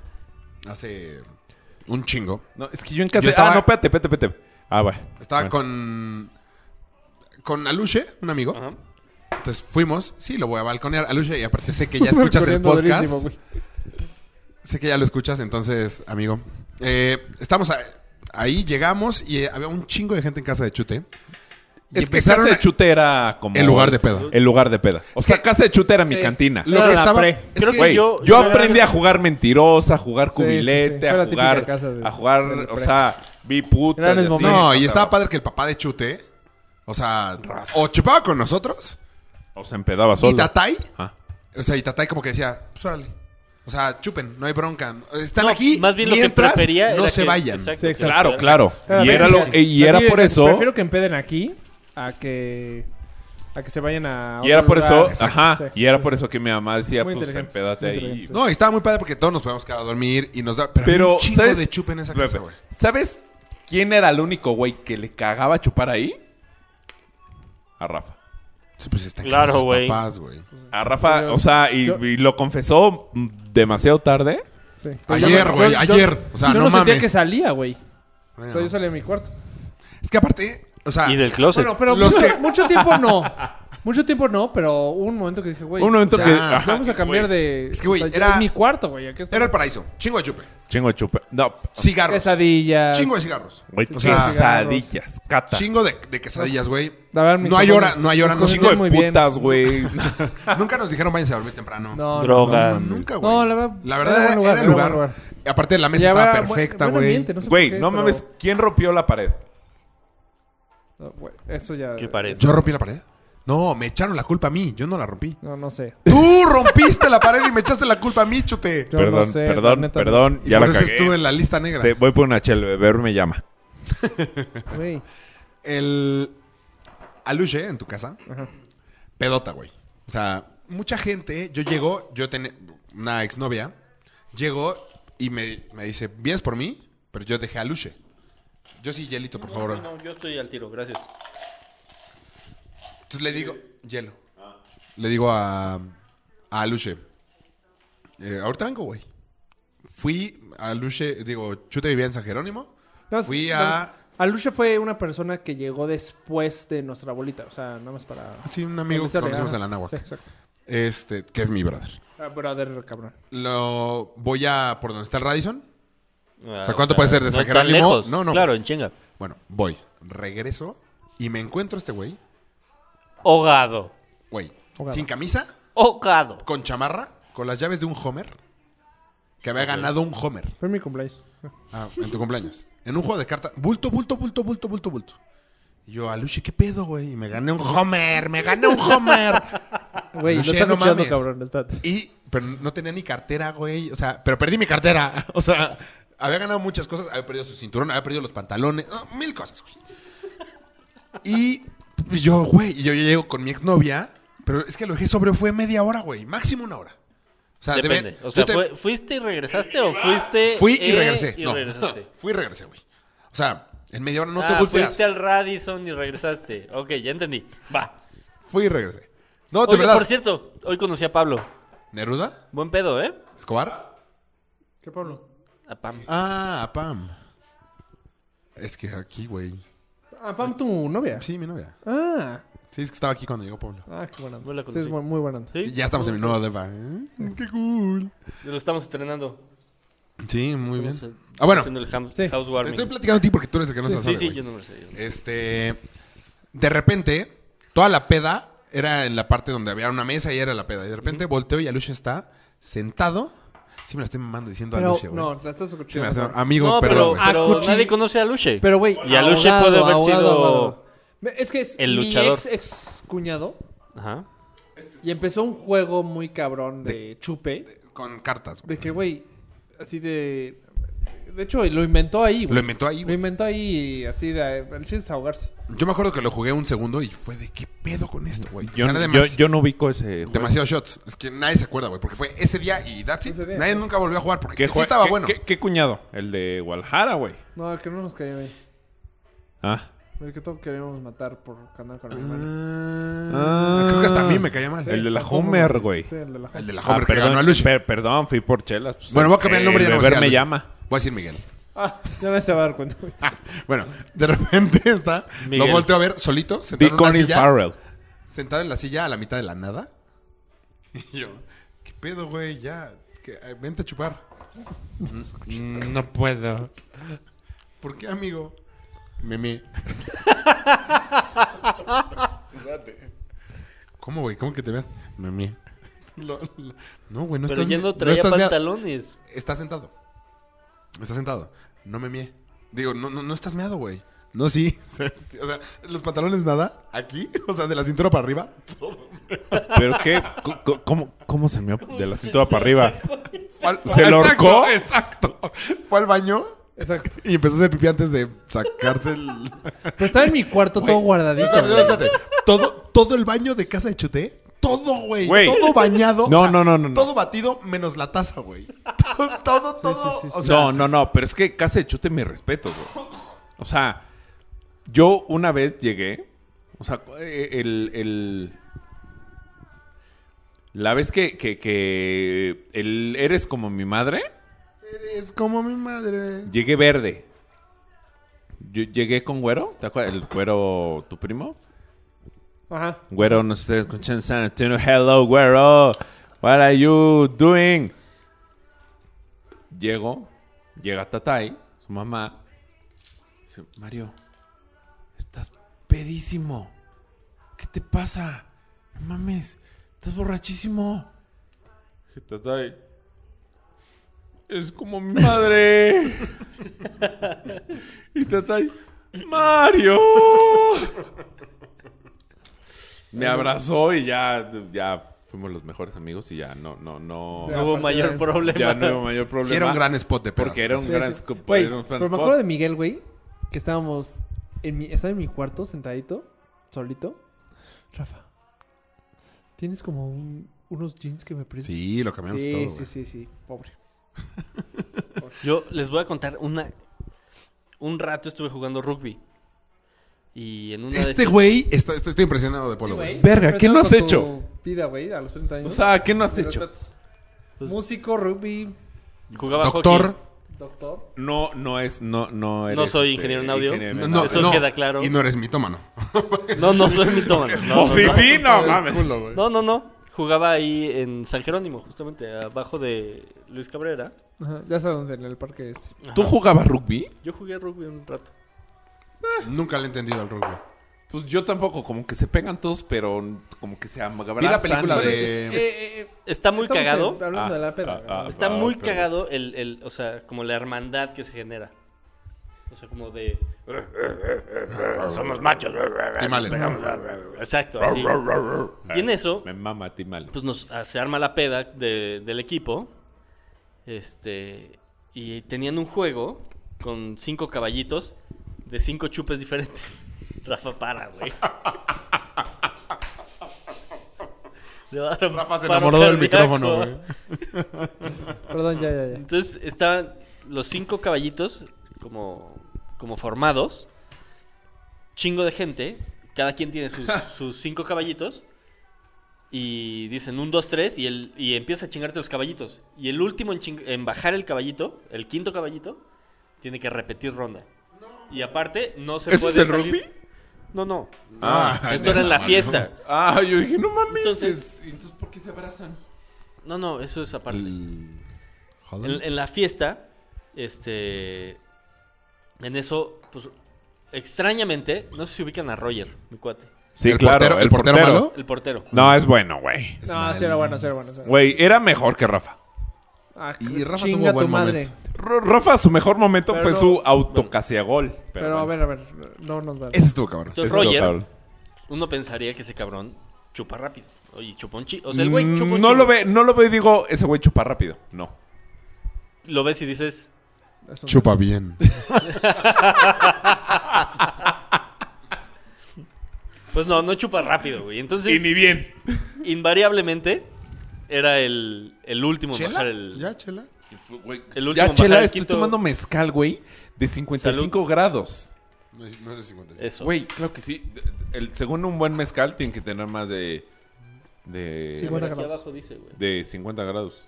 E: hace un chingo,
D: no, es que yo en casa.
E: Yo estaba-
D: Ah, no, espérate, espérate, espérate. Ah, bueno.
E: estaba
D: Bueno.
E: con. Con Aluche, un amigo.
B: Ajá.
E: Entonces fuimos. Sí, lo voy a balconear. Aluche, y aparte sé
C: <laughs>
E: que ya escuchas el podcast.
C: Durísimo, güey.
E: Sé que ya lo escuchas, entonces, amigo. Eh, estamos a- ahí, llegamos y eh, había un chingo de gente en casa de Chute. Y
D: Es que
E: empezaron
D: casa de
E: a-
D: chute era como.
E: el lugar de peda.
D: El lugar de peda. O
E: Es
D: sea,
E: que-
D: casa de chute era mi
C: Sí.
D: cantina.
E: Lo
C: Era
E: que
C: la
E: estaba.
C: pre.
E: es
B: Creo que
E: que-
D: Güey,
B: yo-
D: yo,
B: yo era-
D: aprendí a jugar mentirosa, a jugar
C: Sí, sí, sí.
D: cubilete,
C: Fue la
D: a
C: típica
D: jugar.
C: casa de-
D: a jugar,
C: del
D: o
C: pre.
D: sea, vi putas.
C: Grandes
D: así.
C: momentos.
E: No, y
D: O
E: estaba
D: sea,
E: padre que el papá de Chute, o sea, o chupaba con nosotros,
D: O sea, empedaba solo.
E: y Tatay,
D: Ah.
E: o sea, y Tatay como que decía, pues órale. O sea, chupen, no hay bronca. Están
B: No,
E: aquí
B: más bien lo que
E: mientras
B: prefería
E: no
B: era
E: se
B: que-
E: vayan.
B: exacto,
C: Sí,
B: que
C: exacto.
D: Claro,
B: esperaran.
D: claro.
C: Pero
D: Y
C: a ver,
D: era, lo,
E: es que-
D: y era
C: Prefiero-
D: por eso.
C: Prefiero que empeden aquí a que. A que se vayan a.
D: Y era
C: otro
D: por eso,
C: lugar.
D: ajá,
C: Sí.
D: y era por eso que mi mamá decía,
C: Muy
D: pues
C: inteligentes,
D: empédate
C: muy
D: ahí.
C: inteligentes.
E: No, y estaba muy padre porque todos nos podemos quedar a dormir y nos da. Pero, había
D: Pero,
E: un chingo
D: ¿sabes?
E: de chupe en esa casa, güey.
D: ¿Sabes quién era el único güey que le cagaba chupar ahí? A Rafa.
E: Sí, pues está en
B: Claro,
E: casa de sus
B: güey.
E: papás, güey.
D: A Rafa,
C: Yo-
D: o sea, y,
C: yo-
D: y lo confesó mm, demasiado tarde.
C: Sí. Pues
E: Ayer,
C: Yo-
E: güey,
C: yo-
E: ayer. O sea,
C: yo
E: no
C: sentía
E: mames.
C: que salía, güey. O
E: Bueno.
C: sea, yo salía de mi cuarto.
E: Es que aparte, o sea,
B: Y del closet.
C: Bueno, pero
E: Los
C: mucho,
E: que- <laughs>
C: mucho tiempo no. Mucho tiempo no, pero hubo un momento que dije, güey.
D: Un momento
E: ya.
D: que.
E: Vamos
D: ajá,
C: Vamos a cambiar
D: güey.
C: de.
E: Es que, güey,
C: o sea,
E: era-
C: es mi cuarto, güey. Aquí está.
E: Era el paraíso. Chingo de chupe.
D: Chingo de chupe. No.
E: Cigarros.
C: Quesadillas.
E: Chingo de cigarros.
D: Güey,
E: O sea,
D: quesadillas, cata.
E: Chingo de, de quesadillas, güey.
C: La verdad, mis
E: No hay
C: papás
E: hora, no hay hora.
C: nos
E: no-
D: Chingo
C: cocinaron
D: de
C: muy bien.
D: putas, güey.
E: <laughs> nunca nos dijeron váyanse a dormir temprano.
C: No, no,
B: Drogas.
C: no, no.
E: Nunca, güey.
C: No, la verdad.
E: La verdad era,
C: buen
E: era el
C: era
E: lugar.
C: buen
E: Aparte, la mesa
C: Y
E: estaba
C: ahora, bu-
E: perfecta,
C: buen
E: güey.
C: ambiente, <laughs> no sé
D: Güey,
C: por qué,
D: no
C: pero-
D: mames. ¿Quién rompió la pared?
C: No, güey, Eso ya.
B: ¿Qué pared?
E: ¿Yo rompí la pared? No, me echaron la culpa a mí. Yo no la rompí.
C: No, no sé.
E: Tú rompiste la pared y me echaste la culpa a mí, chute.
C: Yo
D: perdón,
C: no sé,
D: perdón,
C: neta,
D: perdón.
E: Y
D: Ya
E: por
D: la
E: eso
D: cagué.
E: estuve en la lista negra.
D: Este, voy por una chel, beber me llama.
C: Güey.
E: El aluche en tu casa. Pedota, güey. O sea, mucha gente, yo llego, yo tenía una exnovia, llegó y me, me dice, ¿vienes por mí? Pero yo dejé aluche. Yo sí, hielito, por favor.
B: No, yo estoy al tiro, gracias.
E: Entonces le digo, hielo. Le digo a, a Aluche, "Eh, ahorita vengo, güey. Fui a Aluche, digo, Chute vivía en San Jerónimo.
C: No,
E: Fui
C: no.
E: a...
C: Aluche fue una persona que llegó después de nuestra bolita. O sea, nada más para.
E: Sí, un amigo que
C: Bolita
E: conocimos en
C: regala.
E: la Nahuac.
C: Sí, exacto.
E: Este, que es mi brother.
C: Ah, brother, cabrón.
E: Lo voy a... ¿Por donde está el Radisson?
B: Ah,
E: O sea, ¿cuánto puede ser de
B: no
E: San
B: es tan
E: Jerónimo?
B: lejos.
E: No, no.
B: Claro, en chinga.
E: Bueno, voy. Regreso y me encuentro a este güey.
B: Hogado.
E: Güey,
C: Ahogado.
E: sin camisa,
B: Hogado.
E: con chamarra, con las llaves de un Homer. Que había ganado un Homer.
C: Fue mi cumpleaños.
E: Ah, en tu cumpleaños. En un juego de cartas. Bulto, bulto, bulto, bulto, bulto, bulto. Y yo, Aluche, ¿qué pedo, güey? Y me gané un Homer, me gané un Homer.
C: Güey, lo
E: Aluche,
C: estás
E: no
C: escuchando,
E: mames.
C: cabrón. Espérate.
E: Y, pero no tenía ni cartera, güey. O sea, pero perdí mi cartera. <laughs> O sea, había ganado muchas cosas. Había perdido su cinturón, había perdido los pantalones. ah, mil cosas, güey. Y yo, güey, y yo llego con mi exnovia. Pero es que lo dejé sobre fue media hora, güey. Máximo una hora. O sea, de ver-
B: Depende. O sea,
E: tú te-
B: fue- ¿fuiste y regresaste o fuiste.
E: Fui y
B: eh,
E: regresé.
B: y
E: no,
B: regresaste?
E: <laughs> fui y regresé, güey. O sea, en media hora no te
B: Ah,
E: volteas.
B: fuiste al Radisson y regresaste. Ok, ya entendí. Va.
E: Fui y regresé. No, de
B: Oye,
E: verdad.
B: por cierto, hoy conocí a Pablo.
E: ¿Neruda?
B: Buen pedo, ¿eh?
E: ¿Escobar?
C: ¿Qué, Pablo?
B: A Pam.
E: Ah, Pam. Es que aquí, güey.
C: Ah, Pam, tu novia.
E: Sí, mi novia.
C: Ah.
E: Sí, es que estaba aquí cuando llegó Pablo.
C: Ah, qué buena onda.
B: No la
C: Sí, es
B: conocí.
C: muy, muy buena onda.
B: ¿Sí?
E: Ya estamos en mi nueva depa. ¿eh? Qué cool.
B: Lo estamos estrenando.
E: Sí, muy bien.
B: Estamos, eh,
E: Ah, bueno.
B: Haciendo el ham-
C: Sí.
E: Te
B: housewarming.
E: estoy platicando a ti porque tú eres el que no se lo
B: Sí,
E: sabe,
B: sí,
E: güey.
B: yo no me lo sé. yo no me lo sé.
E: Este. De repente, toda la peda era en la parte donde había una mesa y era la peda. Y de repente volteo y Aluche está sentado. Sí, me lo estoy mamando diciendo a
C: Pero,
E: Aluche, güey.
C: no, la estás
E: Sí, me la
C: escuchando.
E: estoy- Amigo,
B: No,
E: perdón,
B: pero,
E: güey.
B: pero
C: Acuchi-
B: nadie conoce a Luche.
C: Pero, güey.
B: Y Aluche
C: ahogado,
B: puede haber
C: ahogado,
B: sido-
C: ahogado. Es que es
B: el
C: mi
B: luchador.
C: ex, ex cuñado.
B: Ajá.
C: Y empezó un juego muy cabrón de, chupe.
E: Con cartas, güey.
C: De que, güey, así de. De hecho, lo inventó ahí, güey.
E: Lo inventó ahí,
C: Lo
E: güey.
C: inventó ahí, así de. El chiste es ahogarse.
E: Yo me acuerdo que lo jugué un segundo y fue de qué pedo con esto, güey. O
D: Yo,
E: sea, era
D: yo-
E: demasi-
D: yo no ubico ese juego.
E: demasiados shots. Es que nadie se acuerda, güey, porque fue ese día y that's it.
C: Ese día.
E: Nadie nunca volvió a jugar porque
D: ¿Qué
E: sí
D: jue-
E: estaba
D: qué-
E: bueno.
D: qué- qué cuñado? El de Guadalajara, güey.
C: No, el que no nos caía bien.
D: Ah.
C: El que todos queríamos matar por canal con mi hermano.
E: Ah, creo que hasta a mí me caía mal.
D: El de la
C: tampoco,
D: Homer,
C: no,
D: güey.
C: Sí, el de la Homer.
E: El de la
D: Ah,
E: Homer que
D: perdón,
E: ganó a Luche.
D: per- perdón, fui por chelas. Pues,
E: Bueno, voy a cambiar el nombre y ya no voy a
D: beber
E: decir
D: me
E: Aluche.
D: llama.
E: Voy a decir Miguel. <laughs>
C: Ah, ya nadie se va a dar cuenta, güey.
E: Bueno, de repente está.
B: Miguel.
E: Lo volteo a ver solito,
D: Di
E: sentado en, una
D: Connie
E: silla,
D: Farrell.
E: sentado en la silla a la mitad de la nada. <laughs> Y yo, ¿qué pedo, güey? Ya, que, eh, vente a chupar.
D: Mm, No puedo.
E: ¿Por qué, amigo? Meme. Espérate. ¿Cómo, güey? ¿Cómo que te veas? Meme. <laughs> Lo- lo- No, güey, no
B: Pero
E: estás.
B: ya no
E: no
B: traía
E: estás mea-
B: pantalones.
E: Está sentado. Está sentado. No me mie. Digo, no, no, no estás meado, güey. No, <laughs> sí. o sea, los pantalones nada. Aquí, <laughs> o sea, de la cintura para arriba.
D: ¿Pero qué? Co- co- ¿Cómo, cómo se me... De la cintura para arriba.
E: Fue al-
D: ¿Se lo
E: Exacto,
D: ahorcó?
E: Exacto. Fue al baño
C: Exacto.
E: y empezó a hacer pipí antes de sacarse
D: <laughs>
E: el.
C: Pero estaba en mi cuarto todo guardadito.
E: Espérate,
C: güey.
E: espérate, espérate. Todo, todo el baño de casa de Chute, todo, güey.
D: Güey.
E: Todo bañado.
D: <laughs> No, no, no, no, no.
E: Todo batido menos la taza, güey. <laughs> Todo, todo, todo.
C: sí, sí,
E: o sea,
D: no, no, no, pero es que casi de chute mis respetos, güey. O sea, yo una vez llegué, o sea, eh, el... el- la vez que, que, que el eres como mi madre,
E: Eres como mi madre.
D: llegué verde. Yo llegué con güero, ¿te acuerdas? El güero, tu primo.
C: Ajá.
D: Güero, no sé, escuchan San Antonio. Hello, güero. What are you doing? Llego, llega Tatay, su mamá. Dice, Mario, estás pedísimo. ¿Qué te pasa? No mames, estás borrachísimo. Dije, Tatay, es como mi madre. y Tatay, Mario. Me abrazó y ya, ya fuimos los mejores amigos y ya no, no, no.
B: No hubo mayor problema.
D: Ya no hubo mayor problema.
E: Sí, era un gran spot de pedos.
D: Porque era un
C: Sí,
D: gran
C: sí.
D: scoop,
C: Güey,
D: era un gran
C: pero me
D: spot.
C: acuerdo de Miguel, güey, que estábamos en mi, estaba en mi cuarto sentadito, solito. Rafa, tienes como un- unos jeans que me prestan.
E: Sí, lo cambiamos
C: sí,
E: todo.
C: sí,
E: güey.
C: sí, sí, pobre.
B: Yo les voy a contar una. Un rato estuve jugando rugby. Y en una de
E: Este
B: esas-
E: güey, está- estoy, estoy impresionado de Polo, güey.
D: Verga,
C: Empezando
D: ¿qué no has
C: con
D: hecho?
C: tu Vida, güey, a los 30 años.
D: O sea, pues ¿qué no has
C: Pero
D: hecho?
C: tratas- Músico, rugby,
B: Jugaba
E: Doctor,
B: hockey.
C: doctor.
D: No, no es, no, no eres. este
B: soy ingeniero en audio.
D: ingeniero
E: no,
D: en
E: no,
D: audio.
B: Eso
E: no,
B: queda claro.
E: Y no eres mitómano.
B: No, no soy mitómano. No,
D: Oh,
B: no,
D: sí,
B: no.
D: sí, no,
E: Está del
D: mames.
E: culo, güey.
B: No, no, no. Jugaba ahí en San Jerónimo, justamente abajo de Luis Cabrera.
C: Ajá, ya sabes dónde, en el parque este.
D: ¿Tú jugabas rugby?
B: Yo jugué rugby un rato.
E: Nunca le he entendido al rugby.
D: Pues yo tampoco, como que se pegan todos, pero como que se abrazan.
E: Vi la película de-
C: Eh, eh, eh,
B: Está muy
C: estamos,
B: cagado.
C: eh,
D: Ah,
C: hablando de la peda.
D: ah, ah.
B: Está muy
D: pero-
B: cagado el, el, o sea, como la hermandad que se genera. O sea, como de... Somos machos.
E: Tim Allen.
B: Exacto, así. Y en eso,
D: Me mama Timal.
B: pues nos, ah, se arma la peda de- del equipo. Este... Y tenían un juego con cinco caballitos de cinco chupes diferentes. <laughs> Rafa, para,
E: <laughs>
B: güey. Le va a dar un
E: Rafa se
B: paro
E: enamoró del
B: cardíaco.
E: micrófono, güey.
D: ah.
C: Perdón, ya, ya, ya.
B: Entonces estaban los cinco caballitos como, como formados. Chingo de gente. Cada quien tiene
E: <laughs>
B: sus, sus cinco caballitos. Y dicen un, dos, tres. Y, el, y empieza a chingarte los caballitos. Y el último en, ching- en bajar el caballito, el quinto caballito, tiene que repetir ronda. Y aparte, no se
D: ¿Eso
B: puede.
D: es el
B: salir-
D: rugby?
B: No, no.
E: Ah,
B: Esto era en la
E: no,
B: fiesta.
D: Ah, yo dije, no mames.
B: Entonces-
D: Entonces, entonces ¿por qué se abrazan?
B: No, no, eso es aparte.
E: El- Joder.
B: En, en la fiesta, este. En eso, pues. Extrañamente, no sé si ubican a Roger, mi cuate.
D: Sí,
E: ¿El
D: claro.
E: portero- el portero malo?
B: El portero.
D: No, es bueno, güey.
E: Es
C: No,
E: mal.
C: sí era bueno, sí era bueno. sí era bueno.
D: Güey, era mejor que Rafa.
C: Ah,
E: Y Rafa
C: chinga
E: tuvo
C: tu
E: buen
C: madre.
E: momento.
D: R- Rafa, su mejor momento
C: Pero
D: fue
C: no-
D: su autocaseagol. Pero,
C: Pero,
D: bueno.
C: a ver, a ver, no nos vale.
E: Ese estuvo cabrón.
B: Entonces,
D: Eso es lo
B: Roger,
D: cabrón.
B: uno pensaría que ese cabrón chupa rápido. Oye, chupa un chi. O sea, el güey chupa un
D: Mm, no
B: chingo.
D: lo ve, no lo ve y digo, ese güey chupa rápido. No.
B: Lo ves y dices.
C: Es un-
E: Chupa bien.
B: <laughs> Pues no, no chupa rápido, güey. Entonces,
D: Y ni bien.
B: invariablemente, era el, el último en
E: ¿Chela?
B: bajar el.
E: ¿Ya, chela?
B: El último
D: Ya,
B: en
D: chela,
B: bajar el
D: estoy
B: quinto-
D: tomando mezcal, güey, de 55 grados.
E: No es, no es de 55.
B: Eso.
D: Güey, claro que sí. El, según un buen mezcal, tiene que tener más de. de.
C: Sí,
B: A ver,
C: bueno.
B: aquí abajo dice, güey.
D: de 50 grados.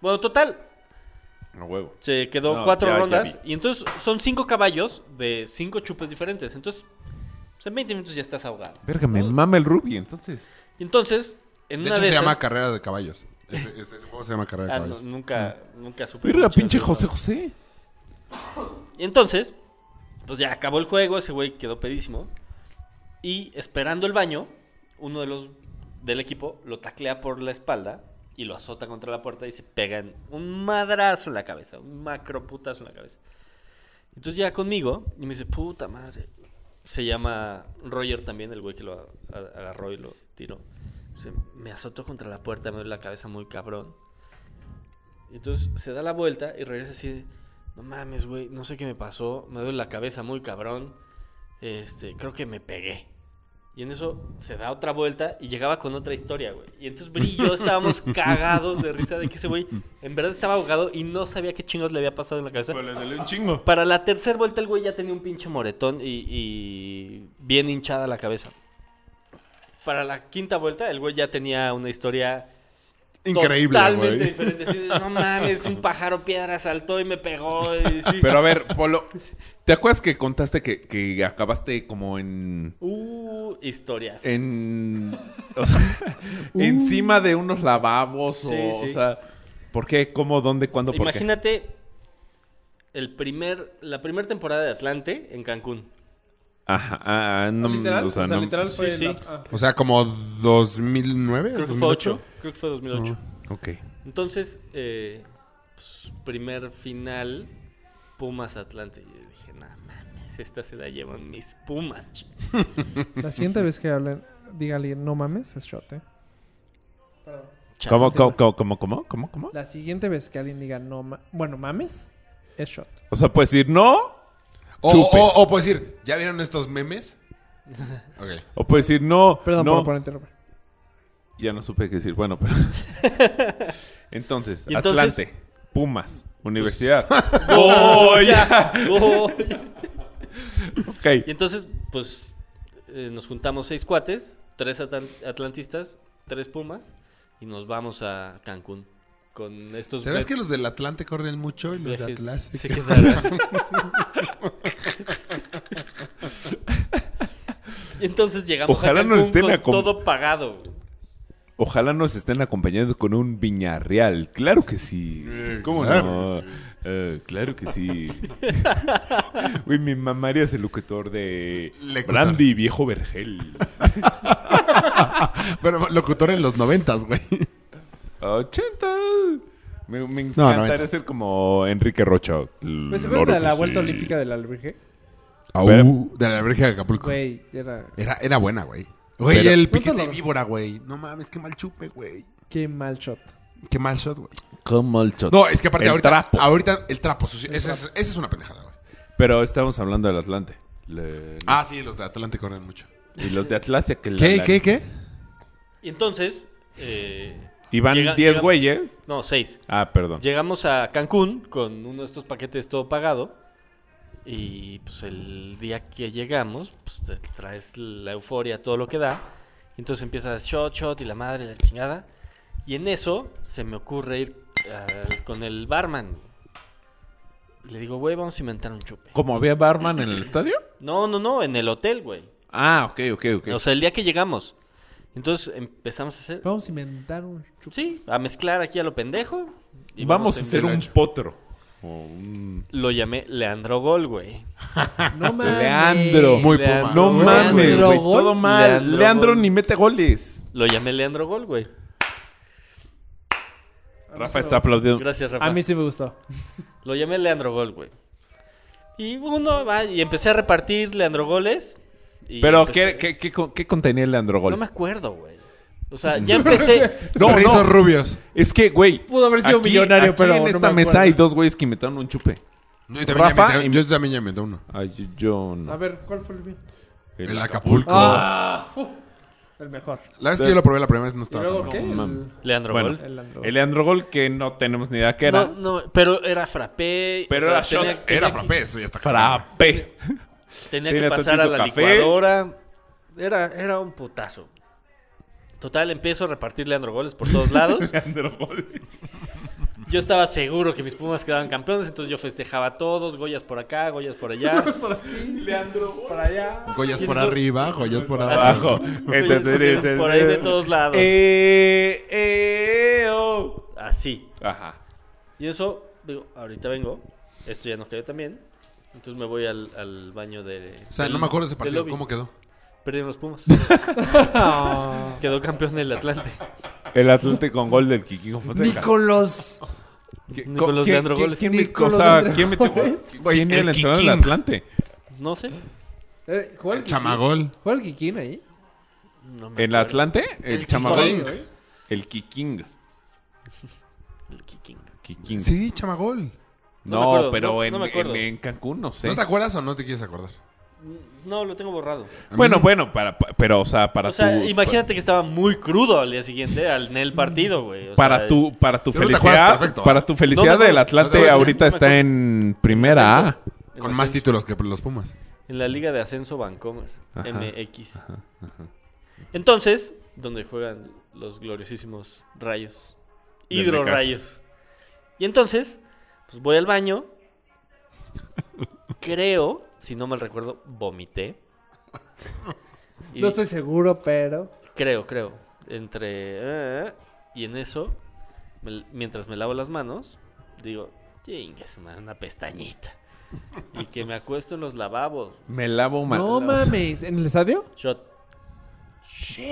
B: Bueno, total,
D: A huevo.
B: Se quedó
D: No,
B: cuatro
D: ya- ya
B: rondas. y entonces son cinco caballos de cinco chupes diferentes. Entonces, pues, en 20 minutos ya estás ahogado.
D: Verga, me mama el rubí, entonces.
B: Y entonces, en
E: De
B: una
E: hecho, se
B: de
E: llama
B: esas-
E: carrera de caballos. Ese, ese- ese juego se llama carrera de
B: Ah, no,
E: caballos.
B: nunca, nunca supe.
D: Verga,
B: mucho de
D: Mm. pinche
B: eso.
D: José José.
B: Y entonces, pues ya acabó el juego. Ese güey quedó pedísimo. Y esperando el baño, uno de los del equipo lo taclea por la espalda y lo azota contra la puerta y se pega en un madrazo en la cabeza, un macro putazo en la cabeza. Entonces llega conmigo y me dice, puta madre. Se llama Roger también, el güey que lo a- a- agarró y lo tiró. Dice, me azotó contra la puerta, me duele la cabeza muy cabrón. Entonces se da la vuelta y regresa así, de, no mames, güey, no sé qué me pasó, me duele la cabeza muy cabrón. Este, creo que me pegué. Y en eso se da otra vuelta y llegaba con otra historia, güey. Y entonces Brillo estábamos cagados de risa de que ese güey en verdad estaba ahogado y no sabía qué chingos le había pasado en la cabeza.
D: le un chingo.
B: Para la tercera vuelta el güey ya tenía un pinche moretón y, y bien hinchada la cabeza. Para la quinta vuelta el güey ya tenía una historia
E: Increíble,
B: totalmente
E: güey.
B: diferente. Así de, no mames, un pájaro piedra saltó y me pegó. y sí.
D: Pero a ver, Polo, ¿te acuerdas que contaste que, que acabaste como en.
B: Uh, Uh, historias.
D: Eh, en o sea, encima de unos lavabos o,
B: Sí, sí.
D: o sea, ¿por qué? ¿Cómo? ¿Dónde? ¿Cuándo? ¿Por qué?
B: Imagínate el primer, la primera temporada de Atlante en Cancún.
E: Eh,
D: Ajá, ah, ah, no,
C: literal,
D: o sea, no-
C: literal fue
B: Sí,
C: la-
B: sí.
C: ah.
E: O sea, como 2009,
B: Creo que fue
E: 2008.
B: 8. Creo que fue 2008.
D: Ok.
B: Entonces, eh, pues, primer final, Pumas Atlante. Y yo dije, no mames, esta se la llevan mis Pumas. chi-".
C: La siguiente vez que hablen, díganle, no mames, es shot, eh.
B: Chale.
D: ¿Cómo, cómo, cómo, cómo, cómo, cómo, cómo?
C: La siguiente vez que alguien diga, no ma- bueno, mames, es shot.
D: O sea, puedes decir no,
E: O,
D: Chupes.
E: o, o puedes decir, ¿ya vieron estos memes? <laughs> Ok.
D: o puedes decir no,
C: Perdón
D: no.
C: por, por interrumpir.
D: Ya no supe qué decir. Bueno, pero... Entonces,
B: Y entonces-
D: Atlante, Pumas, Universidad.
B: ¡Gol!
D: ¡Oh,
E: <laughs>
D: ya!
B: ¡Gol! Y
D: <laughs> Ok.
B: entonces, pues, eh, nos juntamos seis cuates, tres atlan- atlantistas, tres Pumas, y nos vamos a Cancún con estos...
E: ¿Sabes
B: ve-
E: que los del Atlante corren mucho y los de
B: viajes- <laughs>
E: Atlas? <laughs>
B: Sí, que sabrás. y entonces llegamos
D: Ojalá
B: a
D: nos
B: Cancún
D: estén
B: con
D: acom-
B: todo pagado. güey.
D: Ojalá nos estén acompañando con un viñarreal. Claro que sí.
E: Eh,
D: ¿Cómo no?
E: claro.
D: Eh, claro que
E: <laughs>
D: sí. Uy, mi mamaria es el locutor de
E: Lecutor.
D: Brandy, viejo vergel.
E: Bueno, locutor en los noventas, güey.
D: 80. Me, me
E: No,
D: encantaría
E: 90.
D: ser como Enrique Rocha.
C: ¿Me Pues se
D: Claro
C: acuerdan de
D: que
C: la
D: sí.
C: vuelta olímpica del albergue?
E: <laughs> Au,
D: Pero-
E: de la verja de Acapulco.
C: Güey, era.
E: Era, era buena, güey. Güey,
D: Pero-
E: el
C: te
E: piquete
C: lo-
E: de víbora, güey. No mames, qué mal chupe, güey.
C: Qué mal shot.
E: Qué mal shot, güey.
D: Como el chot.
E: No, es que aparte
D: El
E: ahorita,
D: trapo.
E: ahorita el trapo sucio. Esa es, esa es una pendejada, güey.
D: Pero estamos hablando del Atlante. Le-
E: Ah, sí, los de Atlante corren mucho.
D: Y los de Atlasia que la- la-
E: qué?
B: Y entonces... eh,
D: Y van
B: llega-
D: 10
B: llega-
D: güeyes.
B: No, seis.
D: Ah, perdón.
B: Llegamos a Cancún con uno de estos paquetes todo pagado. Y pues el día que llegamos, pues te traes la euforia, todo lo que da. Y entonces empiezas shot, shot y la madre, la chingada. Y en eso se me ocurre ir al- con el barman. Le digo, güey, vamos a inventar un chupe.
D: ¿Cómo había barman en el estadio?
B: No, no, no, en el hotel, güey.
D: Ah, ok, ok, ok.
B: O sea, el día que llegamos. Entonces empezamos a hacer.
C: Vamos a inventar un chup.
B: Sí, a mezclar aquí a lo pendejo. Y
D: vamos, a hacer un
E: gacho.
D: potro. O un-
B: Lo llamé Leandro Gol, güey.
C: No mames.
D: Ah, Leandro.
E: Muy
B: Leandro.
E: puma.
D: No
B: Leandro
D: mames, güey.
C: Gol.
D: Todo mal. Leandro,
B: Leandro Gol.
D: ni mete goles.
B: Lo llamé Leandro Gol, güey.
D: Rafa está aplaudiendo.
B: Gracias, Rafa.
C: A mí sí me gustó.
B: Lo llamé Leandro Gol, güey. Y uno, va, y empecé a repartir Leandro Goles. y
D: Pero, ¿qué,
B: empecé-
D: qué, qué, con- qué contenía el Leandro Gol?
B: No me acuerdo, güey. O
D: <laughs>
B: sea, ya empecé.
D: No,
E: Rizos
D: no.
E: rubios.
D: Es que, güey.
C: Pudo haber sido
D: aquí-
C: millonario,
D: aquí
C: pero
D: En
C: no
D: esta
C: me
D: mesa
C: acuerdo.
D: hay dos güeyes que inventaron un chupe.
E: No, yo, también
D: Rafa
E: ya inventé-
D: y-
E: yo también ya inventé uno.
D: Ay, yo- yo
C: A
D: no.
C: ver, ¿cuál fue el mío?
E: El,
D: El-
E: Acapulco.
C: Ah, uh, el mejor.
E: La vez que yo lo probé la primera vez no
C: ¿Y
E: estaba tan
C: luego
E: bueno.
C: qué?
D: mames.
C: El-
B: Leandro
D: Bueno,
B: Gol.
C: El Leandro.
D: el Leandro Gol que no tenemos ni idea qué era.
B: No, no, pero era frappé.
D: Pero era shot,
E: Era frappé, eso ya está cabrón.
D: Frappé. <laughs>
B: Tenía
D: Tenía
B: que pasar a
D: tantito
B: la
D: café.
B: licuadora. Era, era un putazo. Total, empiezo a repartir Leandro Goles por
D: <laughs>
B: todos lados.
D: Leandro Gol.
B: Yo estaba seguro que mis Pumas quedaban campeones, entonces yo festejaba a todos, Goyas por acá, Goyas
D: <laughs>
B: por allá.
C: Leandro, para allá.
E: Goyas
B: ¿Quiénes
E: por
B: son?
E: arriba, joyas por
B: Así.
E: abajo.
D: Abajo.
B: Goyas Ah, <laughs> por- por ahí de todos lados.
D: Eh, eh, oh.
B: Así.
D: Ajá.
B: Y eso, digo, ahorita vengo. Esto ya nos quedó también. Entonces me voy al, al baño de.
E: O sea,
B: del-
E: no me acuerdo de ese
B: del
E: partido,
B: lobby.
E: ¿cómo quedó?
B: Perdieron los Pumas.
C: Ah.
B: Quedó campeón del Atlante.
D: El Atlante con gol del Kiki Fonseca.
C: Nicolás.
D: ¿Qué-
B: Nicolás
D: co- quién-
B: Leandro
D: quién-
B: Goles.
D: ¿Quién me
C: Nicolás
D: cosa?
C: Leandro
D: ¿Quién metió gol?
E: Güey,
D: ¿Quién era
E: el
D: el entrenador del
E: Kikín.
D: Atlante?
B: No sé.
C: Eh, ¿Juega el
E: El
C: Kikín?
E: chamagol.
C: ¿Juega el Kikín ahí?
B: No me
D: ¿El
B: acuerdo.
D: Atlante? El
E: El
D: chamagol.
E: Kikín.
C: Por ahí, ¿eh?
D: El Kiking.
B: El Kicking.
D: Kikín.
E: Sí, chamagol.
D: No,
B: No me acuerdo,
D: pero
B: no-
D: en,
B: no me acuerdo.
D: en- en Cancún no sé.
E: ¿No te acuerdas o no te quieres acordar?
B: No, lo tengo borrado.
E: A mí
D: bueno, pues,
E: no.
D: bueno, para, pa- pero o sea, para
B: o sea,
D: tu
B: imagínate que estaba muy crudo al día siguiente, al, en el partido, güey. O
D: para
B: sea,
D: tu para tu
E: Si no te acuerdas,
D: felicidad,
E: perfecto, ¿eh?
D: para tu felicidad
B: No me-
D: el
B: no te
D: Atlante
E: acuerdas,
D: ahorita
B: no me
D: está
B: acuerdo.
D: en primera A.
B: en
E: Con
B: la-
E: más títulos que los Pumas.
B: En la Liga de Ascenso Vancomer,
D: Ajá,
B: MX. Entonces, donde juegan los gloriosísimos rayos.
D: Del
B: Hidrorrayos. Y entonces, pues voy al baño. Creo, si no mal recuerdo, vomité. Y
C: No estoy seguro, pero.
B: Creo, creo. Entre. eh, y en eso, me- mientras me lavo las manos, digo, chingues, man, una pestañita. y que me acuesto en los lavabos.
D: Me lavo mal.
C: No mames. ¿En el estadio?
B: Shot.
D: <laughs> Tú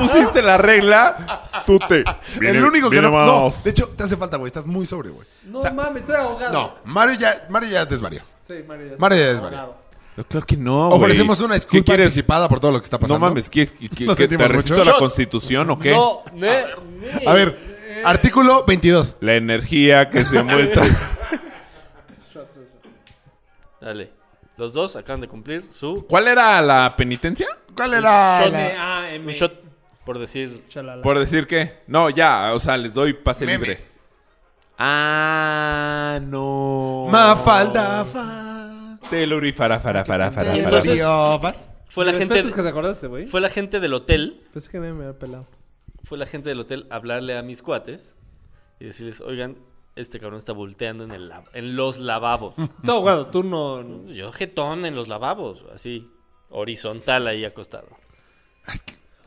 D: pusiste la regla, tú te. Viene-
E: el único que
D: viene
E: no, no.
D: más.
E: De hecho, te hace falta, güey. Estás muy sobre, güey.
C: No
E: O sea,
C: mames, estoy ahogado.
E: No, Mario ya, Mario ya desvarió.
C: Sí, Mario ya
E: Mario ya
C: está
E: desvarió.
C: ahogado.
D: No, claro que no. güey.
E: Ofrecemos una
D: ¿Qué
E: disculpa
D: quieres?
E: anticipada por todo lo que está pasando.
D: No mames, ¿quieres que, que-
E: Nos
D: que te
E: sentimos
D: recito
E: mucho.
D: la
E: Shot.
D: constitución o qué?
B: No, ne- ne-
E: A ver, artículo 22.
D: La energía que se muestra.
C: <laughs>
B: Dale. Los dos acaban de cumplir su
D: ¿Cuál era la penitencia?
E: ¿Cuál era? la-
C: M-A-M.
B: un shot por decir.
C: Chalala.
D: Por decir que. No, ya, o sea, les doy pase
E: Memes.
D: libre. Ah, no.
E: Mafalda. fa-
D: Teluri, fara, fara, fara, fara,
E: te
D: fara.
B: entonces-
E: dio, fa-
B: Fue la
C: Pero
B: gente.
C: espérate, es que te acordaste, güey?
B: Fue la gente del hotel.
C: Pensé que nadie me había pelado.
B: fue la gente del hotel a hablarle a mis cuates y decirles, oigan, este cabrón está volteando en, el lava- en los
C: <laughs>
B: lavabos.
C: Todo ahogado, tú no.
B: Yo jetón en los lavabos, así, horizontal ahí acostado.
C: O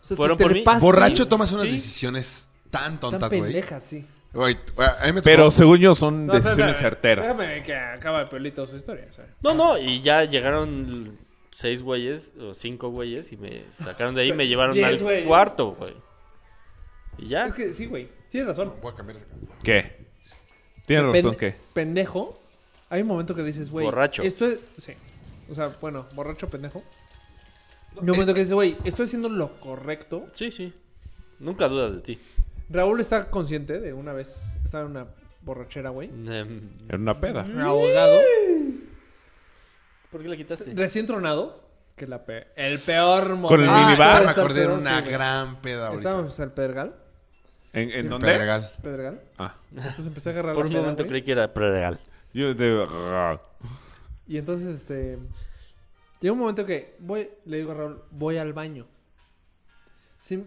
C: sea,
B: ¿Fueron
C: te
B: por mí?
C: trepaste.
E: Borracho tomas unas
B: Sí.
E: decisiones tan
C: Ah, Tan
E: tontas, güey.
C: pendeja, sí.
E: Güey, a mí me tocó-
D: Pero según yo son
C: No, espérame,
D: decisiones certeras.
C: Déjame que acaba el Piolito su historia. o sea.
B: No, no, y ya llegaron seis güeyes o cinco güeyes y me sacaron de ahí y me llevaron
C: <laughs> Diez
B: al
C: güeyes.
B: cuarto, güey. Y ya.
C: Es que sí, güey. Tienes razón.
E: Voy a cambiar esa-
D: ¿Qué? Tienes razón,
C: Pen-
D: ¿qué?
C: Pendejo. Hay un momento que dices, güey.
B: Borracho.
C: Esto es. Sí. O sea, bueno, borracho, pendejo. Hay un momento que dices, güey, estoy haciendo lo correcto.
B: Sí, sí. Nunca dudas de ti.
C: Raúl está consciente de una vez. Estaba en una borrachera, güey.
B: Em,
D: Era una peda.
C: Ahogado.
B: ¿Por qué la quitaste?
C: Recién tronado. Que es la pe- el peor momento.
D: el
E: Ah,
D: minibar.
E: ahora me
C: Está
E: acordé de
C: peor,
E: una
C: sí, güey.
E: gran peda ahorita.
C: Estábamos al Pedregal.
D: ¿En, en
E: En
D: dónde?
E: Pedregal.
C: Pedregal.
D: Ah.
C: Entonces empecé a agarrar
B: Por
C: la
B: un
C: peda,
B: momento
C: güey. Ah,
B: creí que era preregal.
D: Yo de... ah.
C: Y entonces, este. Llega un momento que voy, le digo a Raúl, voy al baño. Sí,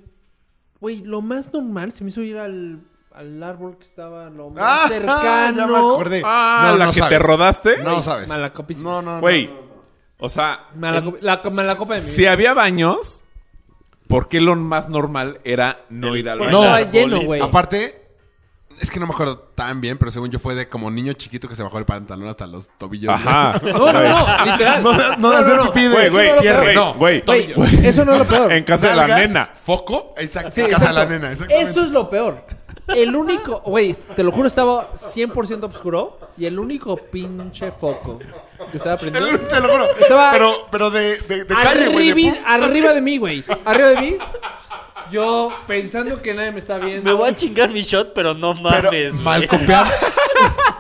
C: Güey, lo más normal se me hizo ir al, al árbol que estaba lo más
E: Ah,
C: cercano.
E: ya me acordé.
D: Ah, la que te rodaste.
E: No sabes.
C: Malacopísimo.
E: No, no, no.
D: Güey, o sea,
C: Malaco- la, co- malacopa de mi
D: si había baños, ¿por qué lo más normal era no
B: El-
D: ir al
B: No.
D: baño?
C: Estaba
B: Arbolito.
C: lleno, güey.
E: Aparte, es que no me acuerdo tan bien, pero según yo fue de como niño chiquito que se bajó el pantalón hasta los tobillos. <laughs>
D: Ajá.
C: No, no, no, literal.
E: No, de- no de hacer pipí de
D: Güey, güey,
E: cierre,
D: güey,
E: no.
D: güey.
C: Güey, eso no es lo peor.
D: En casa de la
E: Nalgas,
D: nena.
E: ¿Foco? Exacto.
C: Sí,
E: en casa de la
C: exacto.
E: nena, exactamente.
C: Eso es lo peor. El único, güey, te lo juro, estaba 100% oscuro y el único pinche foco que estaba prendido.
E: El- te lo juro.
C: Estaba-
E: Pero, pero de, de, de calle, güey. de
C: Arribi-
E: pu-
C: arriba de mí, güey. Arriba de mí. Yo pensando que nadie me está viendo.
B: Me voy a chingar mi shot, pero no mames.
E: Pero
B: güey.
E: mal copiado.
D: <laughs>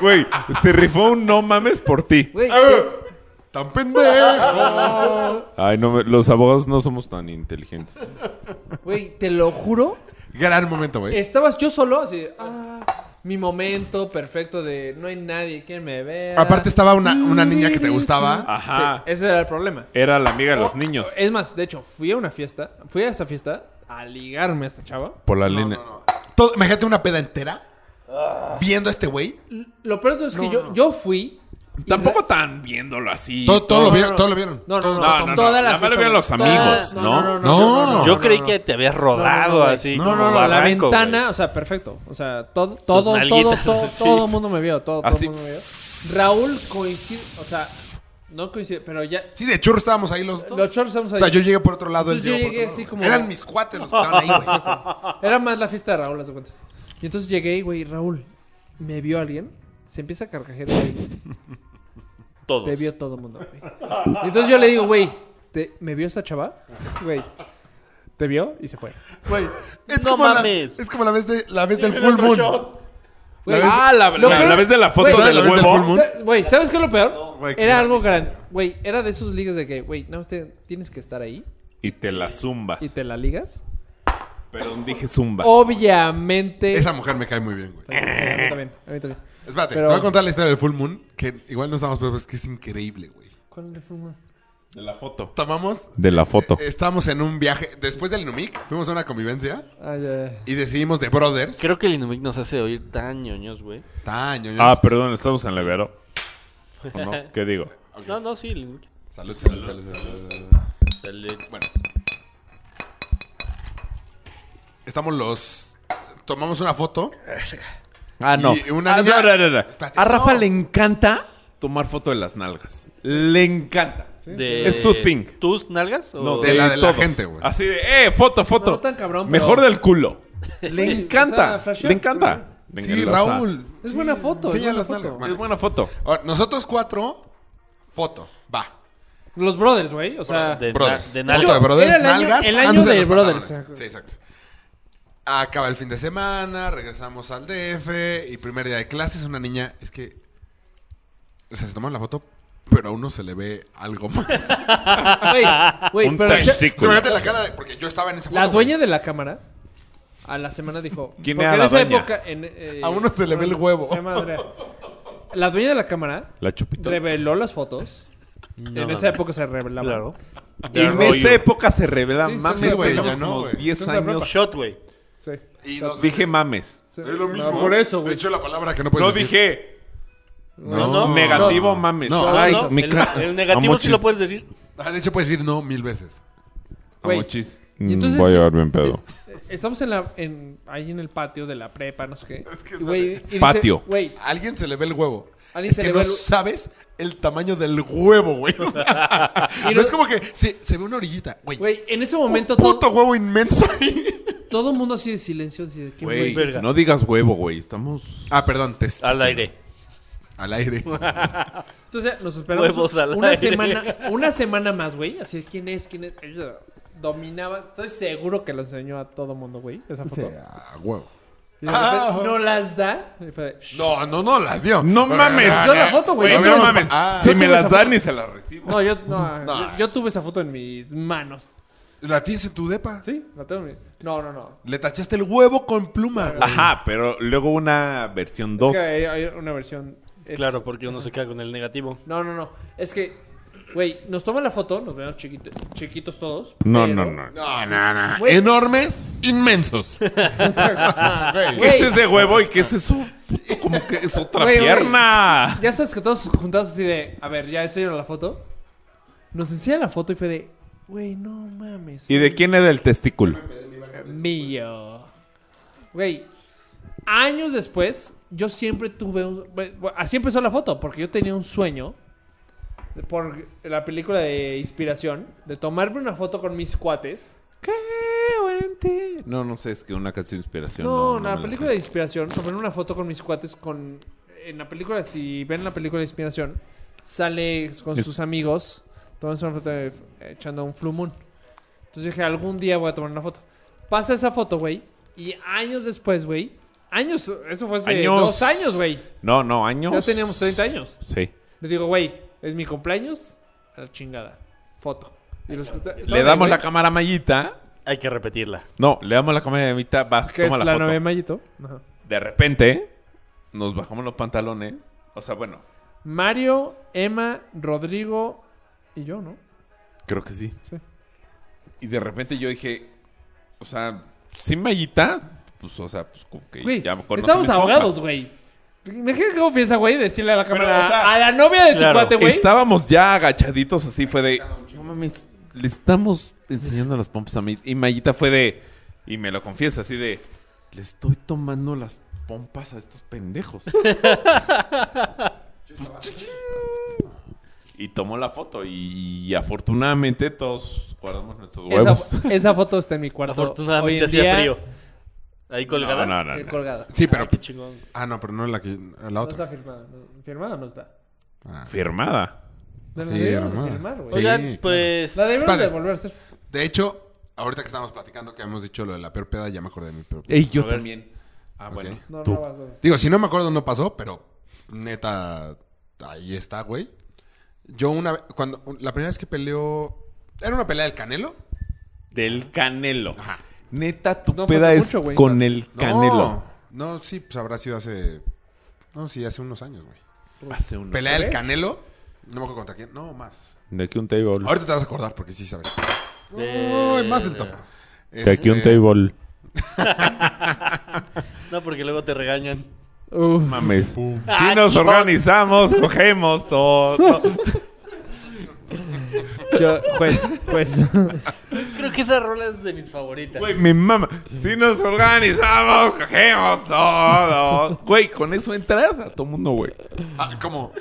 D: Güey, se rifó un no mames por ti.
C: Güey, oh,
E: Tan
C: <laughs>
E: pendejo.
D: Ay, no, me- los abogados no somos tan inteligentes.
C: güey, te lo juro.
E: Gran momento, güey.
C: Estabas yo solo, así. ah, mi momento perfecto de no hay nadie que me vea.
E: Aparte estaba una, una niña que te gustaba.
C: Sí,
D: Ajá.
C: ese era el problema.
D: Era la amiga de los niños.
C: Oh, Es más, de hecho, fui a una fiesta. Fui a esa fiesta a ligarme a esta chava.
D: Por la línea.
E: Todo- imagínate una peda entera viendo a este güey.
C: Lo peor de todo es que yo, yo fui. y
D: Tampoco tan viéndolo así.
E: Todo, todo
C: No,
E: lo
C: no,
E: vieron,
C: no.
E: todo lo vieron.
C: No, no,
E: Todo-
C: no.
E: todo-
D: no, no.
E: todo-
C: toda la
D: Nada más
C: fiesta.
D: lo vieron los
C: güey. Toda-
D: amigos, ¿no?
C: No, no,
E: No,
B: <laughs>
C: no,
B: Yo
C: no,
B: creí
C: no.
B: que te habías rodado
C: güey.
B: así.
C: No,
B: como
C: no, no, la
B: barranco,
C: ventana,
B: güey.
C: o sea, perfecto. O sea, todo, todo, todo,
D: <laughs>
B: nalguitas,
C: todo,
B: sí.
C: todo el mundo me vio, todo, todo
D: Así.
C: el mundo me vio. Raúl coincide, o sea, no coincide, pero ya,
E: Sí, de churro estábamos ahí los dos.
C: los shorts estamos
E: o sea,
C: ahí.
E: yo llegué por otro lado, él
C: Entonces, yo
E: llegó por
C: llegué
E: otro
C: así
E: lado.
C: como-
E: Eran mis cuates los que estaban ahí,
C: <laughs>
E: güey.
C: Era más la fiesta de Raúl, haz de cuenta. Y entonces llegué y, güey, Raúl, ¿me vio alguien? Se empieza a carcajear, güey.
B: Todo.
C: Te vio todo el mundo, güey. Y entonces yo le digo, güey, ¿te- ¿me vio esta chava? Güey, ¿te vio? Y se fue.
E: Güey, es,
B: No
E: como la,
B: mames.
E: es como la vez, de, la vez del full moon. La vez-
D: Ah, la,
C: Lo
D: la-
C: peor-
D: la vez de la foto
C: Güey,
D: del
E: la vez del full
D: huevo.
E: moon.
C: Sa- Güey, ¿sabes qué es lo peor?
E: güey, qué
C: era algo
E: gran
C: gran. Güey, era de esos ligas de que, güey, no, usted tienes que estar ahí
D: Y te la zumbas.
C: y te la ligas.
D: Perdón, dije zumbas.
C: Obviamente.
E: Esa mujer me cae muy bien, güey.
C: Sí, a mí también, a mí también.
E: Espérate,
C: Pero-
E: te voy a contar la historia del full moon, que igual no estamos, pero es que es increíble, güey.
C: ¿Cuál le fue uno?
D: De la foto.
E: Tomamos, eh,
D: De la foto.
E: estábamos en un viaje, después del Inumic, fuimos a una convivencia
C: Ay, eh, ay, ay.
E: y decidimos de Brothers.
B: Creo que el Inumic nos hace oír tan ñoños, güey.
E: Taño, <laughs>
D: Ah, perdón, estamos en Levero. ¿O no? ¿Qué digo?
B: No, no, sí, el Inumic.
E: Salud, salud, salud, salud, salud.
B: Salud.
E: Bueno. Estamos los. Tomamos una foto.
D: Ah, no.
E: Y una
D: Ah,
E: niña-
D: no, no, no, no.
E: Espérate,
D: A Rafa
E: no.
D: le encanta tomar foto de las nalgas. Le encanta.
B: De-
D: Es su thing.
B: ¿Tus nalgas? o-
D: No,
E: de la- de la gente, güey.
D: Así de, eh, foto, foto.
C: No, tan cabrón, pero-
D: Mejor del culo.
C: Sí,
D: Le
C: o sea,
D: encanta.
C: flashear,
D: le encanta. Le
E: Sí,
D: encanta.
E: Raúl.
C: Es buena foto, es
E: Sí, ya
C: buena
E: las
C: foto.
E: nalgas.
D: Es
E: Bueno,
D: buena foto.
E: ahora, nosotros cuatro, foto. Va.
C: Los brothers, güey. O sea,
B: De,
E: Brothers.
B: na- de
E: Foto
B: nalgas.
E: de brothers,
C: Era el año-
E: nalgas,
C: el
E: ah, no
C: año
E: sé,
C: de
E: los
C: brothers,
E: pantalones.
C: ajá.
E: Sí, exacto. Acaba el fin de semana, regresamos al DF y primer día de clases, una niña, es que, o sea, se toman la foto, pero a uno se le ve algo
D: <laughs>
E: más. O
C: güey, güey,
D: Un
C: pero la,
E: sea,
D: testículo.
E: fíjate la cara, de- porque yo estaba en esa foto.
C: la
E: güey.
C: dueña de la cámara a la semana dijo.
D: ¿Quién
C: porque
D: era
C: en
D: la
C: esa
D: dueña?
C: época, en, eh,
E: A uno se le ve el huevo.
C: se llama Andrea. La dueña de la cámara
D: La chupita.
C: reveló las fotos.
B: No,
C: en
B: no,
C: esa
B: no.
C: época se revelaba.
B: Claro.
D: en esa época se revela
C: Sí, sí,
D: mames.
E: sí, güey,
D: teníamos
E: ya no,
D: como
E: güey.
D: 10
C: Entonces,
D: años.
B: Shot, güey.
C: Sí.
E: Y dos
D: Dije
E: veces.
D: mames.
C: sí.
E: Es lo mismo.
C: No, por eso,
E: De
C: güey.
E: hecho, la palabra que no puedes
D: No
E: decir.
D: dije
E: No,
B: No, no.
D: negativo mames. Ah,
E: No,
B: No,
D: Ay,
B: no,
D: me
B: el,
D: ca-
B: el negativo sí
D: Amochis.
B: lo puedes decir.
E: Ah, De hecho, puedes decir no mil veces.
C: Güey.
D: Amochis.
C: Y entonces-
D: Mm, Voy a llevarme en pedo.
C: Eh, Estamos en la, en, ahí en el patio de la prepa, no sé qué.
E: que-
C: Y, güey, y dice,
D: Patio.
C: Güey,
E: A alguien se le ve el huevo.
C: A alguien
E: Es
C: se
E: que
C: le
E: no
C: ve el-
E: sabes el tamaño del huevo, güey. O sea,
C: <laughs> Y
E: no
C: no-
E: es como que se, se ve una orillita, güey.
C: güey, en ese momento
E: un puto
C: todo,
E: huevo inmenso ahí. <laughs>
C: todo el mundo así de silencio. Así de, ¿quién fue?
D: Güey,
B: verga.
D: no digas huevo, güey. Estamos.
E: Ah, perdón, te
B: Al aire.
E: al
C: <laughs>
E: aire.
C: Entonces nos esperamos
B: Huevos al
C: una
B: aire.
C: semana, una semana más, güey. Así de, quién es, quién es. Ella Dominaba, estoy seguro que lo enseñó a todo mundo, güey, esa foto.
E: Ah, huevo. Ah,
C: Y de repente
D: Ah.
C: no las da. Y fue de, "Shh".
E: No, no, no, las dio.
D: No mames.
C: dio la foto, güey.
D: ah, Güey,
E: No,
D: no
E: no,
D: mames.
E: ah.
D: Si
C: Yo
D: me
C: tuve
D: las
C: esa
D: dan y se las recibo.
C: No, yo, no,
E: No.
C: yo, yo tuve esa foto en mis manos.
E: La tienes en tu depa.
C: ¿Sí? La tengo en mi- No, no, no.
E: Le tachaste el huevo con pluma.
D: Ajá, pero luego una versión
C: Es
D: 2.
C: que hay, hay una versión. es-
B: Claro, porque uno se queda con el negativo.
C: No, no, no. Es que, güey, nos toman la foto, nos vemos chiquito- chiquitos todos.
D: No,
C: pero-
D: no, no.
E: No, no, no.
C: Güey.
E: Enormes,
C: <laughs>
E: inmensos.
D: ¿Qué es
C: Güey.
D: ese huevo y qué es eso? Puto, Como que es otra
C: Güey, güey. <laughs>
D: pierna.
C: Ya sabes que todos juntados así de, a ver, ya enseñaron la foto. Nos enseñan la foto y fue de, güey, no mames.
D: ¿Y de quién era el testículo?
C: Mío. Güey, años después, yo siempre tuve un... bueno, así empezó la foto, porque yo tenía un sueño de- por la película de inspiración, de tomarme una foto con mis cuates.
D: Creo en ti. No, no sé, es que una canción de inspiración.
C: No,
D: No,
C: en la película de inspiración, tomarme una foto con mis cuates con... En la película, si ven la película de inspiración, sale con
D: Es-
C: sus amigos, tomándose una foto eh, echando un flumón. Entonces dije, algún día voy a tomar una foto. Pasa esa foto, güey, y años después, güey, años, eso fue hace
D: Años.
C: dos años, güey.
D: No, no, años.
C: Ya teníamos 30 años.
D: Sí.
C: Le digo, güey, es mi cumpleaños, a la chingada, foto. Y los-
D: Le damos la cámara a Mayita.
B: Hay que repetirla.
D: No, le damos la cámara a Mayita. Vas,
C: Que es
D: toma
C: la,
D: la foto.
C: 9 de Mayito. Ajá.
D: De repente, nos bajamos los pantalones. O sea, bueno,
C: Mario, Emma, Rodrigo y yo, ¿no?
D: creo que sí.
C: Sí.
D: Y de repente yo dije, o sea, sin Mayita, pues, o sea, pues como que
C: Güey,
D: ya me conoce
C: estamos
D: mis
C: ahogados,
D: compas.
C: güey. Imagínate qué confianza, güey, decirle a la cámara
D: o sea,
C: a la novia de tu
B: claro.
C: cuate, este güey.
D: Estábamos ya agachaditos así, fue de... No mames, le estamos enseñando las pompas a mí. Y Mayita fue de... Y me lo confiesa, así de... Le estoy tomando las pompas a estos
C: <laughs>
D: pendejos. y tomó la foto y afortunadamente todos guardamos nuestros huevos.
C: Esa, esa foto está en mi cuarto. Hoy
B: Afortunadamente
C: en
B: hacía
C: día,
B: frío. Ahí colgada.
D: No, no, no,
C: eh,
D: no.
C: colgada.
E: Sí, pero.
B: Ay, qué chingón.
E: Ah, no, pero no la que. La
C: No está
E: otra.
C: firmada. no- ¿Firmada o no está?
E: Ah.
D: Firmada.
C: La
E: Sí,
C: debemos
E: firmada.
C: de firmar, güey.
E: Sí,
B: Oigan, pues.
C: La debemos
E: Espérate.
C: de volver a hacer.
E: De hecho, ahorita que estábamos platicando que habíamos dicho lo de la peor peda, ya me acordé de mi peor peda.
D: Ey, yo
B: A ver.
D: también. Ah,
E: Ok.
D: bueno.
C: No,
D: tú.
C: no vas, güey.
E: Digo, si no me acuerdo, no pasó, pero neta, ahí está, güey. Yo una vez, cuando, la primera vez que peleó, era una pelea del Canelo.
D: Del canelo.
E: Ajá.
D: Neta, tu
C: No, pues,
D: peda
C: hace
D: es
C: mucho, güey.
D: con el
E: No,
D: canelo.
E: No, sí, pues habrá sido hace, no, sí, hace unos años, güey.
D: Hace unos-
E: Pelea del
C: ¿Tres?
E: Canelo, no me acuerdo contra quién, no, más.
D: De aquí un table.
E: Ahorita te vas a acordar porque sí sabes.
B: De-
E: Uy, más del top. Este,
D: De aquí un table.
B: No, porque luego te regañan.
C: Uf.
D: Mames.
E: Pum. <laughs>
D: Si nos organizamos, cogemos todo.
F: Yo,
E: pues,
F: juez,
B: <laughs>
F: juez.
B: Creo que esa rola es de mis favoritas.
D: Güey, mi mamá. Si nos organizamos, cogemos todos. Güey, con eso entras a todo mundo, güey.
E: Ah, ¿Cómo?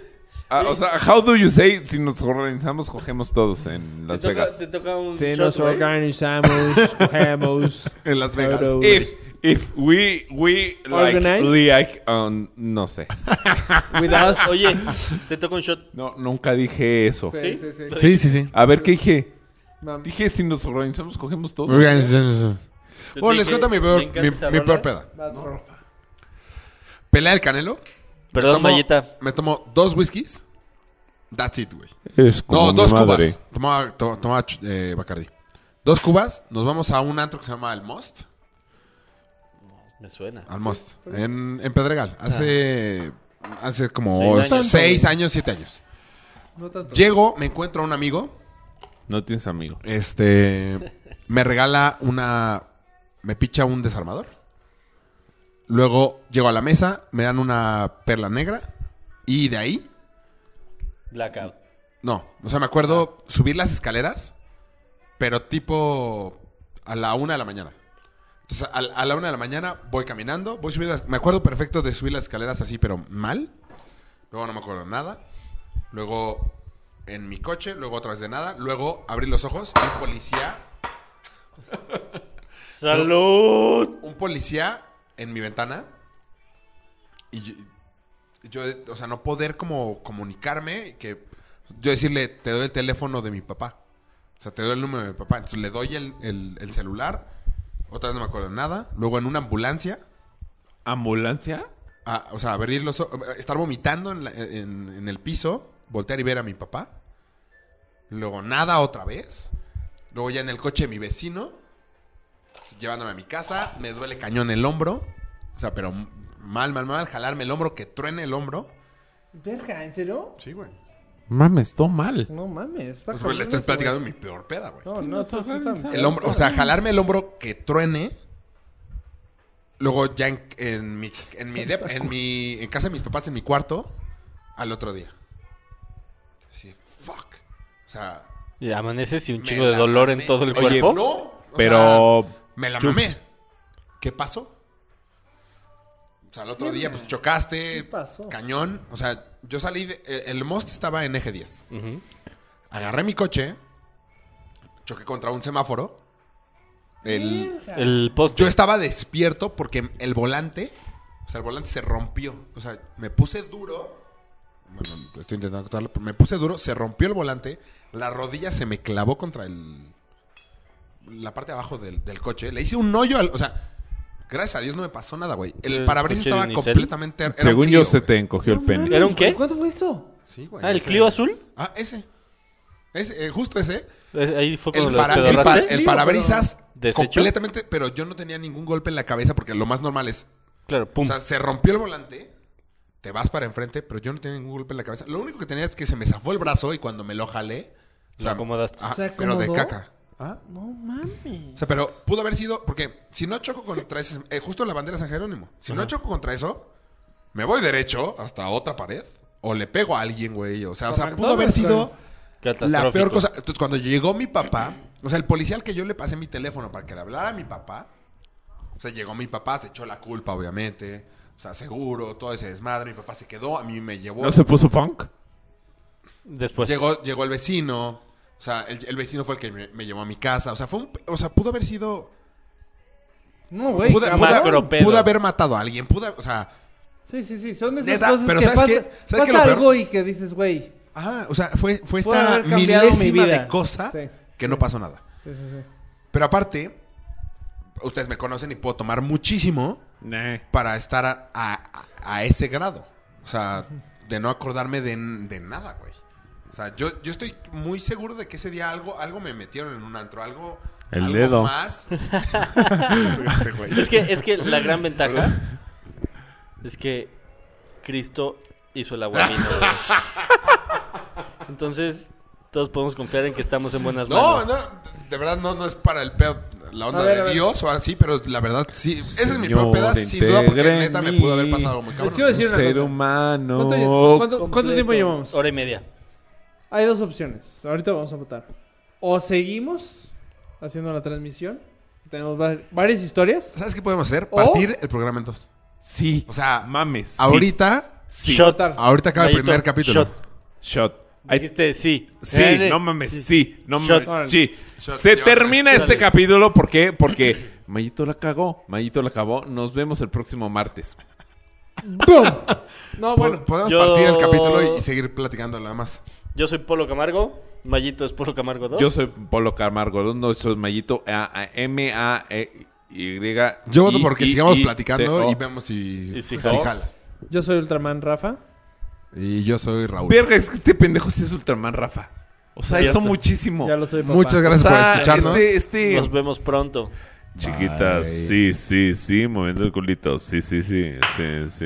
D: Ah, o sea, how do you say si nos organizamos, cogemos todos en
B: Te
D: Las
B: toca-
D: Vegas?
B: Te toca un
F: Si
B: shot,
F: nos
B: güey.
F: organizamos, cogemos.
E: En Las Vegas.
F: Pero-
D: If, if we, we, like,
F: Organize?
D: like, um, no sé.
F: With us.
B: Oye, <laughs> te toca un shot.
D: No, nunca dije eso.
C: Sí, sí, sí.
E: Sí, sí, sí.
D: A ver, ¿qué dije?
C: Mam.
D: Dije, si nos organizamos, cogemos todos.
E: Bueno,
B: Yo te
E: les
B: dije,
E: cuento mi
B: me
E: peor,
B: encanta
E: mi,
B: esa
E: mi
B: rola.
E: peor peda.
C: Vas, Rorro.
E: Pelea del Canelo. me
B: Perdón,
E: tomo-
B: Mayita.
E: Me tomo dos whiskies. That's it, güey.
D: Es
E: No,
D: mi
E: dos
D: madre.
E: cubas. Tomaba, to- tomaba ch- eh, Bacardi. Dos cubas. Nos vamos a un antro que se llama El Most.
B: Me suena.
E: Al Most. En, en Pedregal. Hace, hace
B: Seis
E: como
B: años.
E: seis años, siete años.
C: No tanto.
E: Llego, me encuentro a un amigo.
D: No tienes amigo.
E: Este. Me regala una. Me picha un desarmador. Luego llego a la mesa, me dan una perla negra. Y de ahí.
B: Blackout.
E: No, o sea, me acuerdo subir las escaleras, pero tipo a la una de la mañana. Entonces, a, la- a la una de la mañana voy caminando, voy subiendo. las- me acuerdo perfecto de subir las escaleras así, pero mal. Luego no me acuerdo nada. Luego en mi coche, luego otra vez de nada. Luego abrí los ojos y un policía,
B: ¡Salud!
E: un policía en mi ventana. Y yo, yo, o sea, no poder como comunicarme, que yo decirle, te doy el teléfono de mi papá. O sea, te doy el número de mi papá. Entonces le doy el, el- el celular. Otra vez no me acuerdo de nada. Luego en una ambulancia.
D: ¿Ambulancia?
E: a- o sea, abrir los o- Estar vomitando en, la- en- en el piso. Voltear y ver a mi papá. Luego nada otra vez. Luego ya en el coche de mi vecino. Llevándome a mi casa. Me duele cañón el hombro. O sea, pero m- mal, mal, mal. Jalarme el hombro. Que truene el hombro.
C: Verga, ¿en serio?
E: Sí, güey.
D: Mames, todo mal.
C: No mames. Está
E: Pues, güey, le
C: cabrón
E: estoy
C: eso,
E: platicando mi peor peda, güey.
C: güey. No, no,
D: está
C: tú sí
D: bien,
C: está-
D: sabe.
E: El hombro, o sea, jalarme el hombro que truene. Luego ya en, en mi, en mi, dep- en mi- en casa de mis papás, en mi cuarto, al otro día. Así, fuck. O sea,
B: Y amaneces y un
E: Me
B: chingo de
E: la
B: dolor en
E: mamé.
B: todo el
D: Oye,
B: cuerpo.
E: no. o
D: Pero-
E: sea, me la
D: Chups.
E: mamé. ¿Qué pasó? O sea, al otro día, pues chocaste.
C: ¿Qué pasó?
E: Cañón. O sea, yo salí. de- el, el most estaba en eje 10.
B: Ujú.
E: Agarré mi coche, choqué contra un semáforo. El.
C: Verga.
B: El post.
E: Yo estaba despierto porque el volante, o sea, el volante se rompió. O sea, me puse duro. Bueno, estoy intentando contarlo, pero me puse duro, se rompió el volante, la rodilla se me clavó contra el la parte de abajo del, del coche. Le hice un hoyo al, o sea, gracias a Dios no me pasó nada, güey. El
B: ¿El
E: parabrisas
B: coche de
E: estaba
B: Unicel?
E: completamente era un
D: Según
E: Clio,
D: yo, se
E: güey.
D: te encogió el pene.
B: ¿Era un qué?
C: ¿Cuánto fue esto?
E: Sí, güey,
B: Ah, el
E: ese-
B: Clio azul.
E: Ah, ese. Ese, eh, justo ese.
B: Es- Ahí fue cuando
E: El,
B: lo
E: para-
B: te
E: el
B: agarraste.
E: pa-
C: Clio,
E: el parabrisas
B: pero-
E: completamente, pero yo no tenía ningún golpe en la cabeza porque lo más normal es
B: Claro, pum.
E: O sea, se rompió el volante, te vas para enfrente, pero yo no tenía ningún golpe en la cabeza. Lo único que tenía es que se me zafó el brazo y cuando me lo jalé,
B: Lo acomodaste.
E: ajá,
C: ¿Se
E: pero de
C: acomodó?
E: caca. Ah,
C: No mames.
E: O sea, pero pudo haber sido, porque si no choco contra ese, eh, justo la bandera San Jerónimo, si no choco contra eso, me voy derecho hasta otra pared o le pego a alguien, güey. O sea, o sea pudo haber
C: McDonald's,
E: sido
B: Catastrófico.
E: la peor cosa. Entonces, cuando llegó mi papá, o sea, el policía al que yo le pasé mi teléfono para que le hablara a mi papá, o sea, llegó mi papá, se echó la culpa, obviamente. O sea, seguro, todo ese desmadre. Mi papá se quedó, a mí me llevó.
D: ¿No se puso punk?
B: Después.
E: llegó, llegó el vecino. O sea, el, el vecino fue el que me, me llevó a mi casa. O sea, fue un, o sea, pudo haber sido.
C: No, güey.
E: pudo,
C: cabrón.
E: pudo-
B: Macro pedo.
E: pudo haber matado a alguien. Pudo, o sea,
C: Sí, sí, sí. Son de esas
E: Neta,
C: cosas
E: pero
C: que
E: ¿sabes
C: pasa,
E: qué? ¿Sabes qué
C: pasa
E: lo peor?
C: algo y que dices, güey.
E: ajá, o sea, fue, fue
C: Pudo
E: esta
C: haber cambiado mi
E: milésima
C: vida.
E: de cosa
C: Sí.
E: que no pasó nada.
C: Sí, sí, sí.
E: Pero aparte, ustedes me conocen y puedo tomar muchísimo.
D: Nah.
E: para estar a, a- a ese grado. O sea, de no acordarme de, n- de nada, güey. O sea, yo, yo estoy muy seguro de que ese día algo, algo me metieron en un antro, algo,
D: El
E: algo
D: dedo. <laughs>
E: más.
B: Es que, es que la gran ventaja es que Cristo hizo el aguamino. güey. Entonces, todos podemos confiar en que estamos en buenas
E: No,
B: manos.
E: no, de verdad no, no es para el pedo, la onda
C: A ver, a
E: de
C: ver.
E: Dios o así, pero la verdad sí, ese es mi
D: Señor,
E: peor pedazo, sin duda, porque
D: integra en
E: neta me
D: mí.
E: pudo haber pasado algo muy
C: Les iba a
E: cabrón.
C: decir una
D: Ser
C: cosa.
D: humano.
C: ¿Cuánto, cuánto- cuánto
F: completo.
C: tiempo llevamos?
B: Hora y media.
C: Hay dos opciones. Ahorita vamos a votar. o seguimos haciendo la transmisión. Tenemos va- varias historias.
E: ¿Sabes qué podemos hacer?
C: O-
E: Partir el programa en dos.
D: Sí.
E: O sea,
D: mames. sí.
E: ahorita,
B: Shot.
C: Total.
E: ahorita acaba el
B: Rayito,
E: primer capítulo.
B: shot.
D: Shot. Ahí-
B: Dijiste sí.
D: Sí,
B: Dale.
D: no mames, sí, no
B: Shot.
D: mames, sí.
E: Shot,
D: Se
E: shot,
D: termina
E: shot.
D: este capítulo, ¿por qué? Porque Mayito la cagó, Mayito la acabó. Nos vemos el próximo martes.
C: ¡Bum! No,
E: Po-
C: bueno.
E: podemos
B: yo-
E: partir el capítulo y, y seguir platicando nada más.
B: Yo soy Polo Camargo. Mayito es Polo Camargo 2.
D: Yo soy Polo Camargo, no soy Mayito, A- A- M A E Y. oh.
E: Yo voto
D: I-
E: porque
D: I-
E: sigamos
D: I- T-
E: platicando
D: O.
E: y vemos si,
B: Y si
E: si
B: jala.
E: jala.
C: Yo soy Ultraman Rafa.
E: Y yo soy Raúl.
D: Verga, es que este pendejo sí es Ultraman Rafa. O sea,
B: Ya
D: eso
B: sé.
D: muchísimo.
C: Ya lo soy, papá.
E: Muchas
D: O
E: gracias
D: sea,
E: por escucharnos.
D: Este, este-
B: Nos vemos pronto.
G: Chiquita,
E: Bye.
G: sí, sí, sí, moviendo el culito. Sí, sí, sí, sí, sí.